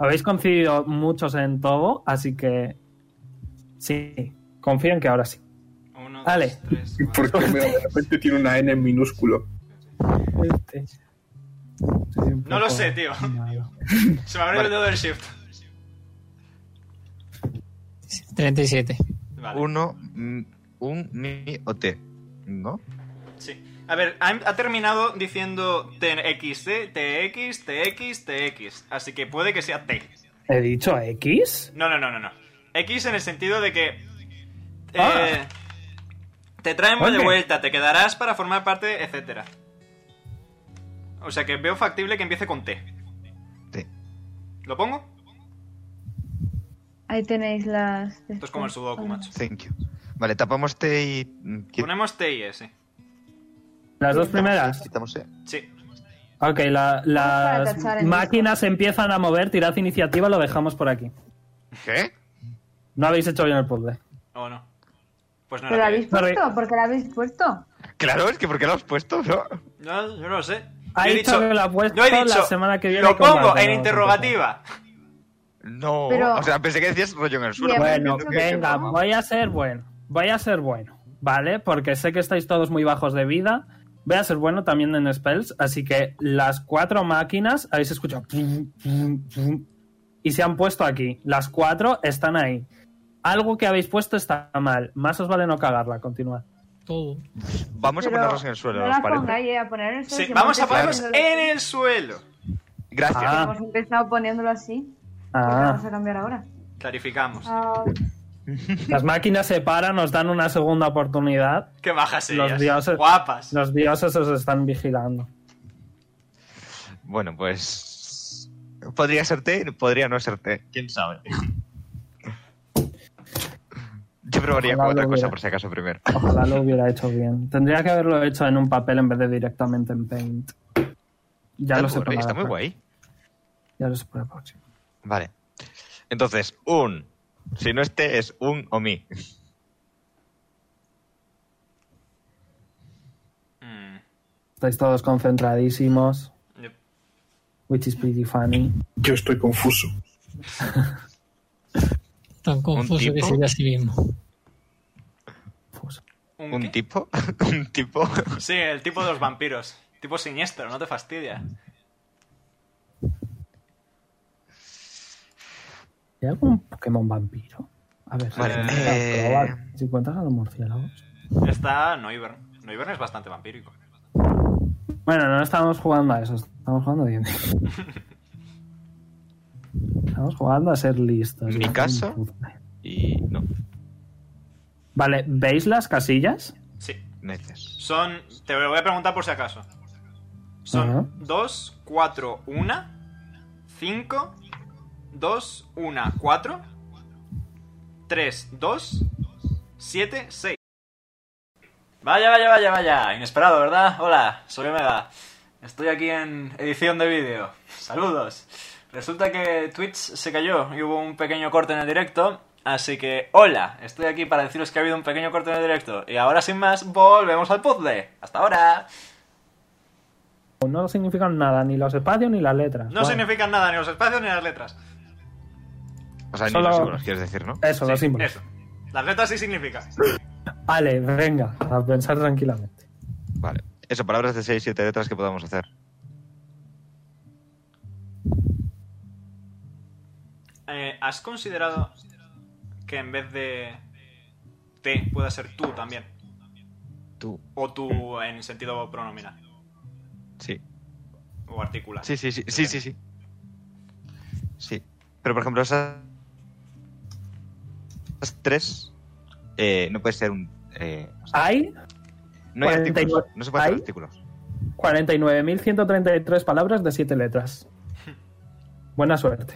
Speaker 1: Habéis coincidido muchos en todo, así que. Sí, confío en que ahora sí.
Speaker 4: Uno,
Speaker 1: Ale.
Speaker 4: dos, tres,
Speaker 6: ¿Y por
Speaker 4: cuatro.
Speaker 6: qué
Speaker 4: *laughs*
Speaker 6: me- de repente tiene una N en minúsculo?
Speaker 4: No lo sé, tío. Se me abrió el dedo del shift.
Speaker 5: 37.
Speaker 4: Vale.
Speaker 3: Uno, mm, un, mi o te. ¿No?
Speaker 4: Sí. A ver, ha, ha terminado diciendo TXT, TX, TX, TX. Así que puede que sea T.
Speaker 1: ¿He dicho X?
Speaker 4: No, no, no, no, no. X en el sentido de que.
Speaker 1: Ah.
Speaker 4: eh, Te traemos de
Speaker 1: Oye.
Speaker 4: vuelta, te quedarás para formar parte, etcétera. O sea que veo factible que empiece con T.
Speaker 3: T.
Speaker 4: ¿Lo pongo?
Speaker 7: Ahí tenéis las.
Speaker 4: Esto es como el sudoku, macho.
Speaker 3: Thank you. Vale, tapamos te y. mm, qui-
Speaker 4: Ponemos T y S.
Speaker 1: Las dos primeras.
Speaker 3: Quitamos E.
Speaker 4: Sí.
Speaker 1: Ok, la-
Speaker 7: para
Speaker 1: las
Speaker 7: tachar en
Speaker 1: máquinas empiezan a mover, tirad iniciativa, lo dejamos por aquí.
Speaker 3: ¿Qué?
Speaker 1: No habéis hecho bien el puzzle.
Speaker 4: ¿O no? Pues no
Speaker 7: ¿Pero la
Speaker 4: era
Speaker 7: habéis
Speaker 4: T.
Speaker 1: Sorry.
Speaker 7: puesto? ¿Por qué la habéis puesto?
Speaker 3: Claro, es que ¿por qué lo has puesto? No.
Speaker 4: No, yo no lo sé.
Speaker 1: Ha
Speaker 4: Yo he
Speaker 1: dicho
Speaker 4: dicho,
Speaker 1: que lo ha puesto
Speaker 4: yo he dicho,
Speaker 1: la semana que viene
Speaker 4: Lo
Speaker 1: con
Speaker 4: pongo
Speaker 1: Marvel,
Speaker 4: en
Speaker 1: no,
Speaker 4: interrogativa.
Speaker 3: No.
Speaker 7: Pero-
Speaker 3: O sea, pensé que decías rollo en el suelo.
Speaker 7: Bien.
Speaker 3: pero
Speaker 1: Bueno,
Speaker 3: entiendo que- que-
Speaker 1: venga, voy a ser bueno. Voy a ser bueno, ¿vale? Porque sé que estáis todos muy bajos de vida. Voy a ser bueno también en spells. Así que las cuatro máquinas habéis escuchado. pum, pum, pum, Y se han puesto aquí. Las cuatro están ahí. Algo que habéis puesto está mal. Más os vale no cagarla. Continuad.
Speaker 5: Todo.
Speaker 3: Vamos a
Speaker 7: Pero
Speaker 3: ponerlos en el suelo,
Speaker 7: No
Speaker 3: ¿os
Speaker 7: las
Speaker 3: parece?
Speaker 7: pongáis, eh, a poner en el suelo.
Speaker 4: Sí,
Speaker 7: si
Speaker 4: vamos a
Speaker 7: hemos
Speaker 4: ponerlos
Speaker 7: empezado
Speaker 4: en
Speaker 7: poniéndolo-
Speaker 4: el suelo.
Speaker 3: Gracias.
Speaker 1: Ah.
Speaker 7: Hemos empezado poniéndolo así. ¿por qué
Speaker 1: Ah,
Speaker 7: Vamos a cambiar ahora.
Speaker 4: Clarificamos.
Speaker 7: Ah,
Speaker 1: las máquinas se paran, nos dan una segunda oportunidad.
Speaker 4: Qué bajas
Speaker 1: Los
Speaker 4: ellas.
Speaker 1: dioses-
Speaker 4: Guapas.
Speaker 1: Los dioses os están vigilando.
Speaker 3: Bueno, pues. Podría ser T, podría no ser T. Quién sabe. Yo probaría
Speaker 1: Ojalá
Speaker 3: con otra
Speaker 1: lo
Speaker 3: cosa
Speaker 1: hubiera.
Speaker 3: por si acaso primero.
Speaker 1: Ojalá lo hubiera hecho bien. Tendría que haberlo hecho en un papel en vez de directamente en Paint. Ya
Speaker 3: Está
Speaker 1: lo sé.
Speaker 3: muy-
Speaker 1: para la
Speaker 3: Está muy
Speaker 1: pro-
Speaker 3: guay.
Speaker 1: Ya lo sé para la próxima.
Speaker 3: Vale. Entonces, un. Si no este, es un o mi.
Speaker 4: Mm,
Speaker 1: Estáis todos concentradísimos,
Speaker 4: yep.
Speaker 1: which is pretty funny.
Speaker 6: Yo estoy confuso.
Speaker 5: Tan confuso que
Speaker 3: tipo?
Speaker 5: sería a sí mismo.
Speaker 1: Pues,
Speaker 4: ¿Un
Speaker 3: ¿Un
Speaker 4: qué?
Speaker 3: tipo? *laughs* ¿Un tipo?
Speaker 4: Sí, el tipo de los vampiros. Tipo siniestro, no te fastidia.
Speaker 1: ¿Hay algún Pokémon vampiro? A ver,
Speaker 3: Vale,
Speaker 1: si,
Speaker 3: eh.
Speaker 1: probar si encuentras a los murciélagos.
Speaker 4: Está Noivern. Noivern es bastante vampírico.
Speaker 1: Bueno, no estamos jugando a eso, estamos jugando a
Speaker 3: *laughs*
Speaker 1: D&D. Estamos jugando a ser listos.
Speaker 3: Mi caso. Y no,
Speaker 1: Vale, ¿veis las casillas?
Speaker 4: Sí.
Speaker 3: neces.
Speaker 4: Son. Te lo voy a preguntar por si acaso.
Speaker 1: Ajá.
Speaker 4: Son 2, 4, 1, 5, 2, 1, 4, 3, 2, 7, 6. Vaya, vaya, vaya, vaya. Inesperado, ¿verdad? Hola, soy Omega. Estoy aquí en edición de vídeo. Saludos. Resulta que Twitch se cayó y hubo un pequeño corte en el directo. Así que, hola, estoy aquí para deciros que ha habido un pequeño corte en el directo. Y ahora, sin más, volvemos al puzzle. Hasta ahora.
Speaker 1: No significan nada, ni los espacios ni las letras.
Speaker 4: No
Speaker 1: Vale.
Speaker 4: significan nada, ni los espacios ni las letras.
Speaker 3: O sea, ni
Speaker 1: Solo-
Speaker 3: los símbolos quieres decir, ¿no?
Speaker 1: Eso, los
Speaker 4: Sí,
Speaker 1: símbolos.
Speaker 4: eso. Las letras sí significan.
Speaker 1: Vale, venga, a pensar tranquilamente.
Speaker 3: Vale. Eso, palabras de 6, 7 letras que podamos hacer.
Speaker 4: Eh, ¿Has considerado que en vez de te pueda ser tú también?
Speaker 3: Tú.
Speaker 4: O tú en sentido pronominal
Speaker 3: Sí.
Speaker 4: o articular.
Speaker 3: Sí, sí, sí, sí, sí, sí. Sí. Pero, por ejemplo, esas... esas tres... eh, no puede ser un... eh, o sea,
Speaker 1: Hay
Speaker 3: no hay
Speaker 1: 49
Speaker 3: artículos. No se puede hacer
Speaker 1: ¿Hay?
Speaker 3: artículos.
Speaker 1: 49.133 palabras de 7 letras. Buena suerte.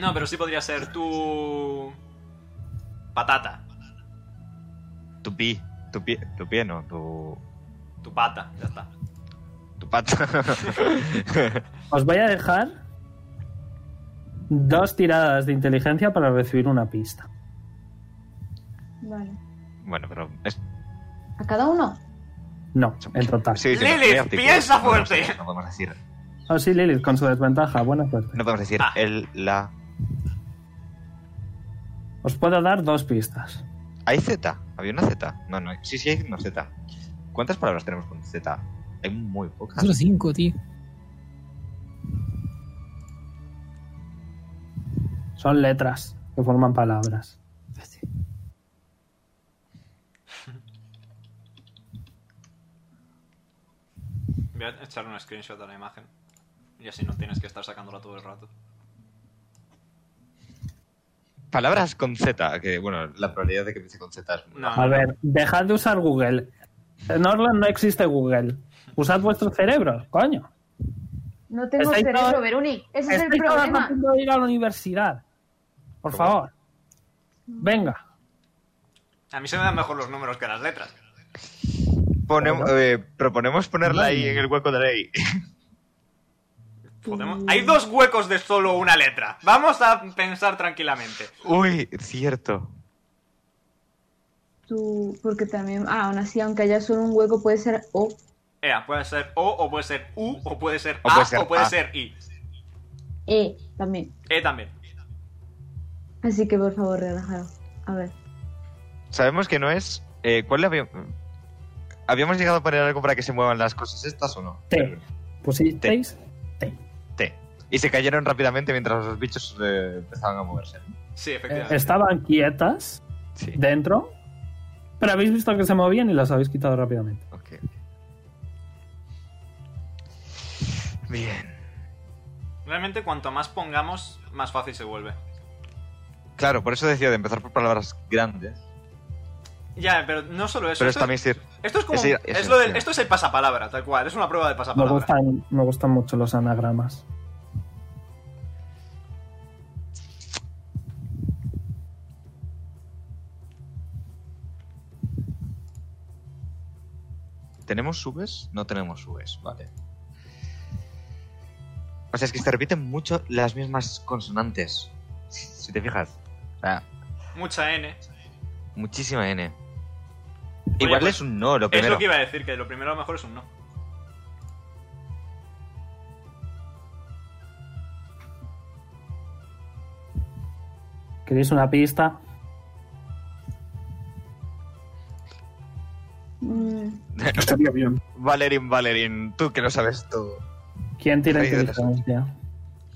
Speaker 4: No, pero sí podría ser tú. Patata.
Speaker 3: Tu pi. Tu pie, tu pie no, tu,
Speaker 4: Tu pata, ya está.
Speaker 3: tu pata. *laughs*
Speaker 1: Os voy a dejar dos tiradas de inteligencia para recibir una pista.
Speaker 7: Vale.
Speaker 3: bueno, pero es,
Speaker 7: ¿A cada uno?
Speaker 1: No, en total.
Speaker 3: sigo diciendo,
Speaker 4: Lilith,
Speaker 3: no hay artículos,
Speaker 4: piensa
Speaker 3: no podemos
Speaker 4: fuerte.
Speaker 3: decir- No podemos decir,
Speaker 1: Oh, sí, Lilith, con su desventaja. Buena suerte.
Speaker 3: no podemos decir
Speaker 4: Ah.
Speaker 3: el, la...
Speaker 1: Os puedo dar dos pistas.
Speaker 3: ¿Hay Z? ¿Había una Z? No, no. hay- Sí, sí, hay una Z. ¿Cuántas palabras tenemos con Z? Hay muy pocas.
Speaker 5: Otro 5, tío.
Speaker 1: Son letras que forman palabras.
Speaker 4: Voy a echar un screenshot a la imagen. Y así no tienes que estar sacándola todo el rato.
Speaker 3: Palabras con Z, que bueno, la probabilidad de que empiece con Z es muy
Speaker 4: No,
Speaker 1: A ver, dejad de usar Google. En Orland no existe Google. Usad vuestro cerebro, coño.
Speaker 2: No tengo
Speaker 1: Estáis
Speaker 2: cerebro,
Speaker 1: todos-
Speaker 2: Veruni. Ese es el
Speaker 1: Estoy todas a
Speaker 2: problema.
Speaker 1: punto de ir a la universidad. Por favor. Venga.
Speaker 4: A mí se me dan mejor los números que las letras.
Speaker 3: Ponem- eh, proponemos ponerla ahí en el hueco de la ley.
Speaker 4: Podemos- Hay dos huecos de solo una letra. Vamos a pensar tranquilamente.
Speaker 3: Uy, cierto.
Speaker 7: Tú, porque también, ah, aún así, aunque haya solo un hueco, puede ser O.
Speaker 4: Ea, E, puede ser O, o puede ser U, o puede ser
Speaker 3: O
Speaker 4: A,
Speaker 3: puede ser
Speaker 4: o puede
Speaker 3: A.
Speaker 4: ser I.
Speaker 7: E también.
Speaker 4: E también.
Speaker 7: Así que por favor, relajaros. A ver.
Speaker 3: Sabemos que no es. eh, ¿Cuál le habíamos.? ¿Habíamos llegado a poner algo para que se muevan las cosas estas o no?
Speaker 1: T. Pusisteis
Speaker 3: T. Y se cayeron rápidamente mientras los bichos eh, empezaban a moverse. ¿no?
Speaker 4: Sí,
Speaker 1: Eh,
Speaker 4: efectivamente.
Speaker 1: Estaban quietas
Speaker 3: Sí.
Speaker 1: dentro, pero habéis visto que se movían y las habéis quitado rápidamente.
Speaker 3: Ok. Bien.
Speaker 4: Realmente cuanto más pongamos, más fácil se vuelve.
Speaker 3: Claro, por eso decía de empezar por palabras grandes.
Speaker 4: Ya, pero no solo eso.
Speaker 3: Pero es
Speaker 4: esto,
Speaker 3: también
Speaker 4: es,
Speaker 3: sir-
Speaker 4: esto es como...
Speaker 3: es ir-
Speaker 4: es
Speaker 3: es
Speaker 4: lo del-
Speaker 3: ir-
Speaker 4: esto es el pasapalabra, tal cual. Es una prueba de
Speaker 1: Me
Speaker 4: pasapalabra.
Speaker 1: gustan, me gustan mucho los anagramas.
Speaker 3: ¿Tenemos subes? No tenemos subes, vale. O sea, es que se repiten mucho las mismas consonantes. Si te fijas. O sea,
Speaker 4: Mucha N.
Speaker 3: muchísima N. Igual
Speaker 4: pues,
Speaker 3: es un no lo
Speaker 4: Es
Speaker 3: primero.
Speaker 4: lo que iba a decir, que lo primero a lo mejor es un no.
Speaker 1: ¿Queréis una pista?
Speaker 7: Mm,
Speaker 6: Estaría bien.
Speaker 3: Valerín, Valerín, tú que lo sabes todo.
Speaker 1: ¿Quién tira
Speaker 3: Rey de las
Speaker 1: inteligencia?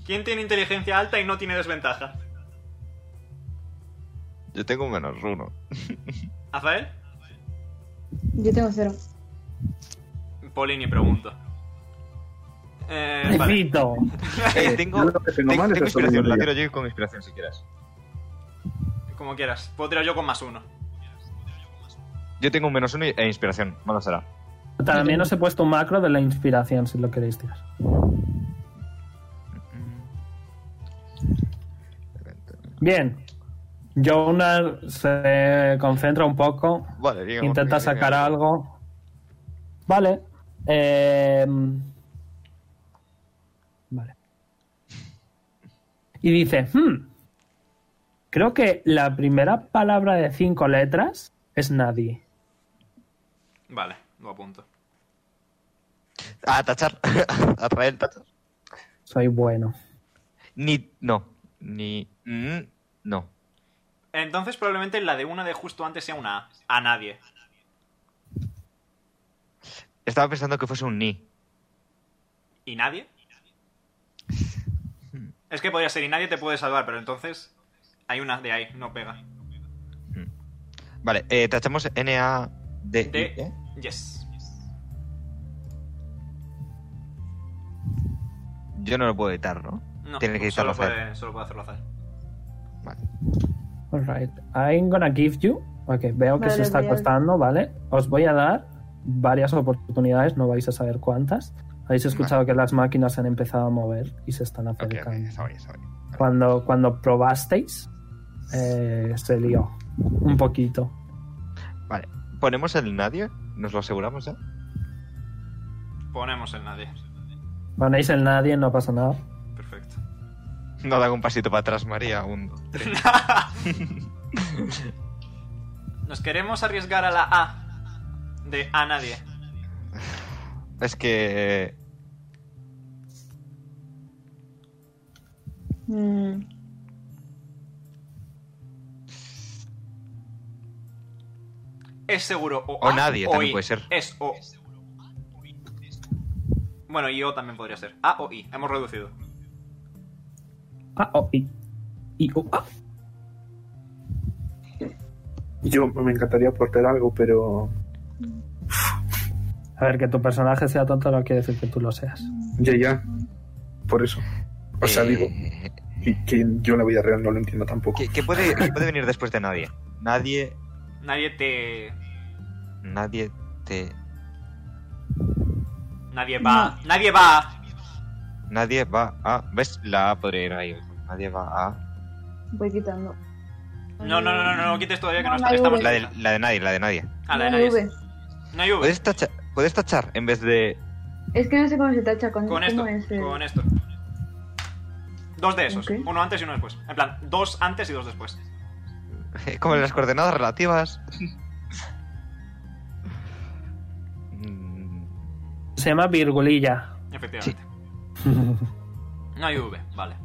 Speaker 4: ¿Quién tiene inteligencia alta y no tiene desventaja?
Speaker 3: Yo tengo un menos uno.
Speaker 4: ¿Azael?
Speaker 7: yo tengo cero.
Speaker 4: Polini, pregunto. Eh, vale.
Speaker 1: Pepito.
Speaker 3: Eh, tengo,
Speaker 6: *laughs* yo lo que tengo
Speaker 3: tengo-
Speaker 6: mal es
Speaker 3: tengo
Speaker 6: que soy
Speaker 3: inspiración, la
Speaker 6: minoría.
Speaker 3: tiro yo con inspiración si quieras.
Speaker 4: Como quieras. Puedo tirar yo con más uno.
Speaker 3: Yo tengo un menos uno y- e inspiración, malo será.
Speaker 1: También os he puesto un macro de la inspiración, si lo queréis tirar. Bien. Jonar se concentra un poco,
Speaker 3: Valerín.
Speaker 1: intenta sacar algo. Vale. eh, vale. Y dice, "Hmm, creo que la primera palabra de cinco letras es nadie.
Speaker 4: Vale, lo apunto.
Speaker 3: A Ah, tachar. *laughs* A traer tachar.
Speaker 1: Soy bueno.
Speaker 3: Ni. No. Ni. mm, no.
Speaker 4: Entonces probablemente la de una de justo antes sea una A. A nadie.
Speaker 3: Estaba pensando que fuese un ni.
Speaker 4: ¿Y nadie?
Speaker 3: Hmm.
Speaker 4: Es que podría ser y nadie te puede salvar, pero entonces hay una de ahí, no pega.
Speaker 3: Vale, eh, tachamos N-A-D.
Speaker 4: De... Yes.
Speaker 3: Yo no lo puedo editar, ¿no?
Speaker 4: No,
Speaker 3: Tiene que
Speaker 4: solo
Speaker 3: editarlo Zael.
Speaker 4: puede, solo puede hacerlo azar.
Speaker 3: Vale.
Speaker 1: Alright. I'm gonna give you. Ok, veo que
Speaker 7: Vale,
Speaker 1: se está
Speaker 7: voy a-
Speaker 1: costando, ¿vale? Os voy a dar varias oportunidades, no vais a saber cuántas. Habéis escuchado que las máquinas se han empezado a mover y se están
Speaker 3: Ok, ok,
Speaker 1: acercando.
Speaker 3: está bien, está bien. Vale.
Speaker 1: Cuando, cuando probasteis, eh, se lió un poquito.
Speaker 3: Vale. ¿Ponemos el nadie? ¿Nos lo aseguramos ya? *laughs*
Speaker 4: Ponemos el nadie.
Speaker 1: Ponéis el nadie, no pasa nada.
Speaker 3: *laughs*
Speaker 4: Perfecto.
Speaker 3: No da un pasito para atrás, María. Un, dos, tres. *laughs*
Speaker 4: Nos queremos arriesgar a la A de a nadie.
Speaker 3: Es que.
Speaker 7: Mm,
Speaker 4: Es seguro o,
Speaker 3: O
Speaker 4: A
Speaker 3: nadie,
Speaker 4: o
Speaker 3: también
Speaker 4: I.
Speaker 3: puede ser.
Speaker 4: Es O. Bueno, y O también podría ser. A o I. Hemos reducido.
Speaker 1: Ah, oh, y. y oh, ah.
Speaker 6: Yo me encantaría aportar algo, pero
Speaker 1: A ver, que tu personaje sea tonto no quiere decir que tú lo seas.
Speaker 6: ya, ya. Por eso. O sea,
Speaker 3: eh,
Speaker 6: digo, y que yo en la vida real no lo entiendo tampoco.
Speaker 3: ¿qué, qué puede, qué puede venir después de nadie? Nadie.
Speaker 4: Nadie te.
Speaker 3: Nadie te.
Speaker 4: Nadie va. Nadie va.
Speaker 3: Nadie va a. ¿Ves? La A podría ir ahí. Nadie va a.
Speaker 7: voy quitando.
Speaker 4: No, no, no, no, no, no quites todavía que no,
Speaker 7: No,
Speaker 4: está-
Speaker 7: no hay
Speaker 4: estamos.
Speaker 7: V.
Speaker 3: La de, la de nadie, la de nadie.
Speaker 4: Ah, la de
Speaker 7: No
Speaker 4: nadie.
Speaker 7: hay
Speaker 4: es-
Speaker 7: V.
Speaker 4: No hay V.
Speaker 3: ¿Puedes tachar, puedes tachar en vez de. *laughs*
Speaker 7: Es que no sé cómo se tacha con,
Speaker 4: Con esto.
Speaker 7: cómo es el-
Speaker 4: Con esto. Dos de esos.
Speaker 7: Ok.
Speaker 4: Uno antes y uno después. En plan, dos antes y dos después.
Speaker 3: Como en las coordenadas relativas. Mm,
Speaker 1: Se llama Virgulilla.
Speaker 4: Efectivamente. No hay V. Vale.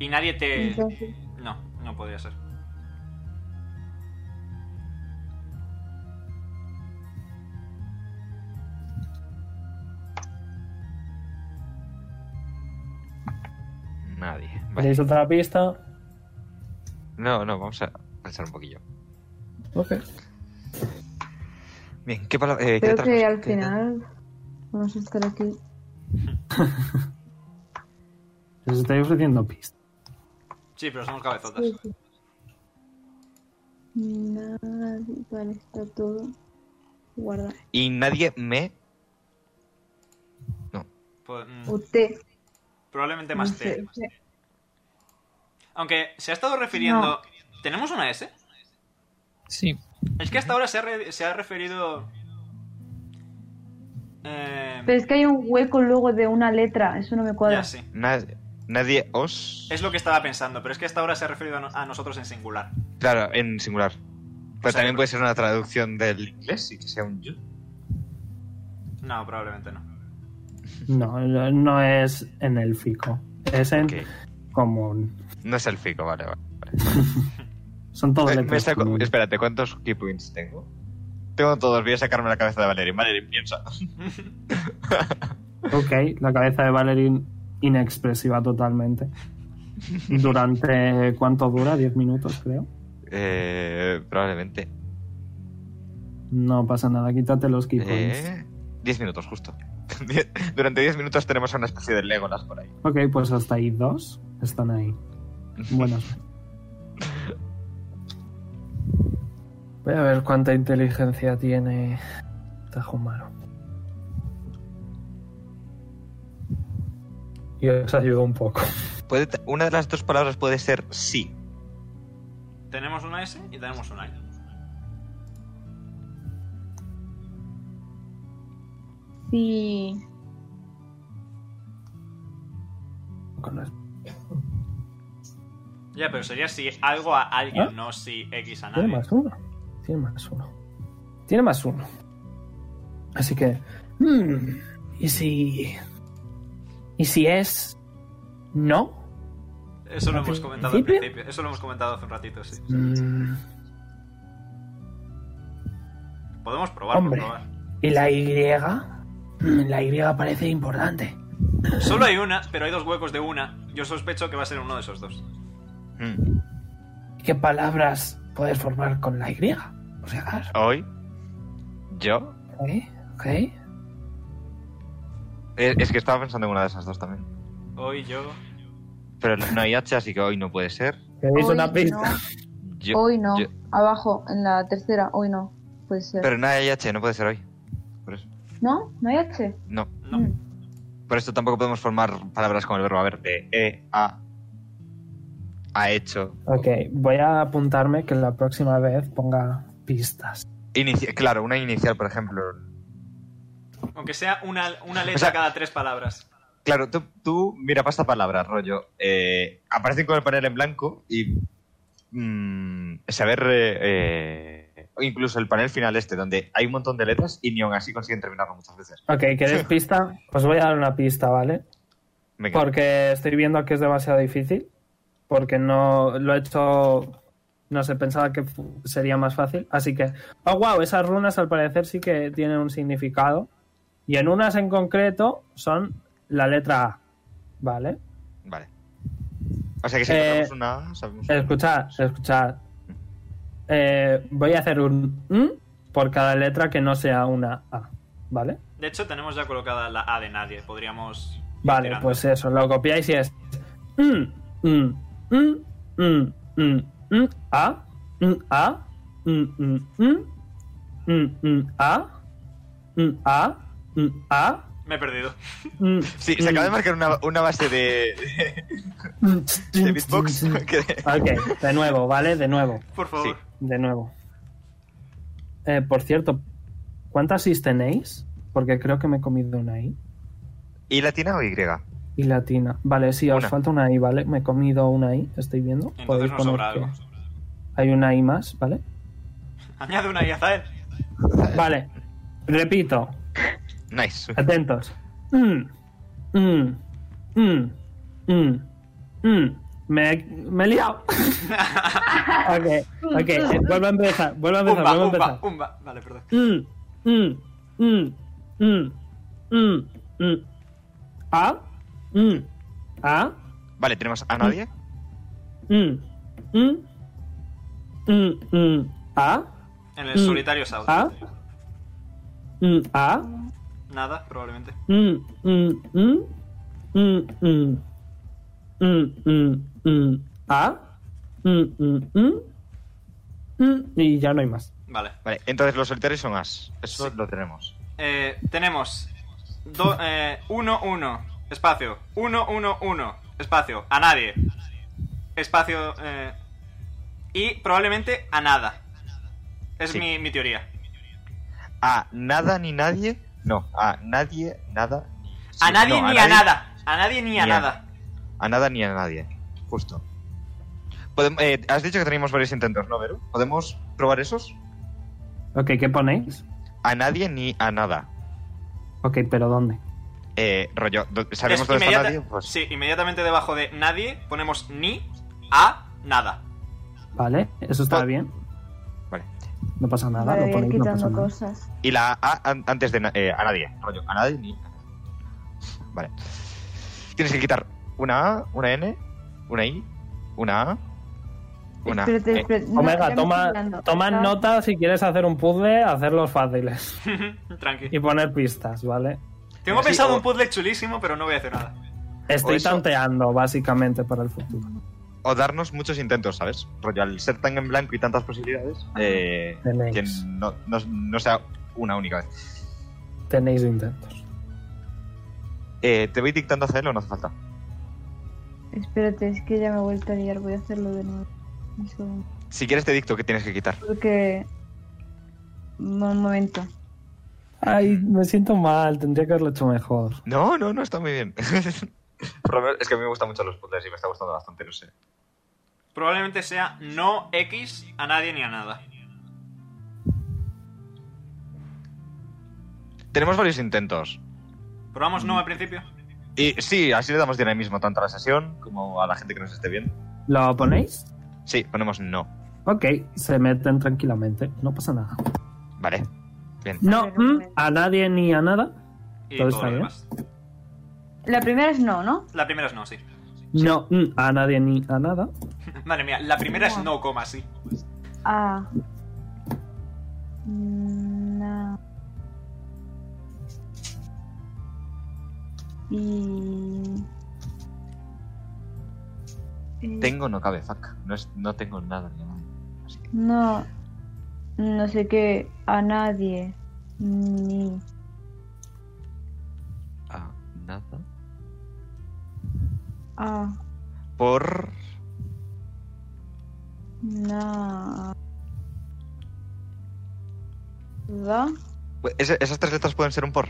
Speaker 4: Y nadie te.
Speaker 7: Entonces,
Speaker 4: No, no podría ser.
Speaker 3: Nadie. Vale.
Speaker 1: ¿Veis otra pista?
Speaker 3: No, no, vamos a pensar un poquillo.
Speaker 1: Ok.
Speaker 3: Bien, ¿qué palabra? eh, ¿qué
Speaker 7: creo
Speaker 3: otras
Speaker 7: que
Speaker 3: cosas?
Speaker 7: al
Speaker 3: ¿Qué-
Speaker 7: final vamos a estar aquí.
Speaker 1: Les estoy ofreciendo pistas.
Speaker 4: Sí, pero somos cabezotas.
Speaker 7: Sí, sí. Nada, vale, está todo. Guardar.
Speaker 3: Y nadie me. No.
Speaker 4: Po- mm,
Speaker 7: O T.
Speaker 4: Probablemente
Speaker 7: no
Speaker 4: más
Speaker 7: sé,
Speaker 4: T.
Speaker 7: o sea,
Speaker 4: Aunque se ha estado refiriendo. ¿Tenemos una S?
Speaker 5: Sí.
Speaker 4: Es que hasta ahora se ha, re- se ha referido. Eh,
Speaker 7: Pero es que hay un hueco luego de una letra, eso no me cuadra.
Speaker 4: ya sí.
Speaker 3: Nadie, nadie os.
Speaker 4: Es lo que estaba pensando, pero es que hasta ahora se ha referido a, no- a nosotros en singular.
Speaker 3: Claro, en singular. Pero
Speaker 4: O sea,
Speaker 3: también
Speaker 4: que-
Speaker 3: puede ser una traducción del inglés y que sea un yo.
Speaker 4: No, probablemente no.
Speaker 1: No, no no es en élfico. Es en
Speaker 3: Ok.
Speaker 1: común.
Speaker 3: No es el fico, vale, vale.
Speaker 1: Son todos
Speaker 3: Eh, me
Speaker 1: letras
Speaker 3: saco-
Speaker 1: comunes.
Speaker 3: espérate, ¿cuántos key points tengo? Tengo todos, voy a sacarme la cabeza de Valerie. Valerie, piensa.
Speaker 1: Ok, la cabeza de Valerie inexpresiva totalmente. ¿Durante cuánto dura? ¿10 minutos, creo?
Speaker 3: Eh, probablemente.
Speaker 1: No pasa nada, quítate los key points.
Speaker 3: Eh, 10 minutos, justo. *laughs* Die- Durante 10 minutos tenemos a una especie de Legolas por ahí.
Speaker 1: Ok, pues hasta ahí dos están ahí. Buenas. Voy a ver cuánta inteligencia tiene Tajumaro. Y os ayudo un poco.
Speaker 3: Puede t- una de las dos palabras puede ser sí.
Speaker 4: Tenemos una S y tenemos una I.
Speaker 2: Sí.
Speaker 1: Con las-
Speaker 4: Ya, pero sería si algo a alguien, no si X a
Speaker 1: Tiene
Speaker 4: nadie.
Speaker 1: ¿Ah? más uno. Tiene más uno. Tiene más uno. Así que. mm, ¿Y si. ¿Y si es. No?
Speaker 4: Eso lo
Speaker 1: ¿Al
Speaker 4: hemos comentado al
Speaker 1: principio?
Speaker 4: principio. Eso lo hemos comentado hace un ratito, sí.
Speaker 1: Mm,
Speaker 4: Podemos probar, por
Speaker 1: Hombre.
Speaker 4: probar.
Speaker 1: ¿Y la Y? Mm, La Y parece importante.
Speaker 4: Solo hay una, pero hay dos huecos de una. Yo sospecho que va a ser uno de esos dos.
Speaker 3: Mm.
Speaker 1: ¿Qué palabras puedes formar con la Y? O sea, claro.
Speaker 3: Hoy, yo.
Speaker 1: ok, ok.
Speaker 3: eh, Es que estaba pensando en una de esas dos también.
Speaker 4: Hoy yo.
Speaker 3: Pero no hay H, así que hoy no puede ser.
Speaker 1: ¿Queréis
Speaker 2: Hoy
Speaker 1: una pista?
Speaker 2: no,
Speaker 3: Yo-
Speaker 2: hoy no.
Speaker 3: yo-
Speaker 2: Abajo, en la tercera, hoy no. Puede ser.
Speaker 3: Pero no hay H, no puede ser hoy. Por eso.
Speaker 2: ¿No? ¿No hay H?
Speaker 3: No.
Speaker 4: No.
Speaker 2: Mm.
Speaker 3: Por esto tampoco podemos formar palabras como el verbo haber de e, a, ha hecho.
Speaker 1: Ok, voy a apuntarme que la próxima vez ponga pistas.
Speaker 3: Inici- claro, una inicial, por ejemplo.
Speaker 4: Aunque sea una, una letra
Speaker 3: sea-
Speaker 4: cada tres palabras.
Speaker 3: Claro, tú, tú mira para esta palabra, rollo. eh, aparecen con el panel en blanco y mm, saber... eh, eh, incluso el panel final este, donde hay un montón de letras y ni aun así consiguen terminarlo muchas veces.
Speaker 1: Ok, ¿queréis pista? Os voy a dar una pista, ¿vale?
Speaker 3: Venga.
Speaker 1: Porque estoy viendo que es demasiado difícil. Porque no lo he hecho. No sé, pensaba que fu- sería más fácil. Así que. Oh, wow, esas runas al parecer sí que tienen un significado. Y en unas en concreto son la letra A. ¿Vale?
Speaker 3: Vale. O sea que si
Speaker 1: Eh,
Speaker 3: encontramos una A, sabemos...
Speaker 1: Escuchad, escuchad. Eh, voy a hacer un "mm" por cada letra que no sea una A. ¿Vale?
Speaker 4: De hecho, tenemos ya colocada la A de nadie. Podríamos. ir
Speaker 1: Vale,
Speaker 4: tirando.
Speaker 1: pues eso, lo copiáis y es. mm, mm, mm, mm, mm, mm, a, mm, a, mm, mm, mm, mm, mm, a, mm, a, mm, a,
Speaker 4: Me he perdido.
Speaker 1: mm,
Speaker 3: Sí, se acaba de
Speaker 1: mm,
Speaker 3: marcar una, una base de,
Speaker 1: mm,
Speaker 3: de beatbox. *laughs* que-
Speaker 1: Ok, de nuevo, ¿vale? De nuevo,
Speaker 4: Por favor.
Speaker 3: Sí.
Speaker 1: de nuevo. Eh, por cierto, ¿cuántas is tenéis? Porque creo que me he comido una I.
Speaker 3: ¿Y latina o Y?
Speaker 1: Y latina. Vale, sí, os
Speaker 3: Una.
Speaker 1: falta una I, ¿vale? Me he comido una I, estoy viendo.
Speaker 4: Entonces
Speaker 1: Podéis
Speaker 4: nos sobra
Speaker 1: poner
Speaker 4: algo.
Speaker 1: que- Hay una I más, ¿vale?
Speaker 4: Añade una I a Zael.
Speaker 1: Vale. Repito,
Speaker 3: Nice.
Speaker 1: atentos. Mm, mm, mm, mm, mm. Me, he- me he liado. ok, ok. eh, Vuelvo a empezar, vuelvo a empezar, vuelvo a
Speaker 4: Umba, umba,
Speaker 1: empezar.
Speaker 4: umba. Vale, perdón.
Speaker 1: Mm, mm, mm, mm, mm, mm. A, mm, a,
Speaker 3: Vale, tenemos a nadie.
Speaker 1: mm, mm, mm, mm, a,
Speaker 4: En el
Speaker 1: Mm.
Speaker 4: solitario South.
Speaker 1: a, mm, a.
Speaker 4: Nada, probablemente.
Speaker 1: Mm, mm, mm, mm, mm, mm, mm, mm, A, mm, mm, mm, mm, y ya no hay más.
Speaker 4: Vale.
Speaker 3: Vale, entonces los solitarios son as. Eso
Speaker 4: Sí.
Speaker 3: lo tenemos.
Speaker 4: Eh, tenemos 1-1, espacio, 1-1-1, espacio, a nadie, espacio, eh, y probablemente a nada. Es
Speaker 3: Sí.
Speaker 4: mi, mi teoría.
Speaker 3: A nada ni nadie No, a nadie, nada. sí,
Speaker 4: a nadie
Speaker 3: no,
Speaker 4: ni a nada. A nadie ni a
Speaker 3: ni a-
Speaker 4: nada.
Speaker 3: A nada ni a nadie. Justo. Podem- eh, has dicho que teníamos varios intentos, ¿no, Veru? ¿Podemos probar esos?
Speaker 1: Ok, ¿qué ponéis?
Speaker 3: A nadie ni a nada.
Speaker 1: Ok, pero ¿dónde?
Speaker 3: Eh, rollo, do- ¿sabemos
Speaker 4: Es
Speaker 3: dónde está
Speaker 4: inmediata-
Speaker 3: nadie? Pues
Speaker 4: Sí, inmediatamente debajo de nadie ponemos ni a nada. *laughs*
Speaker 1: ¿Vale? Eso está
Speaker 4: Ah.
Speaker 3: Vale.
Speaker 1: bien.
Speaker 3: Vale.
Speaker 1: No pasa nada,
Speaker 7: Para
Speaker 1: lo
Speaker 7: ir
Speaker 1: ponéis, no pasa
Speaker 7: quitando
Speaker 1: nada.
Speaker 7: cosas.
Speaker 3: Y la A an- antes de na- eh, a nadie. Rollo, a nadie ni. Vale. Tienes que quitar una A, una N, una I, una A, una
Speaker 7: Espérate,
Speaker 3: E.
Speaker 7: espérate, no, ya me
Speaker 1: Omega,
Speaker 7: estoy
Speaker 1: toma,
Speaker 7: mirando.
Speaker 1: toma
Speaker 7: Estaba-
Speaker 1: nota si quieres hacer un puzzle, hacerlos fáciles.
Speaker 4: Tranqui.
Speaker 1: Y poner pistas, ¿vale?
Speaker 4: Tengo
Speaker 3: Sí,
Speaker 4: pensado
Speaker 3: o-
Speaker 4: un puzzle chulísimo, pero no voy a hacer nada.
Speaker 1: Estoy
Speaker 3: O eso.
Speaker 1: tanteando, básicamente, para el futuro.
Speaker 3: O darnos muchos intentos, ¿sabes? Rollo, al ser tan en blanco y tantas posibilidades, eh,
Speaker 1: Tenéis.
Speaker 3: que no, no- no sea una única vez.
Speaker 1: Tenéis intentos.
Speaker 3: Eh, ¿Te voy dictando hacerlo o no hace falta?
Speaker 7: Espérate, es que ya me he vuelto a liar. Voy a hacerlo de nuevo. Un segundo.
Speaker 3: Si quieres te dicto que tienes que quitar.
Speaker 7: Porque. Un momento.
Speaker 1: Ay, me siento mal, tendría que haberlo hecho mejor.
Speaker 3: No, no, no, está muy bien. *laughs* Por lo menos- es que a mí me gustan mucho los puzzles y me está gustando bastante, no sé.
Speaker 4: Probablemente sea no X a nadie ni a nada.
Speaker 3: Tenemos varios intentos.
Speaker 4: Probamos no al principio.
Speaker 3: Y sí, así le damos dinamismo tanto a la sesión como a la gente que nos esté bien.
Speaker 1: ¿Lo ponéis?
Speaker 3: Sí, ponemos no.
Speaker 1: Ok, se meten tranquilamente, no pasa nada.
Speaker 3: Vale. Bien.
Speaker 1: No,
Speaker 7: Vale, no
Speaker 1: mm,
Speaker 7: me-
Speaker 1: a nadie ni a nada.
Speaker 4: Y
Speaker 1: Todo
Speaker 4: todo,
Speaker 1: está
Speaker 4: lo
Speaker 1: bien.
Speaker 4: demás.
Speaker 7: La primera es no, ¿no?
Speaker 4: La primera es no, sí. *laughs*
Speaker 1: No, mm, a nadie ni a nada.
Speaker 4: Madre mía, la primera es no, coma, sí.
Speaker 7: Ah. Mm, No. Y. y-
Speaker 3: Tengo no cabe, fuck. No, es- no tengo nada ni nada.
Speaker 7: No. No sé qué. A nadie. Ni.
Speaker 3: Ah, nada.
Speaker 7: A.
Speaker 3: Por.
Speaker 7: Nada.
Speaker 3: ¿Es- ¿Esas tres letras pueden ser un por?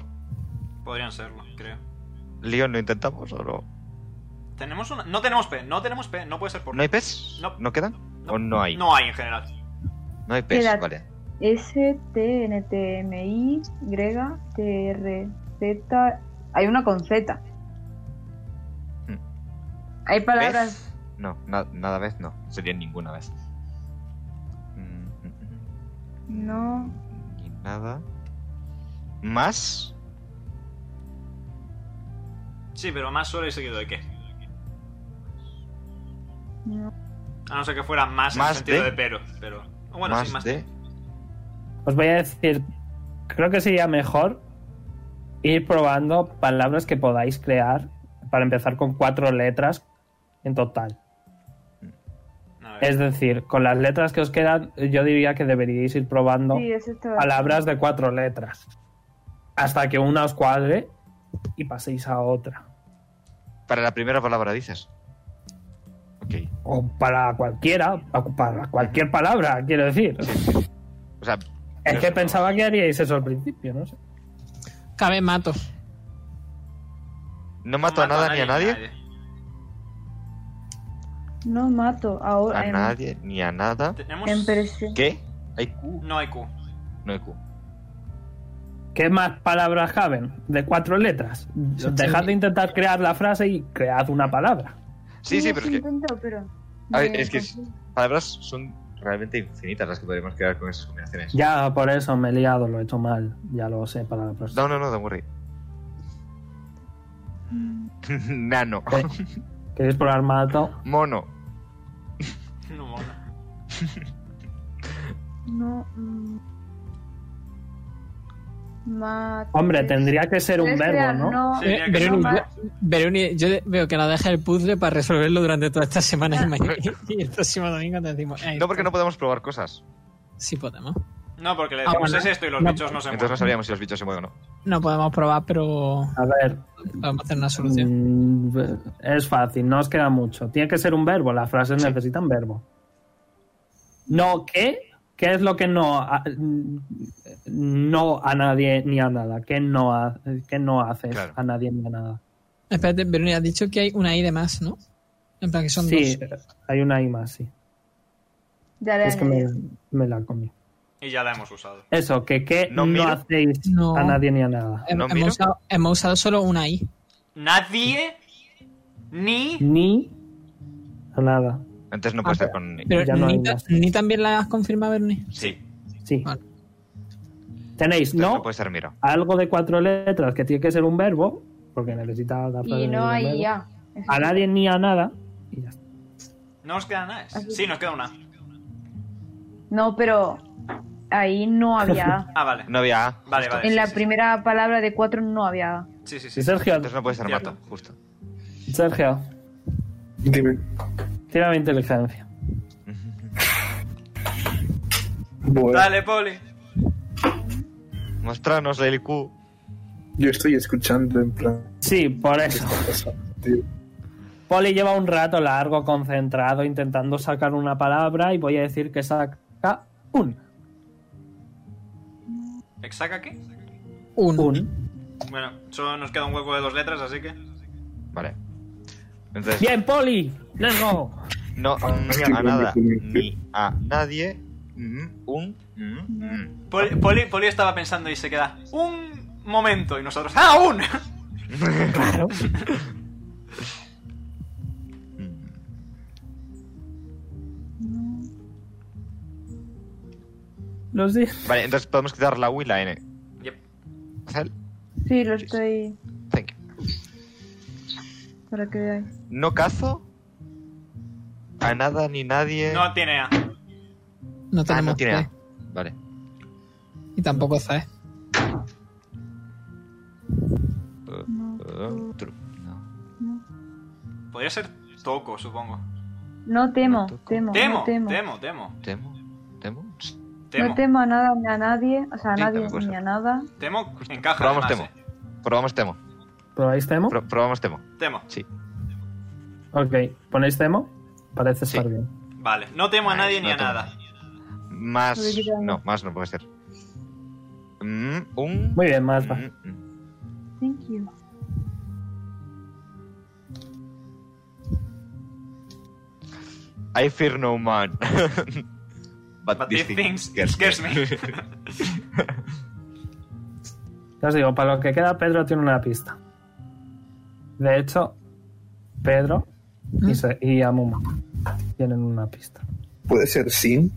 Speaker 4: Podrían serlo, creo.
Speaker 3: Leon, ¿lo intentamos o no?
Speaker 4: Tenemos una... No tenemos P, no tenemos P, no puede ser por
Speaker 3: ¿No hay pez?
Speaker 4: No.
Speaker 3: ¿No quedan?
Speaker 4: No.
Speaker 3: ¿O no hay?
Speaker 4: No hay en general.
Speaker 3: No hay pez,
Speaker 7: Queda-
Speaker 3: vale.
Speaker 7: S, T, N, T, M, I, Y, T, R, Z. Hay una con Z.
Speaker 3: Hmm.
Speaker 7: Hay palabras.
Speaker 3: ¿Vez? No, na- nada vez no. Sería ninguna vez. Mm, mm,
Speaker 7: No.
Speaker 3: mm. Ni nada. ¿Más?
Speaker 4: Sí, pero más solo y seguido de qué.
Speaker 7: no.
Speaker 4: A no ser que fuera más, en el
Speaker 3: Más
Speaker 4: sentido de,
Speaker 3: de-
Speaker 4: pero. Pero. Bueno,
Speaker 3: ¿Más
Speaker 4: sí, más
Speaker 3: de?
Speaker 1: Os voy a decir, creo que sería mejor ir probando palabras que podáis crear para empezar con cuatro letras en total.
Speaker 4: A ver.
Speaker 1: Es decir, con las letras que os quedan, yo diría que deberíais ir probando
Speaker 7: Sí, eso estaba.
Speaker 1: palabras de cuatro letras. Hasta que una os cuadre y paséis a otra.
Speaker 3: Para la primera palabra dices. Ok.
Speaker 1: O para cualquiera, o para cualquier palabra, quiero decir.
Speaker 3: O sea,
Speaker 1: Es que pensaba que haríais eso al principio, no sé.
Speaker 5: Cabe mato.
Speaker 3: no
Speaker 4: No
Speaker 3: mato a nada ni a nadie.
Speaker 7: No mato. Ahora.
Speaker 3: A
Speaker 7: en-
Speaker 3: nadie ni a nada.
Speaker 4: Tenemos.
Speaker 7: En presión.
Speaker 3: ¿Qué? ¿Hay Q?
Speaker 4: No hay Q. *laughs*
Speaker 3: No hay Q.
Speaker 1: ¿Qué más palabras caben? De cuatro letras. Dejad de intentar crear la frase y cread una palabra.
Speaker 3: Sí, sí, pero es que
Speaker 7: Intento, pero
Speaker 3: A ver,
Speaker 7: me
Speaker 3: es que es-
Speaker 7: confundí.
Speaker 3: palabras son realmente infinitas las que podríamos crear con esas combinaciones.
Speaker 1: Ya por eso me he liado, lo he hecho mal. Ya lo sé para la próxima.
Speaker 3: No, no, no, don't worry. *laughs* Nano.
Speaker 1: ¿Queréis probar mato?
Speaker 3: Mono.
Speaker 4: No mola.
Speaker 7: No. mm. Mato.
Speaker 1: Hombre, tendría que ser un
Speaker 7: Puedes
Speaker 1: verbo,
Speaker 7: crear
Speaker 1: ¿no?
Speaker 4: Sí,
Speaker 5: Eh,
Speaker 4: ya que
Speaker 5: Veroni,
Speaker 4: no,
Speaker 5: yo,
Speaker 4: va.
Speaker 5: Veroni, yo veo que la deja el puzzle para resolverlo durante toda esta semana y,
Speaker 3: *laughs*
Speaker 5: mañana, y el próximo domingo te decimos. "Ey, pues,
Speaker 3: No, porque no podemos probar cosas.
Speaker 5: Sí podemos.
Speaker 4: No, porque le
Speaker 5: Ah,
Speaker 4: decimos
Speaker 5: bueno.
Speaker 4: es esto y los
Speaker 5: No.
Speaker 4: bichos no se
Speaker 3: Entonces no
Speaker 4: mueven.
Speaker 3: sabríamos si los bichos se mueven o no.
Speaker 5: No podemos probar, pero
Speaker 1: A ver,
Speaker 5: podemos hacer una solución.
Speaker 1: mm, es fácil, no os queda mucho. Tiene que ser un verbo, las frases necesitan verbo. No, ¿qué? ¿Qué es lo que no a, no a nadie ni a nada? ¿Qué no, ha- qué no haces
Speaker 3: Claro.
Speaker 1: a nadie ni a nada?
Speaker 5: Espérate, Verónica, has dicho que hay una I de más, ¿no? En plan que son
Speaker 1: Sí,
Speaker 5: dos.
Speaker 1: hay una I más, sí.
Speaker 7: Ya le
Speaker 1: Es que me,
Speaker 7: añadí.
Speaker 1: me la comí.
Speaker 4: Y ya la hemos usado.
Speaker 1: Eso, que qué
Speaker 3: No
Speaker 1: no,
Speaker 3: miro.
Speaker 1: hacéis
Speaker 5: No.
Speaker 1: a nadie ni a nada.
Speaker 5: Hem-
Speaker 3: ¿No miro?
Speaker 5: hemos, usado, hemos usado solo una I.
Speaker 4: Nadie ni
Speaker 1: Ni a nada.
Speaker 3: Antes no
Speaker 5: Ah,
Speaker 3: puede ser con.
Speaker 5: Pero
Speaker 1: Ya no
Speaker 5: ni,
Speaker 1: hay
Speaker 5: ta-
Speaker 1: más.
Speaker 5: ni también la has confirmado, Bernie.
Speaker 3: Sí,
Speaker 1: Sí.
Speaker 5: Vale.
Speaker 1: Tenéis,
Speaker 3: antes no,
Speaker 1: ¿no?
Speaker 3: puede ser Miro.
Speaker 1: Algo de cuatro letras que tiene que ser un verbo, porque necesita la frase de
Speaker 7: Y no
Speaker 1: un
Speaker 7: hay
Speaker 1: verbo.
Speaker 7: ya.
Speaker 1: A nadie ni a nada. Y ya está.
Speaker 4: no nos queda nada. Sí, nos queda una.
Speaker 2: No, pero ahí no había.
Speaker 4: Ah, vale.
Speaker 3: No había A.
Speaker 4: Vale, vale.
Speaker 2: en
Speaker 4: *laughs* sí,
Speaker 2: la
Speaker 4: sí, sí.
Speaker 2: primera palabra de cuatro no había.
Speaker 4: Sí, sí, sí.
Speaker 1: Y Sergio,
Speaker 3: Entonces no puede ser
Speaker 4: Cierto.
Speaker 3: Mato, justo.
Speaker 1: Sergio,
Speaker 6: Dime.
Speaker 1: tira mi inteligencia.
Speaker 6: Bueno,
Speaker 4: Dale, Poli.
Speaker 3: Mostranos el IQ.
Speaker 6: yo estoy escuchando en plan.
Speaker 1: Sí, por
Speaker 6: ¿Qué
Speaker 1: eso.
Speaker 6: está pasando, tío?
Speaker 1: Poli lleva un rato largo, concentrado, intentando sacar una palabra y voy a decir que saca un.
Speaker 4: ¿Exaca qué?
Speaker 5: Un.
Speaker 1: Un.
Speaker 4: Bueno, solo nos queda un hueco de dos letras, así que.
Speaker 3: Vale. Entonces,
Speaker 1: Bien, Poli. Let's go.
Speaker 3: no ni a nada, ni a nadie, mm, un. mm, mm.
Speaker 4: Poli, Poli, Poli estaba pensando y se queda. Un momento. Y nosotros. ¡Ah, un! *laughs*
Speaker 1: Claro. Lo sé.
Speaker 3: Vale, entonces podemos quitar la U y la N.
Speaker 4: Yep.
Speaker 3: Hazel,
Speaker 7: Sí, lo estoy.
Speaker 3: thank you.
Speaker 7: Para que veáis.
Speaker 3: No cazo a nada ni nadie.
Speaker 4: No tiene A.
Speaker 5: No
Speaker 3: ah,
Speaker 5: tenemos
Speaker 3: no tiene
Speaker 5: C.
Speaker 3: A. Vale.
Speaker 5: Y tampoco C.
Speaker 3: Uh, uh, tru- no.
Speaker 4: Podría ser Toco, supongo.
Speaker 2: No temo,
Speaker 3: toco.
Speaker 2: temo,
Speaker 4: Temo,
Speaker 2: no temo.
Speaker 4: temo, temo.
Speaker 3: ¿Temo? ¿Temo? Sí,
Speaker 4: Temo.
Speaker 2: No temo a nada ni a nadie, o sea, a
Speaker 3: Sí,
Speaker 2: nadie
Speaker 3: también puede
Speaker 2: ni
Speaker 3: ser.
Speaker 2: a nada.
Speaker 4: Temo encaja.
Speaker 3: Probamos
Speaker 4: además,
Speaker 3: Temo. Probamos Temo.
Speaker 1: ¿Probáis Temo?
Speaker 3: Pro- probamos Temo.
Speaker 4: eh. Temo.
Speaker 3: Sí.
Speaker 1: Ok. ¿Ponéis Temo? Parece
Speaker 3: Sí.
Speaker 1: estar bien.
Speaker 4: Vale. No temo a
Speaker 3: Nice,
Speaker 4: nadie ni
Speaker 3: no
Speaker 4: a
Speaker 3: temo.
Speaker 4: nada.
Speaker 3: Más.
Speaker 7: Lo he quitado.
Speaker 3: No, más no puede ser. Mm, un.
Speaker 1: Muy bien, más va.
Speaker 3: Mm, mm.
Speaker 7: Thank you.
Speaker 3: I fear no man. *laughs* But,
Speaker 4: But these
Speaker 3: this thing
Speaker 4: things scares me.
Speaker 1: Ya os digo, para lo que queda, Pedro tiene una pista. De hecho, Pedro y, se- y Amumu tienen una pista.
Speaker 6: ¿Puede ser sin?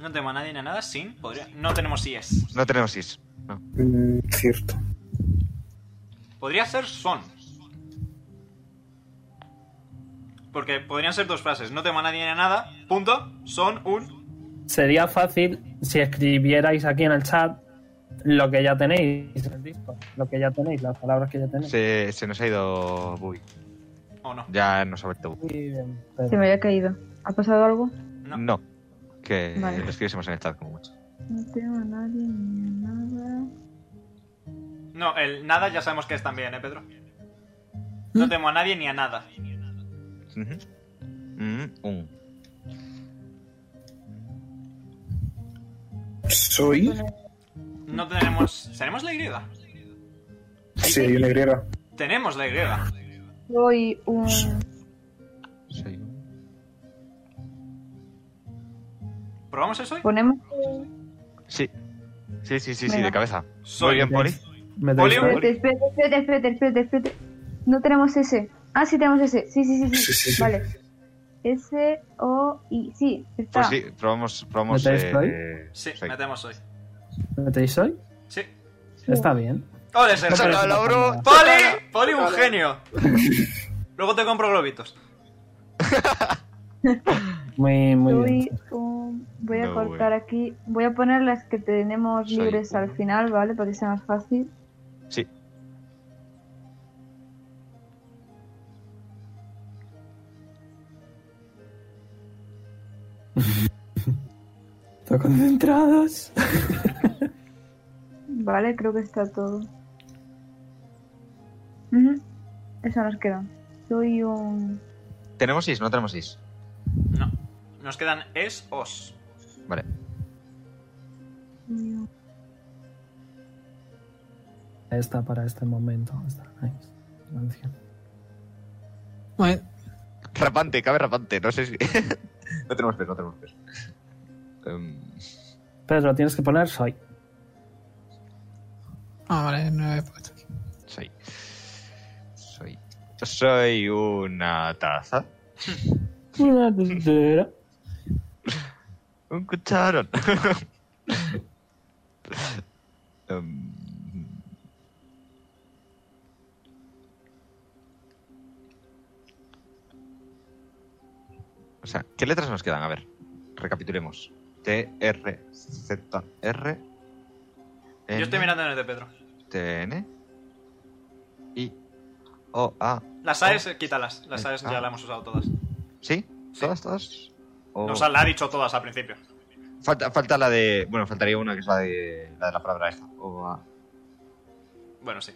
Speaker 4: No temo a nadie ni a nada sin. Podría... No tenemos E IES.
Speaker 3: No tenemos is. No.
Speaker 6: Mm, cierto.
Speaker 4: Podría ser son. Porque podrían ser dos frases. No temo a nadie ni a nada. Punto. Son un.
Speaker 1: Sería fácil si escribierais aquí en el chat lo que ya tenéis, en el disco, lo que ya tenéis, las palabras que ya tenéis.
Speaker 3: Se, se nos ha ido Bui.
Speaker 4: ¿O no?
Speaker 3: Ya nos ha vuelto Bui.
Speaker 1: Muy bien,
Speaker 2: Se
Speaker 1: Pedro.
Speaker 2: me había caído. ¿Ha pasado algo?
Speaker 4: No.
Speaker 3: No. Que
Speaker 2: Vale.
Speaker 3: lo escribiésemos en el chat como mucho.
Speaker 7: No temo a nadie ni a nada.
Speaker 4: No, el nada ya sabemos que es también, ¿eh, Pedro? No
Speaker 5: ¿Mm?
Speaker 4: temo a nadie ni a nada.
Speaker 3: Ujú. Mm, un.
Speaker 6: ¿Soy?
Speaker 4: No tenemos... ¿Tenemos la Y?
Speaker 6: Sí, hay una griega.
Speaker 4: Tenemos la Y.
Speaker 7: Soy un.
Speaker 3: Soy un.
Speaker 4: ¿Probamos eso hoy?
Speaker 2: Ponemos
Speaker 3: Sí. Sí, sí, sí, sí,
Speaker 7: Venga.
Speaker 3: de cabeza.
Speaker 4: Soy.
Speaker 3: Muy bien, Poli.
Speaker 1: ¿Me tenéis
Speaker 4: Oliver.
Speaker 1: que-
Speaker 2: Espérate, espérate, espérate, espérate, espérate, espérate. No tenemos ese. Ah, sí tenemos ese. Sí, sí, sí, sí.
Speaker 6: Sí, sí, sí.
Speaker 2: Vale. S, O, I. Sí, está.
Speaker 3: Pues sí, probamos. probamos
Speaker 1: ¿Metéis
Speaker 3: eh,
Speaker 1: play?
Speaker 3: eh,
Speaker 4: Sí,
Speaker 3: soy.
Speaker 4: metemos hoy.
Speaker 1: ¿Metéis hoy?
Speaker 4: Sí.
Speaker 1: Está bien.
Speaker 4: ¡Ole, Sergio!
Speaker 1: Pero
Speaker 3: Sácalo,
Speaker 1: no pasa
Speaker 3: bro.
Speaker 1: nada.
Speaker 4: ¡Poli! ¡Poli, un
Speaker 1: *laughs*
Speaker 4: genio! Luego te compro globitos.
Speaker 1: Muy, muy bien.
Speaker 7: Soy un. um, Voy a
Speaker 3: No,
Speaker 7: cortar aquí. Voy a poner las que tenemos
Speaker 3: Soy
Speaker 7: libres
Speaker 3: un-
Speaker 7: al final, ¿vale? Para que sea más fácil.
Speaker 3: Sí.
Speaker 1: Están concentrados.
Speaker 7: Vale, creo que está todo. Ujú. Eso nos queda. Soy un.
Speaker 3: ¿Tenemos is? No tenemos is.
Speaker 4: No. Nos quedan es, os.
Speaker 3: Vale.
Speaker 1: Esta para este momento. Esta, ahí, silencio.
Speaker 5: Bueno,
Speaker 3: Rapante, cabe rapante. No sé si. *laughs* no tenemos peso, no tenemos peso. Em,
Speaker 1: Pedro, tienes que poner soy.
Speaker 5: ah, vale, no he puesto aquí.
Speaker 3: soy. Soy. Soy una taza.
Speaker 1: Una tetera.
Speaker 3: Un cucharón. *laughs* Em, O sea, ¿qué letras nos quedan? A ver, recapitulemos. T, R, Z, R. N,
Speaker 4: Yo estoy mirando en el de Pedro.
Speaker 3: T, N. I, O, A.
Speaker 4: Las AES, eh, quítalas. Las
Speaker 3: Ah.
Speaker 4: AES ya las hemos usado todas.
Speaker 3: ¿Sí? ¿Todas, todas? O-
Speaker 4: Nos la ha dicho todas al principio.
Speaker 3: Falta, falta la de. Bueno, faltaría una que es la de la, de la palabra esta. O, A.
Speaker 4: Bueno, sí.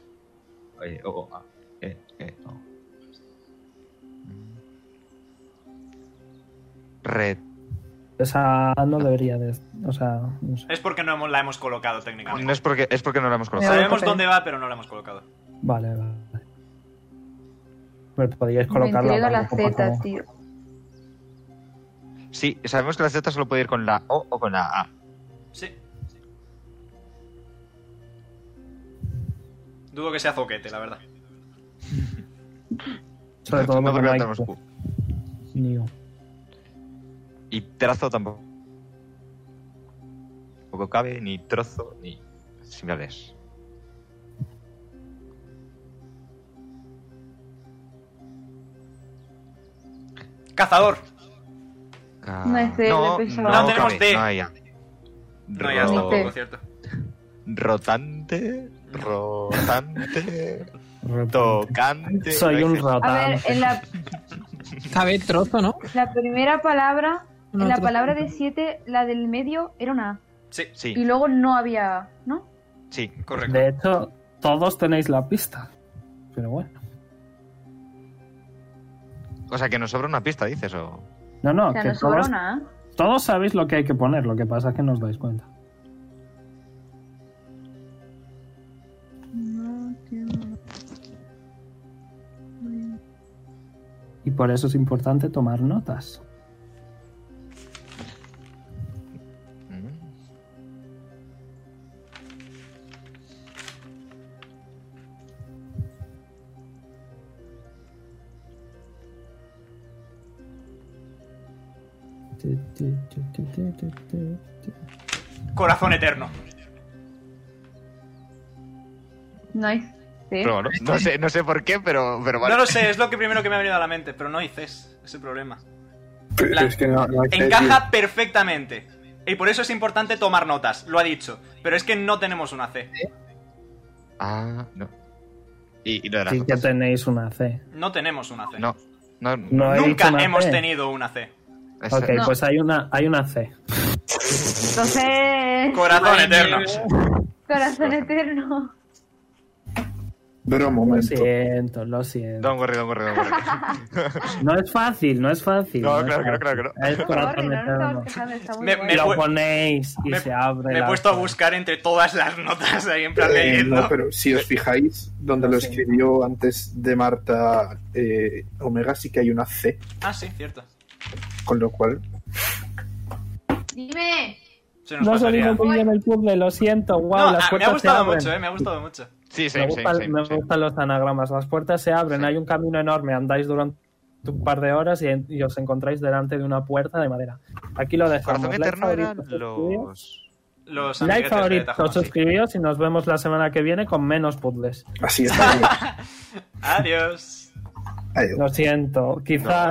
Speaker 3: Eh, O, O, A. E, E, O. Red.
Speaker 1: Esa no debería de. O sea, no sé.
Speaker 4: Es porque no hemos- la hemos colocado
Speaker 3: No
Speaker 4: técnicamente.
Speaker 3: es porque, es porque no la hemos conocido.
Speaker 4: Sabemos dónde va, pero no la hemos colocado.
Speaker 1: Vale, vale. Pero podríais
Speaker 7: Me
Speaker 1: colocarla.
Speaker 7: entrega
Speaker 1: para
Speaker 7: la
Speaker 1: que coja
Speaker 7: Z,
Speaker 1: como-
Speaker 7: tío.
Speaker 3: Sí, sabemos que la Z solo puede ir con la O o con la A.
Speaker 4: Sí. Dudo que sea zoquete, la verdad.
Speaker 1: Sobre todo
Speaker 3: no
Speaker 1: porque no hay
Speaker 3: tenemos Q.
Speaker 1: ni U.
Speaker 3: Y trazo tampoco. Tampoco cabe, ni trozo, ni similares.
Speaker 4: Cazador.
Speaker 3: Ca-
Speaker 7: No es de
Speaker 3: no,
Speaker 7: L, pensaba.
Speaker 3: no
Speaker 4: No tenemos
Speaker 3: cabe,
Speaker 4: D.
Speaker 3: No hay A.
Speaker 4: No, ya
Speaker 3: Ro-
Speaker 7: está.
Speaker 4: tampoco, cierto.
Speaker 3: Rotante, rotante,
Speaker 1: Repito.
Speaker 3: tocante.
Speaker 1: Soy un
Speaker 7: A
Speaker 1: ratán.
Speaker 7: ver, en la,
Speaker 5: Cabe trozo, ¿no?
Speaker 7: la primera palabra,
Speaker 5: No,
Speaker 7: en la
Speaker 5: trozo.
Speaker 7: palabra de siete, la del medio era una A.
Speaker 4: Sí,
Speaker 7: Y
Speaker 3: Sí,
Speaker 7: luego no había, ¿no?
Speaker 3: sí.
Speaker 4: correcto.
Speaker 1: De hecho, todos tenéis la pista. Pero bueno.
Speaker 3: O sea, que nos sobra una pista, dices, o...
Speaker 1: No, no,
Speaker 7: O sea,
Speaker 1: que
Speaker 7: no sobra
Speaker 1: todos,
Speaker 7: una A.
Speaker 1: todos sabéis lo que hay que poner. Lo que pasa es que no os dais cuenta. Y por eso es importante tomar notas.
Speaker 7: ¿Eh?
Speaker 3: Mm.
Speaker 4: Corazón eterno.
Speaker 7: No hay C.
Speaker 3: Pero bueno, no sé, no sé por qué, pero, pero vale.
Speaker 4: No lo sé, es lo que primero que me ha venido a la mente, pero no hices. Es el problema.
Speaker 6: Pero
Speaker 4: La-
Speaker 6: es que no, no hay que decir.
Speaker 4: Encaja perfectamente. Y por eso es importante tomar notas, lo ha dicho. Pero es que no tenemos una C.
Speaker 3: Ah, no. Y, y lo de las
Speaker 1: Sí que
Speaker 3: notas.
Speaker 1: tenéis una C.
Speaker 4: no tenemos una C.
Speaker 3: No, no,
Speaker 1: No he dicho
Speaker 4: Nunca
Speaker 1: una
Speaker 4: hemos
Speaker 1: C.
Speaker 4: tenido una C.
Speaker 3: es-
Speaker 1: Ok,
Speaker 7: No.
Speaker 1: pues hay una, hay una C.
Speaker 7: Entonces,
Speaker 4: Corazón eterno.
Speaker 7: corazón eterno.
Speaker 6: Pero un
Speaker 1: Lo
Speaker 6: momento. Eh,
Speaker 1: siento, lo siento.
Speaker 3: Don't worry, don't worry, don't worry.
Speaker 1: No es fácil, no es fácil.
Speaker 3: No,
Speaker 1: es
Speaker 3: claro que no,
Speaker 1: fácil.
Speaker 3: claro que no.
Speaker 1: Es
Speaker 7: *laughs* Corre,
Speaker 1: corazón
Speaker 7: no nos
Speaker 1: eterno.
Speaker 7: estamos quejando, está muy
Speaker 4: Me-
Speaker 7: guay.
Speaker 4: me-
Speaker 1: Lo
Speaker 4: pu-
Speaker 1: ponéis y
Speaker 4: me-
Speaker 1: se abre.
Speaker 4: Me he
Speaker 1: la
Speaker 4: puesto a
Speaker 1: puerta.
Speaker 4: buscar entre todas las notas ahí en plan
Speaker 6: Eh,
Speaker 4: leyendo.
Speaker 6: no, pero si os fijáis, donde lo escribió antes de Marta eh, Omega, sí que hay una C,
Speaker 4: Ah, sí, cierto.
Speaker 6: con lo cual
Speaker 7: Dime.
Speaker 4: Se nos
Speaker 1: No soy
Speaker 4: pasaría.
Speaker 1: ningún niño en el puzzle, lo siento. Wow,
Speaker 4: No,
Speaker 1: las
Speaker 4: ah, me
Speaker 1: puertas
Speaker 4: ha
Speaker 1: se
Speaker 4: gustado
Speaker 1: abren.
Speaker 4: mucho, eh, me ha gustado mucho.
Speaker 3: Sí,
Speaker 1: me
Speaker 3: same, same,
Speaker 1: gustan, me
Speaker 3: same. same.
Speaker 1: gustan los anagramas. Las puertas se abren,
Speaker 3: Sí.
Speaker 1: hay un camino enorme. Andáis durante un par de horas y, y os encontráis delante de una puerta de madera. Aquí lo dejamos.
Speaker 3: Corazón
Speaker 1: Like,
Speaker 3: eterno eran
Speaker 1: favoritos, suscribíos.
Speaker 3: los...
Speaker 4: Los
Speaker 1: Like,
Speaker 4: amiguetes de
Speaker 1: favoritos,
Speaker 4: Tajamar, sí.
Speaker 1: suscribíos y nos vemos la semana que viene con menos
Speaker 4: *laughs*
Speaker 1: puzzles.
Speaker 6: así está.
Speaker 4: Adiós.
Speaker 6: Adiós.
Speaker 1: Lo siento, quizá